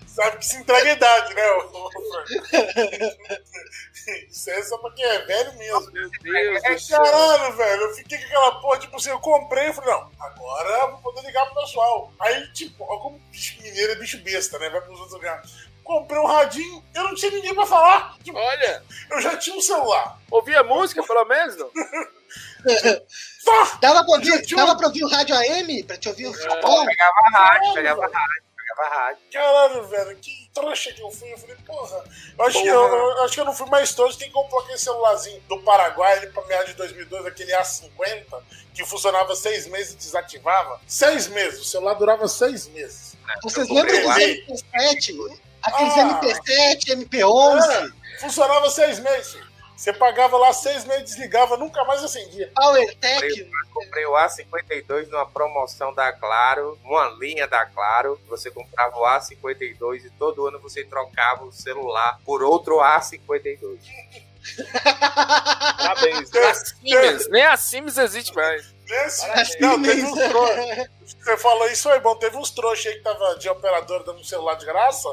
[SPEAKER 7] Sabe que se entrega a idade, né? ô, ô, Frank? Isso é só pra quem é velho mesmo.
[SPEAKER 3] Meu Deus
[SPEAKER 7] É,
[SPEAKER 3] do céu.
[SPEAKER 7] caralho, velho, eu fiquei com aquela porra, tipo assim, eu comprei e falei, não, agora eu vou poder ligar pro pessoal. Aí, tipo, ó, como bicho mineiro é bicho besta, né? Vai pros outros lugares. Comprei um radinho, eu não tinha ninguém pra falar. Tipo,
[SPEAKER 3] Olha,
[SPEAKER 7] eu já tinha um celular.
[SPEAKER 3] ouvia música pelo menos? Não?
[SPEAKER 7] Só
[SPEAKER 2] Dava pra ouvir,
[SPEAKER 7] Gente,
[SPEAKER 2] dava pra ouvir o rádio AM? Pra te ouvir
[SPEAKER 5] É,
[SPEAKER 2] o futebol?
[SPEAKER 5] Pegava rádio, pegava rádio, pegava rádio.
[SPEAKER 7] Caralho, velho, que trouxa que eu fui. Eu falei, porra, eu acho, que eu, eu acho que eu não fui mais trouxa. Tem como pôr aquele celularzinho do Paraguai, ele pra meados de 2002, aquele A50, que funcionava seis meses e desativava. Seis meses, o celular durava seis meses.
[SPEAKER 2] Vocês
[SPEAKER 5] Eu comprei
[SPEAKER 2] lembram dos
[SPEAKER 5] lá.
[SPEAKER 2] MP7? Aqueles
[SPEAKER 7] Ah.
[SPEAKER 2] MP7, MP11,
[SPEAKER 7] Funcionava seis meses. filho. Você pagava lá seis meses, desligava, nunca mais
[SPEAKER 5] Ah.
[SPEAKER 7] acendia.
[SPEAKER 2] PowerTech?
[SPEAKER 5] Comprei o A52 numa promoção da Claro, uma linha da Claro. Você comprava o A52 e todo ano você trocava o celular por outro A52.
[SPEAKER 3] Parabéns. Nem a Siemens, nem a Siemens existe mais.
[SPEAKER 7] Nesse,
[SPEAKER 2] Parabéns.
[SPEAKER 7] não, teve uns trouxas. Você falou isso, foi bom. Teve uns trouxas aí que tava de operadora dando um celular de graça.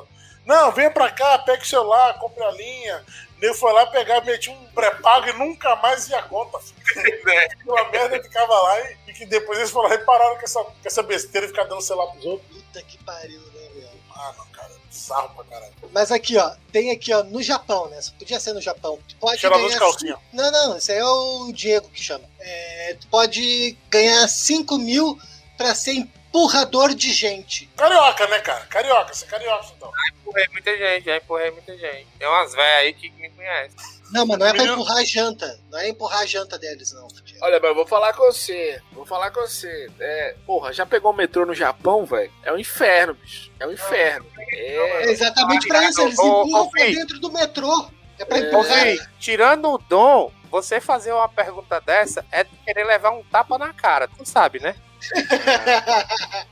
[SPEAKER 7] Não, vem pra cá, pega o celular, compra a linha. Eu fui lá pegar, meti um pré-pago e nunca mais ia a conta. filho. Aquela merda ficava lá e, e que depois eles foram lá e pararam com essa, com essa besteira e ficar dando celular pros outros.
[SPEAKER 2] Puta que pariu, né, meu?
[SPEAKER 7] Ah, não, cara, bizarro pra caralho.
[SPEAKER 2] Mas aqui, ó, tem aqui, ó, no Japão, né? Só Podia ser no Japão. Tu pode
[SPEAKER 7] Cheirador de
[SPEAKER 2] ganhar
[SPEAKER 7] calcinha.
[SPEAKER 2] Não, não, isso aí é o Diego que chama. É, tu pode ganhar 5 mil pra ser empurrador de gente.
[SPEAKER 7] Carioca, né, cara? Carioca, você é carioca então.
[SPEAKER 5] empurrei muita gente, já empurrei muita gente. É Tem umas velhas aí que me conhecem.
[SPEAKER 2] Não, mas não é pra
[SPEAKER 7] Menino-
[SPEAKER 2] empurrar a janta. Não é empurrar a janta deles, não. dia.
[SPEAKER 3] Olha, mas eu vou falar com você. Vou falar com você. É, porra, já pegou o metrô no Japão, velho? É um inferno, bicho. É um inferno.
[SPEAKER 2] É
[SPEAKER 3] É.
[SPEAKER 2] exatamente pra isso, eles
[SPEAKER 5] Ô, ô,
[SPEAKER 2] empurram pra
[SPEAKER 5] Fih.
[SPEAKER 2] dentro do metrô. É pra
[SPEAKER 5] Ô,
[SPEAKER 2] empurrar.
[SPEAKER 5] Fih, tirando o dom, você fazer uma pergunta dessa é querer levar um tapa na cara, tu sabe, né?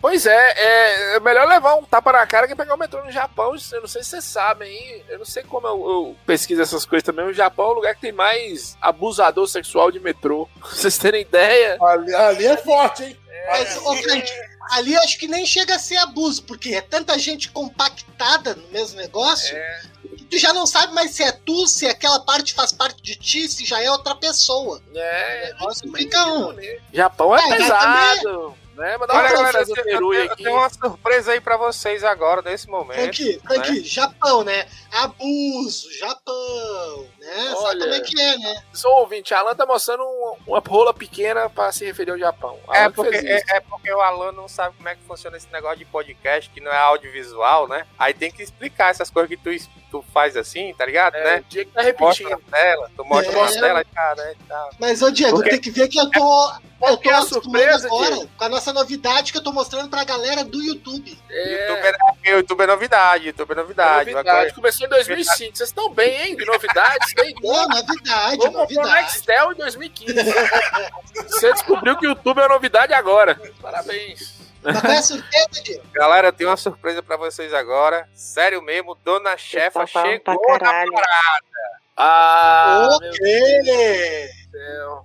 [SPEAKER 3] Pois é, é, é melhor levar um tapa na cara que pegar o metrô no Japão. Eu não sei se vocês sabem, hein? Eu não sei como eu, eu pesquiso essas coisas também. O Japão é o lugar que tem mais abusador sexual de metrô. Pra vocês terem ideia.
[SPEAKER 7] Ali, ali é forte, hein?
[SPEAKER 2] Mas, ô, Frank, ali acho que nem chega a ser abuso, porque é tanta gente compactada no mesmo negócio
[SPEAKER 3] É.
[SPEAKER 2] que tu já não sabe mais se é tu, se aquela parte faz parte de ti, se já é outra pessoa.
[SPEAKER 3] É,
[SPEAKER 2] Nossa, fica um.
[SPEAKER 3] Japão é,
[SPEAKER 2] É, já
[SPEAKER 3] pesado. Né? Mas dá
[SPEAKER 5] Ah, Olha,
[SPEAKER 3] uma
[SPEAKER 5] galera, eu
[SPEAKER 3] César
[SPEAKER 5] tenho,
[SPEAKER 3] Perui
[SPEAKER 5] eu
[SPEAKER 3] aqui.
[SPEAKER 5] tenho uma surpresa aí pra vocês agora, nesse momento.
[SPEAKER 3] Né?
[SPEAKER 2] Frank, Frank, Japão, né? Abuso, Japão, né? Sabe
[SPEAKER 3] Olha.
[SPEAKER 2] como é que é, né?
[SPEAKER 3] Sou ouvinte, a Alan tá mostrando um- uma rola pequena pra se referir ao Japão. A
[SPEAKER 5] É
[SPEAKER 3] Alan
[SPEAKER 5] porque,
[SPEAKER 3] fez isso.
[SPEAKER 5] é, é porque o Alan não sabe como é que funciona esse negócio de podcast, que não é audiovisual, né? Aí tem que explicar essas coisas que tu, es- tu faz assim, tá ligado?
[SPEAKER 3] É,
[SPEAKER 5] né?
[SPEAKER 3] o Diego tá
[SPEAKER 5] Mostra na
[SPEAKER 3] repetindo.
[SPEAKER 5] tela, tu mostra
[SPEAKER 2] É.
[SPEAKER 5] na tela, cara, e tal.
[SPEAKER 2] Mas, ô Diego,
[SPEAKER 5] Porque-
[SPEAKER 2] tem que ver que eu tô. Eu tô
[SPEAKER 3] é a
[SPEAKER 2] acostumando
[SPEAKER 3] surpresa,
[SPEAKER 2] agora
[SPEAKER 3] Diego?
[SPEAKER 2] com a nossa novidade que eu tô mostrando pra galera do YouTube.
[SPEAKER 3] É,
[SPEAKER 5] YouTube, é, YouTube é novidade, YouTube é novidade.
[SPEAKER 3] novidade.
[SPEAKER 5] Agora-
[SPEAKER 3] Começou em 2005. Vocês estão bem, hein? De novidades, bem
[SPEAKER 2] Ô, novidade,
[SPEAKER 3] Vamos comprar o
[SPEAKER 2] novidade.
[SPEAKER 3] Nextel em 2015. Você descobriu que o YouTube é novidade agora. Parabéns.
[SPEAKER 2] Mas qual é a surpresa, Diego?
[SPEAKER 5] Galera, eu tenho uma surpresa pra vocês agora. Sério mesmo, Dona Chefa
[SPEAKER 8] Vocês tão falando tá pra
[SPEAKER 5] chegou na
[SPEAKER 8] caralho.
[SPEAKER 5] parada.
[SPEAKER 3] Ah, meu
[SPEAKER 2] ok!
[SPEAKER 3] Deus.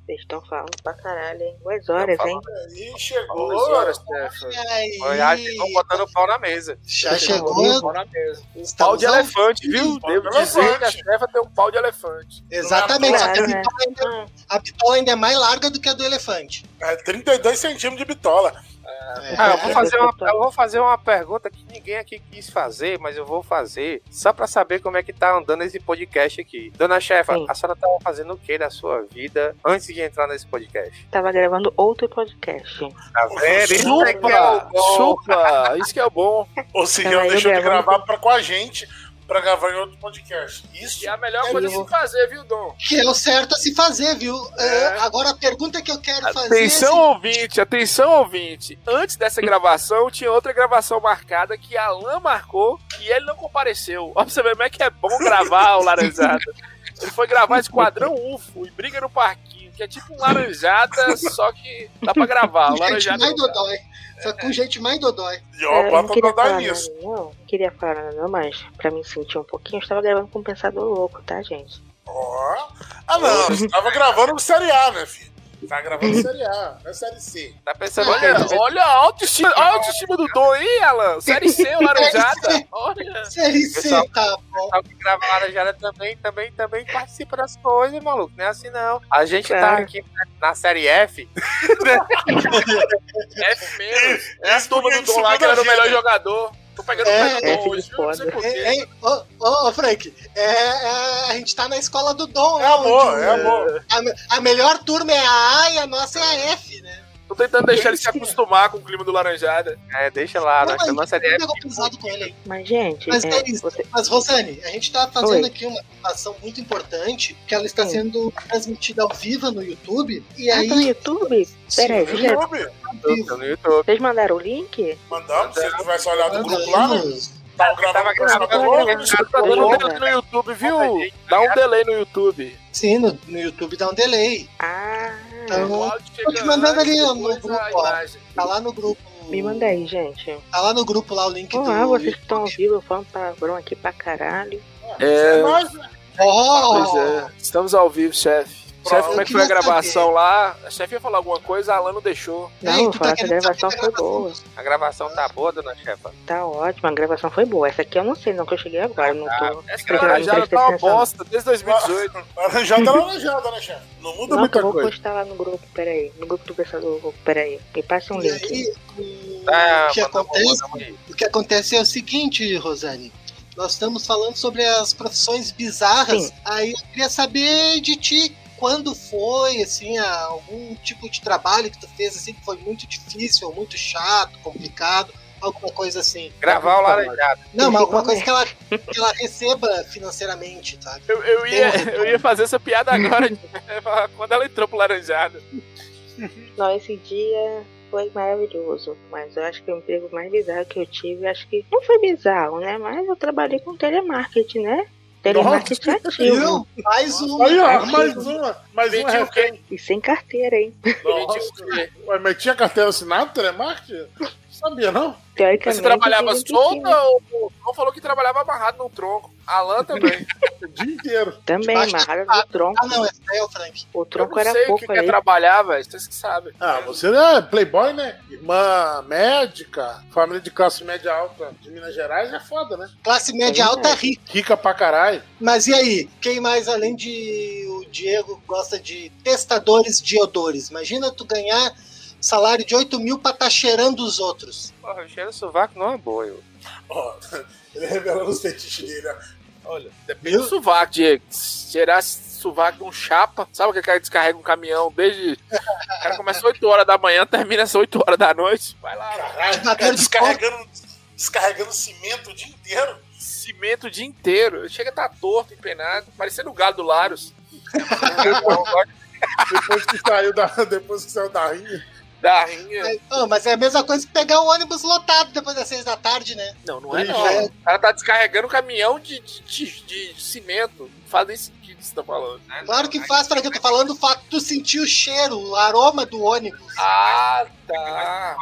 [SPEAKER 8] Vocês estão falando pra caralho, hein? Duas horas, hein?
[SPEAKER 7] Aí chegou.
[SPEAKER 3] Duas horas, Stefan.
[SPEAKER 2] Aí,
[SPEAKER 5] Foi, ah, chegou botando o pau na mesa.
[SPEAKER 2] já chegou.
[SPEAKER 3] Pau na mesa.
[SPEAKER 2] estamos
[SPEAKER 5] Tá
[SPEAKER 3] Pau de
[SPEAKER 2] ao-
[SPEAKER 3] elefante,
[SPEAKER 5] um
[SPEAKER 3] viu?
[SPEAKER 7] Pau de
[SPEAKER 3] Devo dizer que a
[SPEAKER 7] elefante.
[SPEAKER 3] Stefan tem um pau de elefante.
[SPEAKER 2] Exatamente, só que a
[SPEAKER 8] Claro, né?
[SPEAKER 2] bitola, ainda,
[SPEAKER 8] Ah,
[SPEAKER 2] a bitola ainda é mais larga do que a do elefante.
[SPEAKER 7] É 32 centímetros de bitola.
[SPEAKER 2] É.
[SPEAKER 5] Ah, eu, vou
[SPEAKER 8] é.
[SPEAKER 5] fazer uma, eu vou fazer uma pergunta que ninguém aqui quis fazer, mas eu vou fazer só pra saber como é que tá andando esse podcast aqui. Dona Chefa,
[SPEAKER 8] Sim.
[SPEAKER 5] a senhora tava fazendo o que da sua vida antes de entrar nesse podcast?
[SPEAKER 8] tava gravando outro podcast.
[SPEAKER 5] Tá vendo? Isso é que é o
[SPEAKER 3] Chupa,
[SPEAKER 5] bom.
[SPEAKER 3] chupa. Isso que é o bom.
[SPEAKER 7] O Cirrão
[SPEAKER 8] Caralho,
[SPEAKER 7] deixou de
[SPEAKER 8] eu gravo
[SPEAKER 7] gravar pra, com a gente pra gravar em outro podcast. Isso.
[SPEAKER 3] E é a melhor
[SPEAKER 2] Eu
[SPEAKER 3] coisa a
[SPEAKER 8] vou-
[SPEAKER 3] se fazer, viu, Dom?
[SPEAKER 2] Que é o certo a se fazer, viu? É, agora a pergunta que eu quero fazer. é assim,
[SPEAKER 3] Atenção, ouvinte, atenção, ouvinte. Antes dessa gravação, tinha outra gravação marcada que Alan marcou e ele não compareceu. Olha pra você ver como é que é bom gravar o Laranjada. Ele foi gravar Esquadrão UFO e Briga no Parquinho, que é tipo um Laranjada, só que dá pra gravar.
[SPEAKER 2] com
[SPEAKER 3] O
[SPEAKER 2] gente
[SPEAKER 3] Laranjada.
[SPEAKER 2] mais
[SPEAKER 3] não dá.
[SPEAKER 2] dodói. Só com gente mais dodói.
[SPEAKER 7] E ó,
[SPEAKER 8] É, eu não
[SPEAKER 7] bota
[SPEAKER 8] queria
[SPEAKER 7] pra
[SPEAKER 8] falar
[SPEAKER 7] dar nisso.
[SPEAKER 8] nada, não. Não queria falar nada, não, mas pra me sentir um pouquinho, eu estava gravando com um pensador louco, tá, gente?
[SPEAKER 7] Ó. Ah, não. Você tava gravando Série A, né, filho? Tava gravando Série A, não é Série C.
[SPEAKER 5] Tá pensando
[SPEAKER 3] Olha,
[SPEAKER 5] que
[SPEAKER 3] olha a autoestima,
[SPEAKER 5] tá
[SPEAKER 3] olha a autoestima do Dom aí, Alan. Série C, o Laranjada. Olha.
[SPEAKER 2] Série C,
[SPEAKER 5] Pessoal,
[SPEAKER 2] tá bom.
[SPEAKER 5] pessoal que grava Laranjada também, também, também participa das coisas, maluco. Não é assim, não. A gente tá
[SPEAKER 8] Claro.
[SPEAKER 5] aqui
[SPEAKER 3] né,
[SPEAKER 5] na série F.
[SPEAKER 3] F mesmo. É a
[SPEAKER 7] Isso
[SPEAKER 3] né? turma do
[SPEAKER 7] porque
[SPEAKER 3] Dom lá
[SPEAKER 7] isso
[SPEAKER 3] que era o
[SPEAKER 7] muda a
[SPEAKER 3] melhor
[SPEAKER 7] vida.
[SPEAKER 3] jogador. Tô pegando o
[SPEAKER 2] É,
[SPEAKER 3] pé do
[SPEAKER 8] F
[SPEAKER 3] Dom
[SPEAKER 8] de
[SPEAKER 3] hoje, viu? não sei
[SPEAKER 8] foda.
[SPEAKER 3] porquê.
[SPEAKER 2] Ei, ei, É, ô, ô, ô, Frank, é, é, a gente tá na escola do Dom.
[SPEAKER 7] É amor,
[SPEAKER 2] onde
[SPEAKER 7] é amor.
[SPEAKER 2] A, me- a melhor turma é a A e a nossa é a F, né?
[SPEAKER 3] Tô tentando deixar ele se acostumar com o clima do Laranjada.
[SPEAKER 5] É, deixa lá,
[SPEAKER 2] Não,
[SPEAKER 5] nós estamos na
[SPEAKER 2] mas é.
[SPEAKER 5] série
[SPEAKER 8] é
[SPEAKER 2] não
[SPEAKER 5] F.
[SPEAKER 2] pegou pesado com ele aí.
[SPEAKER 8] Mas, gente,
[SPEAKER 2] Mas
[SPEAKER 8] é,
[SPEAKER 2] é isso.
[SPEAKER 8] você-
[SPEAKER 2] Mas, Rosane, a gente tá fazendo
[SPEAKER 8] Oi.
[SPEAKER 2] aqui uma ação muito importante, que ela está
[SPEAKER 8] Sim.
[SPEAKER 2] sendo transmitida ao vivo no YouTube. E
[SPEAKER 8] Ah,
[SPEAKER 2] aí,
[SPEAKER 8] tá no YouTube? Peraí,
[SPEAKER 7] No
[SPEAKER 8] vocês já-
[SPEAKER 7] YouTube.
[SPEAKER 2] ao
[SPEAKER 5] Tá
[SPEAKER 2] vivo,
[SPEAKER 5] no YouTube.
[SPEAKER 8] vocês mandaram o link?
[SPEAKER 7] Mandamos, se vocês tivessem olhado o grupo lá, né?
[SPEAKER 2] mandamos.
[SPEAKER 7] Tava gravando
[SPEAKER 5] Tava
[SPEAKER 7] com o Senador
[SPEAKER 5] gravando,
[SPEAKER 7] Louco,
[SPEAKER 2] é.
[SPEAKER 5] gravando.
[SPEAKER 3] Tá dando um
[SPEAKER 8] Porra.
[SPEAKER 3] delay no YouTube, viu? Dá um delay no YouTube.
[SPEAKER 2] Sim, no, no YouTube dá um delay.
[SPEAKER 8] Ah,
[SPEAKER 3] O
[SPEAKER 2] Então,
[SPEAKER 3] áudio
[SPEAKER 2] Tô te mandando ali
[SPEAKER 3] antes,
[SPEAKER 2] no
[SPEAKER 3] depois
[SPEAKER 2] grupo,
[SPEAKER 3] a
[SPEAKER 2] ó.
[SPEAKER 3] imagem.
[SPEAKER 2] tá lá no grupo.
[SPEAKER 8] me manda aí, gente.
[SPEAKER 2] Tá lá no grupo lá o link
[SPEAKER 8] Olá,
[SPEAKER 2] do.
[SPEAKER 8] vocês que estão ao vivo, eu falo palavrão aqui pra caralho.
[SPEAKER 3] É,
[SPEAKER 7] Nós, né?
[SPEAKER 3] pois
[SPEAKER 2] Oh!
[SPEAKER 3] é. Estamos ao vivo, chefe. Chefe, como é que foi a gravação lá? A chefe ia falar alguma coisa, a Alan não deixou.
[SPEAKER 8] Não,
[SPEAKER 2] Ei,
[SPEAKER 8] eu
[SPEAKER 2] tu
[SPEAKER 8] falar
[SPEAKER 2] tá
[SPEAKER 8] que a
[SPEAKER 2] querendo
[SPEAKER 8] gravação
[SPEAKER 2] saber
[SPEAKER 8] foi
[SPEAKER 2] da gravação?
[SPEAKER 8] boa.
[SPEAKER 5] A gravação tá boa, dona chefa.
[SPEAKER 8] Tá ótimo, a gravação foi boa. Essa aqui eu não sei, não, que eu cheguei agora, eu
[SPEAKER 2] Ah,
[SPEAKER 8] não tô.
[SPEAKER 3] Essa que a Laranjada
[SPEAKER 8] prestei
[SPEAKER 3] tá uma
[SPEAKER 8] atenção.
[SPEAKER 3] bosta desde 2018.
[SPEAKER 7] Laranjada é laranjada, né, chefe? Não muda
[SPEAKER 8] Não, que
[SPEAKER 7] muita
[SPEAKER 8] eu vou
[SPEAKER 7] coisa.
[SPEAKER 8] postar lá no grupo, peraí. No grupo do pensador louco, peraí. Me passa um
[SPEAKER 2] E
[SPEAKER 8] link.
[SPEAKER 2] aí, o
[SPEAKER 3] é,
[SPEAKER 5] Tá,
[SPEAKER 2] que
[SPEAKER 5] mandamos,
[SPEAKER 2] acontece?
[SPEAKER 5] mandamos aí.
[SPEAKER 2] O que acontece é o seguinte, Rosane. Nós estamos falando sobre as profissões bizarras.
[SPEAKER 8] Sim.
[SPEAKER 2] Aí eu queria saber de ti quando foi, assim, a- algum tipo de trabalho que tu fez assim que foi muito difícil, muito chato, complicado, alguma coisa assim.
[SPEAKER 5] Gravar o Laranjada.
[SPEAKER 2] Não, mas alguma
[SPEAKER 8] Principalmente.
[SPEAKER 2] coisa que ela, que ela receba financeiramente, tá?
[SPEAKER 3] Eu, eu ia, eu ia fazer essa piada agora. Quando ela entrou pro Laranjada.
[SPEAKER 8] Não, esse dia foi maravilhoso, mas eu acho que o emprego mais bizarro que eu tive, acho que não foi bizarro, né? Mas eu trabalhei com telemarketing, né? Telemarketing ativo.
[SPEAKER 2] Viu? Mais um.
[SPEAKER 7] Aí, ó, mais uma. Mais uma
[SPEAKER 3] Vendia o quê?
[SPEAKER 7] refém.
[SPEAKER 8] E sem carteira, hein?
[SPEAKER 3] Vendia o quê?
[SPEAKER 7] Ué, mas tinha carteira assinada, telemarketing? Não sabia, não?
[SPEAKER 8] Teoricamente.
[SPEAKER 3] Você trabalhava
[SPEAKER 8] eu tinha
[SPEAKER 3] solta ou ou falou que trabalhava amarrado num tronco? Alan também.
[SPEAKER 7] O dia inteiro.
[SPEAKER 8] Também,
[SPEAKER 2] Debaixo de
[SPEAKER 8] amarrado
[SPEAKER 2] espada.
[SPEAKER 8] no tronco.
[SPEAKER 2] Ah, não, esse daí é o Frank.
[SPEAKER 8] O
[SPEAKER 3] Eu
[SPEAKER 8] tronco
[SPEAKER 3] não
[SPEAKER 8] era
[SPEAKER 3] sei o
[SPEAKER 8] pouco
[SPEAKER 3] que que é
[SPEAKER 8] ali.
[SPEAKER 3] trabalhar, velho. Vocês que sabem.
[SPEAKER 7] Ah, você é playboy, né? Irmã médica, família de classe média alta de Minas Gerais é foda, né?
[SPEAKER 2] Classe média
[SPEAKER 8] É
[SPEAKER 2] alta
[SPEAKER 8] verdade.
[SPEAKER 2] rica.
[SPEAKER 7] Rica pra caralho.
[SPEAKER 2] Mas e aí? Quem mais, além de o Diego, gosta de testadores de odores? Imagina tu ganhar salário de 8 mil pra tá cheirando os outros.
[SPEAKER 5] Porra, o cheiro do sovaco não é boa, eu.
[SPEAKER 7] Ó, ele revelando os fetiches dele, ó.
[SPEAKER 3] Olha, depende do Um sovaco, Diego. Se Cheirar sovaco de um chapa, sabe o que o cara descarrega um caminhão desde. O cara começa 8 horas da manhã, termina às 8 horas da noite. Vai lá, velho.
[SPEAKER 7] Caralho,
[SPEAKER 2] Tá
[SPEAKER 7] cara
[SPEAKER 2] dando
[SPEAKER 7] descarregando, descarregando cimento o dia inteiro.
[SPEAKER 3] cimento o dia inteiro. Chega a tá torto, empenado, parecendo o gado do Larus.
[SPEAKER 7] Depois que saiu da, depois que saiu da rinha.
[SPEAKER 3] Da rinha.
[SPEAKER 2] Mas, ah, mas é a mesma coisa que pegar o ônibus lotado depois das seis da tarde, né?
[SPEAKER 3] Não, não é
[SPEAKER 7] Ixi,
[SPEAKER 3] não.
[SPEAKER 2] é.
[SPEAKER 3] O cara tá descarregando um caminhão de, de, de- de- de cimento. Não Faz nem sentido o que você tá falando.
[SPEAKER 2] É, Claro que faz, pra que eu tô falando o fato de tu sentir o cheiro, o aroma do ônibus.
[SPEAKER 3] Ah, tá.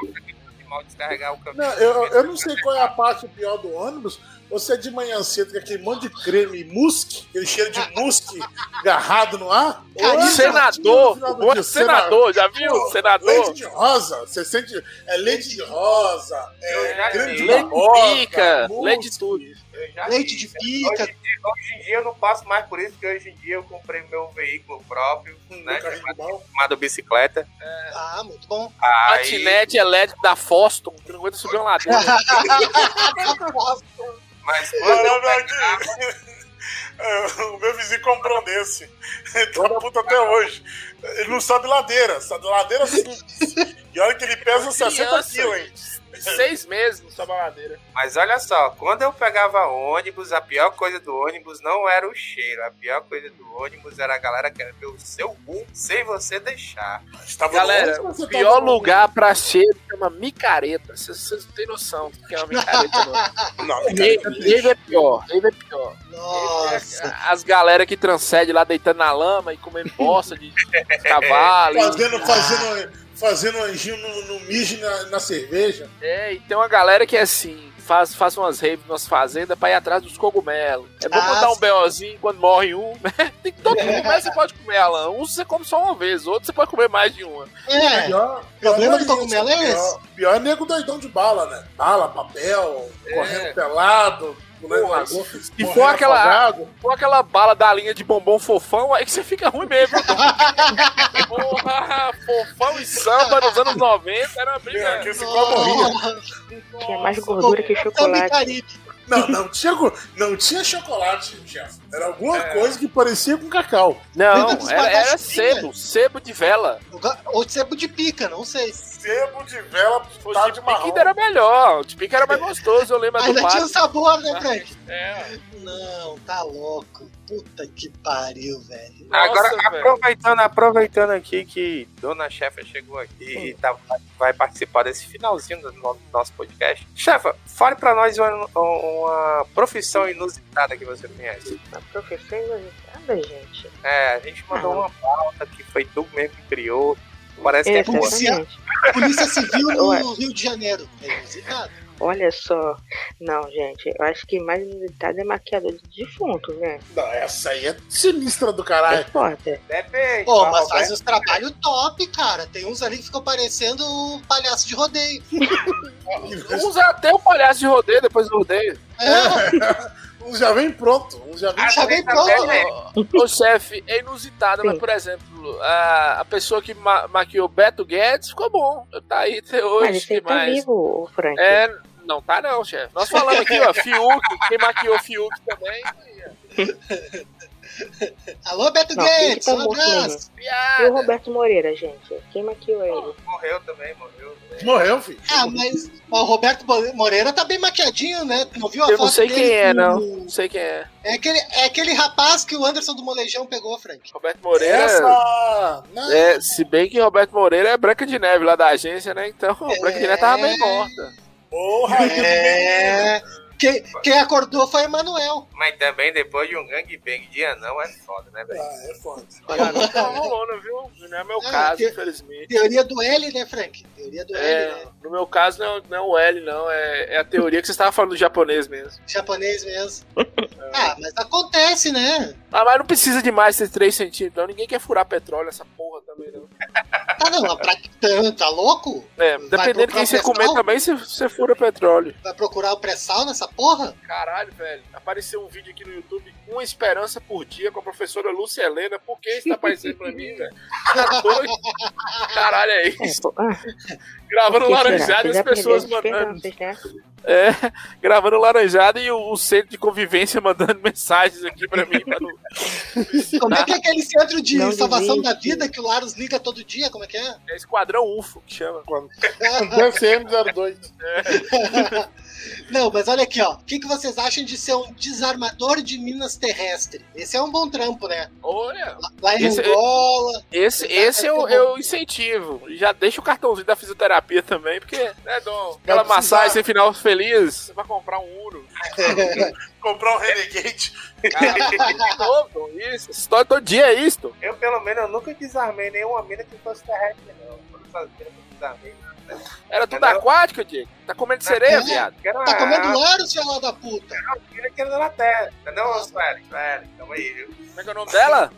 [SPEAKER 5] Mal descarregar o caminho.
[SPEAKER 7] Não, eu, eu não sei qual é a parte pior do ônibus. Você é de manhã cedo com aquele monte de creme e musque, aquele cheiro de musque agarrado no ar.
[SPEAKER 2] Cara,
[SPEAKER 7] Ou
[SPEAKER 2] isso
[SPEAKER 7] é
[SPEAKER 3] senador.
[SPEAKER 7] latinha no final do
[SPEAKER 3] o bom
[SPEAKER 7] dia,
[SPEAKER 3] é senador, já viu?
[SPEAKER 7] Pô, Leite
[SPEAKER 3] Senador.
[SPEAKER 7] de rosa, você sente. É leite de rosa, é
[SPEAKER 5] Eu já
[SPEAKER 7] creme de
[SPEAKER 5] vi.
[SPEAKER 3] Leite de
[SPEAKER 7] barroca,
[SPEAKER 3] pica,
[SPEAKER 7] musque.
[SPEAKER 3] leite de tudo.
[SPEAKER 5] Eu já
[SPEAKER 2] Leite
[SPEAKER 5] vi,
[SPEAKER 2] de
[SPEAKER 5] cara.
[SPEAKER 2] pica.
[SPEAKER 5] Hoje, em dia- hoje em dia eu não passo mais por isso, porque hoje em dia eu comprei meu veículo próprio, né?
[SPEAKER 7] Carrinho de mão.
[SPEAKER 5] Chamado bicicleta.
[SPEAKER 2] Ah, muito bom.
[SPEAKER 5] Aí,
[SPEAKER 3] Patinete elétrico da Foston, que não aguenta subir uma ladeira.
[SPEAKER 5] mas quando eu
[SPEAKER 7] Caramba, aqui. É, O meu vizinho comprou um desse. Ele tá puto até hoje. Ele não sobe ladeira, sobe ladeira simples. E olha que ele pesa 60
[SPEAKER 3] Criança.
[SPEAKER 7] quilos, hein?
[SPEAKER 3] Seis meses não sobe uma ladeira.
[SPEAKER 5] Mas olha só, quando eu pegava ônibus, a pior coisa do ônibus não era o cheiro, a pior coisa do ônibus era a galera querendo ver o seu cu sem você deixar.
[SPEAKER 7] Tava
[SPEAKER 3] Galera,
[SPEAKER 7] longe, mas
[SPEAKER 3] o
[SPEAKER 7] você tá
[SPEAKER 3] pior
[SPEAKER 7] tava longe.
[SPEAKER 3] lugar pra cheiro chama micareta. Vocês vocês não têm noção do que é uma micareta, não.
[SPEAKER 7] Não,
[SPEAKER 3] Rave
[SPEAKER 7] cara,
[SPEAKER 3] rave é pior, rave é pior.
[SPEAKER 2] Nossa.
[SPEAKER 3] As galera que transcende lá deitando na lama e comendo bosta de cavalo. e-
[SPEAKER 7] fazendo, fazendo, fazendo anjinho no, no mijo e na, na cerveja.
[SPEAKER 3] É, e tem uma galera que é assim, faz, faz umas raves nas fazendas pra ir atrás dos cogumelos. É bom
[SPEAKER 2] Ah,
[SPEAKER 3] botar um
[SPEAKER 2] sim.
[SPEAKER 3] BOzinho quando morre um, né? Tem que todo cogumelo você pode comer, Alan. Um você come só uma vez, outro você pode comer mais de uma.
[SPEAKER 2] É,
[SPEAKER 7] Pior-
[SPEAKER 2] problema do
[SPEAKER 7] pior
[SPEAKER 2] cogumelo é esse.
[SPEAKER 7] Pior, pior é nego doidão de bala, né? Bala, papel, correndo pelado, pulando
[SPEAKER 3] Porra,
[SPEAKER 7] na lagoa,
[SPEAKER 3] E
[SPEAKER 7] morrendo
[SPEAKER 3] for aquela,
[SPEAKER 7] afogado.
[SPEAKER 3] for aquela bala da linha de bombom fofão, aí que você fica ruim mesmo. Porra, fofão e samba nos anos 90 era uma
[SPEAKER 7] É,
[SPEAKER 3] briga.
[SPEAKER 7] que esse copo morria.
[SPEAKER 8] Tinha mais gordura que chocolate.
[SPEAKER 2] tá-
[SPEAKER 7] Não, não tinha, go- não tinha chocolate, Jeff. Era alguma coisa que parecia com cacau.
[SPEAKER 2] Lembra
[SPEAKER 3] Não,
[SPEAKER 2] dos
[SPEAKER 3] era, era
[SPEAKER 2] bagacinhos?
[SPEAKER 3] sebo, sebo de vela.
[SPEAKER 2] Ou de sebo de pica, não sei.
[SPEAKER 7] Sebo de vela
[SPEAKER 3] Se fosse
[SPEAKER 7] pintado
[SPEAKER 3] de
[SPEAKER 7] de
[SPEAKER 3] pique
[SPEAKER 7] marrom.
[SPEAKER 3] ainda era melhor, o de pique era mais gostoso, eu lembro do
[SPEAKER 2] Ainda tinha o
[SPEAKER 3] pato. Ah,
[SPEAKER 2] sabor, né, Frank?
[SPEAKER 3] É.
[SPEAKER 2] Não, tá louco. Puta que pariu, velho.
[SPEAKER 5] Agora,
[SPEAKER 3] Nossa, velho.
[SPEAKER 5] aproveitando, aproveitando aqui que Dona Chefa chegou aqui e tá- vai participar desse finalzinho do no- nosso podcast. Chefa, fale pra nós uma, uma profissão inusitada que você conhece.
[SPEAKER 8] Uma profissão inusitada, gente.
[SPEAKER 5] É, a gente mandou uma pauta que foi tu mesmo que criou. Parece que é boa.
[SPEAKER 8] Exatamente.
[SPEAKER 2] Polícia Civil
[SPEAKER 8] Ué.
[SPEAKER 2] no Rio de Janeiro. É inusitado.
[SPEAKER 8] Olha só. Não, gente. Eu acho que mais inusitado é maquiador de defunto, né?
[SPEAKER 7] Não, essa aí é sinistra do
[SPEAKER 8] É
[SPEAKER 3] Ah,
[SPEAKER 7] caralho.
[SPEAKER 8] foda.
[SPEAKER 5] Depende.
[SPEAKER 2] Pô,
[SPEAKER 5] pra
[SPEAKER 2] mas
[SPEAKER 5] Roberto.
[SPEAKER 2] faz uns trabalhos top, cara. Tem uns ali que ficam parecendo um palhaço de rodeio.
[SPEAKER 3] Usa até o palhaço de rodeio depois do rodeio.
[SPEAKER 2] É,
[SPEAKER 7] Um já vem pronto. Um já vem
[SPEAKER 2] já vem
[SPEAKER 5] tá
[SPEAKER 2] Ah, pronto.
[SPEAKER 5] bem,
[SPEAKER 3] Ô, ô, chefe, é inusitado,
[SPEAKER 8] Sim.
[SPEAKER 3] mas, por exemplo, a, a pessoa que ma- maquiou Beto Guedes ficou bom. Tá aí até
[SPEAKER 8] Mas
[SPEAKER 3] hoje,
[SPEAKER 8] esse aí
[SPEAKER 3] que
[SPEAKER 8] tá
[SPEAKER 3] mais?
[SPEAKER 8] vivo, o Frank.
[SPEAKER 3] É, não tá não, chefe. Nós falamos aqui, ó, Fiuk, quem maquiou Fiuk também.
[SPEAKER 2] Alô, Beto
[SPEAKER 8] Não, ele
[SPEAKER 2] Guedes,
[SPEAKER 8] tá
[SPEAKER 2] um
[SPEAKER 8] morto
[SPEAKER 2] abraço.
[SPEAKER 8] mesmo. E o
[SPEAKER 3] Piada.
[SPEAKER 8] Roberto Moreira, gente? Quem maquiou ele?
[SPEAKER 5] Morreu também, morreu.
[SPEAKER 7] Morreu, filho.
[SPEAKER 2] Ah, mas mas o Roberto Moreira tá bem maquiadinho, né? Tu Não viu a
[SPEAKER 3] Eu não
[SPEAKER 2] foto
[SPEAKER 3] sei
[SPEAKER 2] dele
[SPEAKER 3] quem é,
[SPEAKER 2] com-
[SPEAKER 3] não. Não sei quem é.
[SPEAKER 2] É aquele, é aquele rapaz que o Anderson do Molejão pegou, Frank.
[SPEAKER 3] Roberto Moreira.
[SPEAKER 7] Essa. Não.
[SPEAKER 3] É, se bem que Roberto Moreira é Branca de Neve lá da agência, né? Então, Branca de Neve tava bem morta.
[SPEAKER 7] Porra, aí
[SPEAKER 2] É. Quem, quem acordou foi Emanuel.
[SPEAKER 5] Mas também depois de um gangbang de anão é foda, né, velho?
[SPEAKER 7] Ah, é foda.
[SPEAKER 3] Não rolou, não, viu? Não é meu
[SPEAKER 2] É,
[SPEAKER 3] caso,
[SPEAKER 2] que-
[SPEAKER 3] infelizmente.
[SPEAKER 2] Teoria do L, né, Frank? Teoria do L,
[SPEAKER 3] É,
[SPEAKER 2] né?
[SPEAKER 3] no meu caso não, não é o L, não. É, é a teoria que você estava falando do japonês mesmo.
[SPEAKER 2] Japonês mesmo. Ah, mas acontece, né?
[SPEAKER 3] Ah, mas não precisa de mais esses 3 centímetros, não. Ninguém quer furar petróleo nessa porra também, não.
[SPEAKER 2] Ah, não, pra que tanto? Tá louco?
[SPEAKER 3] É,
[SPEAKER 2] Vai
[SPEAKER 3] dependendo de
[SPEAKER 2] procurar
[SPEAKER 3] quem
[SPEAKER 2] um
[SPEAKER 3] você comer
[SPEAKER 2] pré-sal?
[SPEAKER 3] também, você, você fura petróleo.
[SPEAKER 2] Vai procurar o pré-sal nessa porra?
[SPEAKER 3] Caralho, velho. Apareceu um vídeo aqui no YouTube, Uma Esperança por Dia, com a professora Lúcia Helena. Por que isso tá aparecendo pra mim, velho? Tá doido? Caralho, é
[SPEAKER 8] É,
[SPEAKER 3] isso.
[SPEAKER 8] pô, ah,
[SPEAKER 3] Gravando
[SPEAKER 8] que será?
[SPEAKER 3] laranjada e
[SPEAKER 8] Vocês
[SPEAKER 3] as
[SPEAKER 8] já
[SPEAKER 3] pessoas
[SPEAKER 8] perderam
[SPEAKER 3] mandando.
[SPEAKER 8] as esperanças, né?
[SPEAKER 3] É, gravando laranjada e o, o centro de convivência mandando mensagens aqui pra mim. pra não-
[SPEAKER 2] Como é que é aquele centro de
[SPEAKER 8] Não
[SPEAKER 2] salvação
[SPEAKER 8] desiste.
[SPEAKER 2] da vida que o Larus liga todo dia? Como é que é?
[SPEAKER 3] É Esquadrão UFO que chama.
[SPEAKER 7] DCM02.
[SPEAKER 2] Não, mas olha aqui, ó. O que, que vocês acham de ser um desarmador de minas terrestres? Esse é um bom trampo, né?
[SPEAKER 3] Olha,
[SPEAKER 2] Lá em
[SPEAKER 3] Esse- é-
[SPEAKER 2] Angola.
[SPEAKER 3] esse, esse eu, eu incentivo. E Já deixa o cartãozinho da fisioterapia também, porque é dom. Aquela
[SPEAKER 7] Vai precisar.
[SPEAKER 3] massagem sem final feliz, você vai comprar um Uno.
[SPEAKER 7] Comprar um Renegade.
[SPEAKER 3] De É novo, Dom, isso. Essa história todo dia é isto.
[SPEAKER 5] Eu, pelo menos, eu nunca desarmei nenhuma mina que fosse terrestre, não. Todas as minas que eu desarmei.
[SPEAKER 3] Era tudo
[SPEAKER 5] Entendeu?
[SPEAKER 3] aquático, Diego. Tá comendo sereia, viado?
[SPEAKER 5] Que era
[SPEAKER 2] Tá comendo
[SPEAKER 3] Ah.
[SPEAKER 5] uma
[SPEAKER 2] Larus, filha da puta.
[SPEAKER 5] mina que era na terra. Entendeu, Sueli? Sueli, tamo aí, viu?
[SPEAKER 3] Como é que é o nome dela?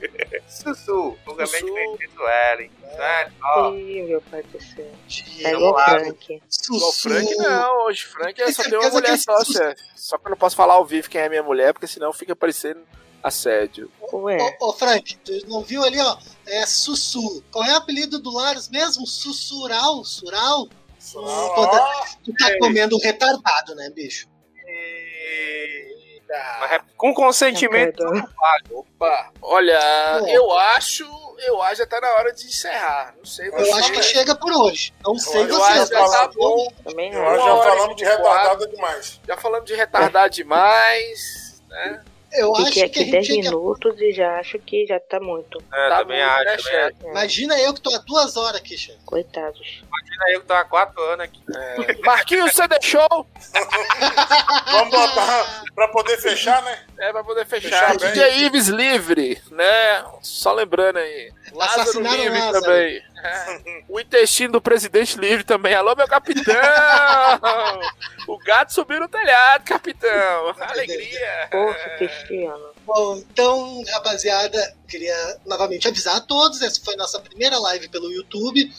[SPEAKER 5] Sussu, vulgarmente
[SPEAKER 3] Sussu.
[SPEAKER 5] conhecido Sueli. Sueli,
[SPEAKER 3] Ah.
[SPEAKER 5] ó.
[SPEAKER 8] Ih, meu pai do céu. Tá
[SPEAKER 2] Diego
[SPEAKER 8] igual Frank.
[SPEAKER 3] Igual o
[SPEAKER 2] Sussu.
[SPEAKER 3] Frank não, hoje Frank é
[SPEAKER 2] Tem
[SPEAKER 3] só tem uma
[SPEAKER 2] certeza
[SPEAKER 3] mulher
[SPEAKER 2] que
[SPEAKER 3] só,
[SPEAKER 2] ele-
[SPEAKER 3] chefe. Só que eu não posso falar ao vivo quem é minha mulher, porque senão fica parecendo assédio. Um
[SPEAKER 8] Ué,
[SPEAKER 2] Ô, ô, Frank, tu não viu ali, ó? É Sussu. Qual é o apelido do Larus mesmo? Sussural? Sural? Foda- Tu tá comendo retardado, né, bicho?
[SPEAKER 5] E- Mas é com consentimento
[SPEAKER 8] Tá doido.
[SPEAKER 5] do pai.
[SPEAKER 3] Opa, olha,
[SPEAKER 2] Pô.
[SPEAKER 3] eu acho, eu acho que já tá na hora de encerrar. Não sei,
[SPEAKER 2] Eu acho que chega por hoje. Não sei
[SPEAKER 3] eu acho
[SPEAKER 2] vocês,
[SPEAKER 3] que já
[SPEAKER 2] mas
[SPEAKER 3] tá bom.
[SPEAKER 8] também
[SPEAKER 7] Eu
[SPEAKER 8] não.
[SPEAKER 7] acho que já falamos de retardada demais.
[SPEAKER 3] Já falamos de retardar demais, né?
[SPEAKER 2] eu acho
[SPEAKER 8] Fiquei
[SPEAKER 2] que a
[SPEAKER 8] aqui
[SPEAKER 2] gente
[SPEAKER 8] 10
[SPEAKER 2] tinha que...
[SPEAKER 8] minutos e já acho que já tá muito. É,
[SPEAKER 5] É,
[SPEAKER 3] Tá
[SPEAKER 5] também
[SPEAKER 3] muito,
[SPEAKER 5] acho,
[SPEAKER 3] né,
[SPEAKER 5] também acho.
[SPEAKER 3] chefe?
[SPEAKER 2] Imagina eu que tô há duas horas aqui, chefe.
[SPEAKER 8] Coitados.
[SPEAKER 5] Imagina eu que tô há quatro anos aqui.
[SPEAKER 3] Marquinhos, você deixou?
[SPEAKER 7] Vamos botar pra poder fechar, né?
[SPEAKER 3] É, pra poder fechar.
[SPEAKER 7] Fechar bem.
[SPEAKER 3] DJ Ives livre, né? Só lembrando aí. Lázaro
[SPEAKER 2] Assassinaram
[SPEAKER 3] livre
[SPEAKER 2] Lázaro.
[SPEAKER 3] também. É. O intestino do presidente livre também. Alô, meu capitão! o gato subiu no telhado, capitão. Alegria.
[SPEAKER 8] Poxa, Cristiano.
[SPEAKER 2] Bom, então, rapaziada, queria novamente avisar a todos. Essa foi nossa primeira live pelo YouTube.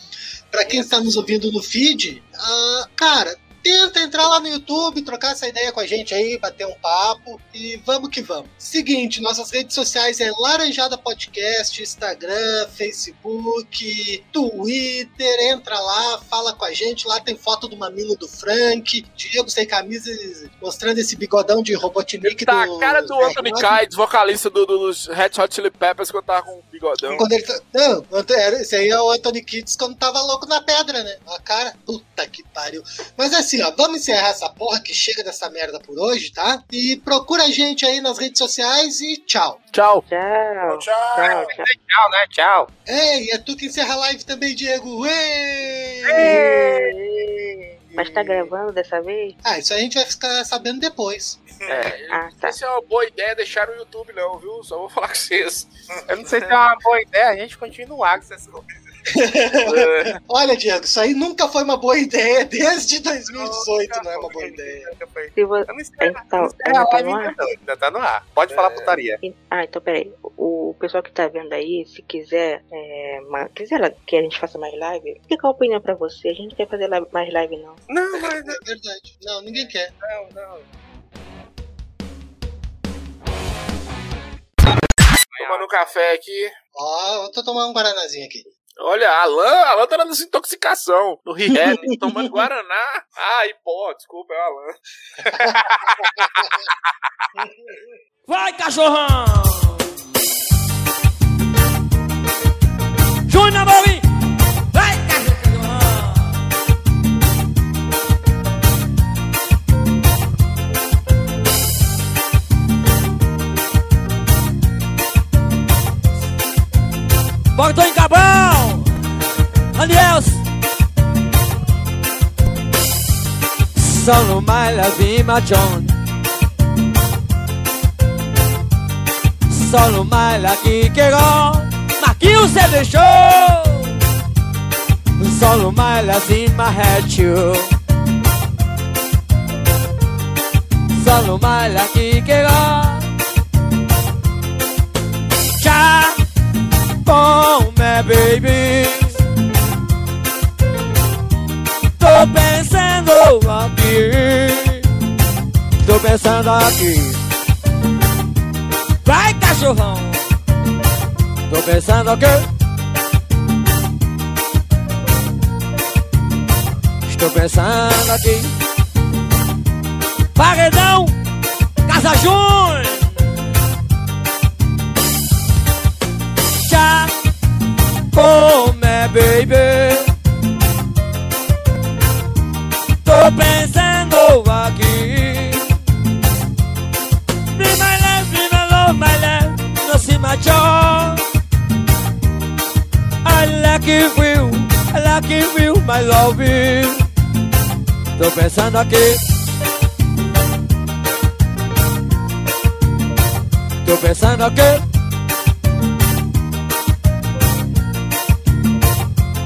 [SPEAKER 2] Pra quem está nos ouvindo no feed, ah, cara, tenta entrar lá no YouTube, trocar essa ideia com a gente aí, bater um papo e vamos que vamos. Seguinte, nossas redes sociais é Laranjada Podcast, Instagram, Facebook, Twitter, entra lá, fala com a gente, lá tem foto do mamilo do Frank, Diego sem camisa mostrando esse bigodão de Robotnik
[SPEAKER 3] Tá a cara do Anthony Kides, vocalista do, do- dos Red Hot Chili Peppers, quando tava com o bigodão.
[SPEAKER 2] Quando ele tá- Não, Anto- era- esse aí é o Anthony Kids quando tava louco na pedra, né? A cara, puta que pariu. Mas assim, ó, vamos encerrar essa porra que chega dessa merda por hoje, tá? E procura a gente aí nas redes sociais e tchau.
[SPEAKER 3] Tchau.
[SPEAKER 8] Tchau.
[SPEAKER 7] Tchau.
[SPEAKER 8] Tchau, tchau.
[SPEAKER 5] Tchau, né? Tchau.
[SPEAKER 2] É, e é tu que encerra a live também, Diego. Uê!
[SPEAKER 8] Mas tá gravando dessa vez?
[SPEAKER 2] Ah, isso aí a gente vai ficar sabendo depois.
[SPEAKER 3] É,
[SPEAKER 8] Ah, tá.
[SPEAKER 3] Essa é uma boa ideia deixar no YouTube, não, viu? Só vou falar com vocês.
[SPEAKER 5] Eu não sei se é uma boa ideia a gente continuar com essas coisas.
[SPEAKER 2] Olha, Diego, isso aí nunca foi uma boa ideia. Desde 2018 não é uma boa ideia.
[SPEAKER 8] Se vo...
[SPEAKER 5] Eu não
[SPEAKER 3] é
[SPEAKER 5] sei.
[SPEAKER 8] Então,
[SPEAKER 5] não sei,
[SPEAKER 8] ainda
[SPEAKER 5] a
[SPEAKER 8] tá
[SPEAKER 5] live
[SPEAKER 8] no ar?
[SPEAKER 5] ainda não, ainda tá no ar. Pode falar putaria.
[SPEAKER 8] Ah, então peraí. O pessoal que tá vendo aí, se quiser, é, ma- quiser lá que a gente faça mais live, fica a opinião pra você. A gente não quer fazer live- mais live, não.
[SPEAKER 5] Não, mas
[SPEAKER 2] É verdade. Não, ninguém quer.
[SPEAKER 5] não, não.
[SPEAKER 3] Tomando um café aqui.
[SPEAKER 2] Ó, eu tô tomando um guaranazinho aqui.
[SPEAKER 3] Olha, Alan, Alan tá na desintoxicação, no rehab, tomando Guaraná. Ai, pô, desculpa, é o Alan.
[SPEAKER 9] Vai, cachorrão! Júnior Maui! Vai, Carlito João! Bordo em Cabral! Aniels! Sono my love in my John Solo my lucky girl Marquinhos você deixou Solo my love in my head you Solo my lucky girl Tchau bom, né, baby? Tô pensando aqui. Tô pensando aqui. Vai, cachorrão. Tô pensando aqui. Estou pensando aqui. Paredão, Casa Júnior. já Oh, my baby Tô pensando aqui Be my love, be my love, my love Não se macho I like you, I like you, my love Tô pensando aqui Tô pensando aqui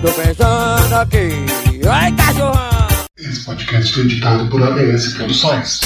[SPEAKER 9] Tô pensando aqui. Ai, cachorrão!
[SPEAKER 10] Esse podcast foi editado por ABS Produções.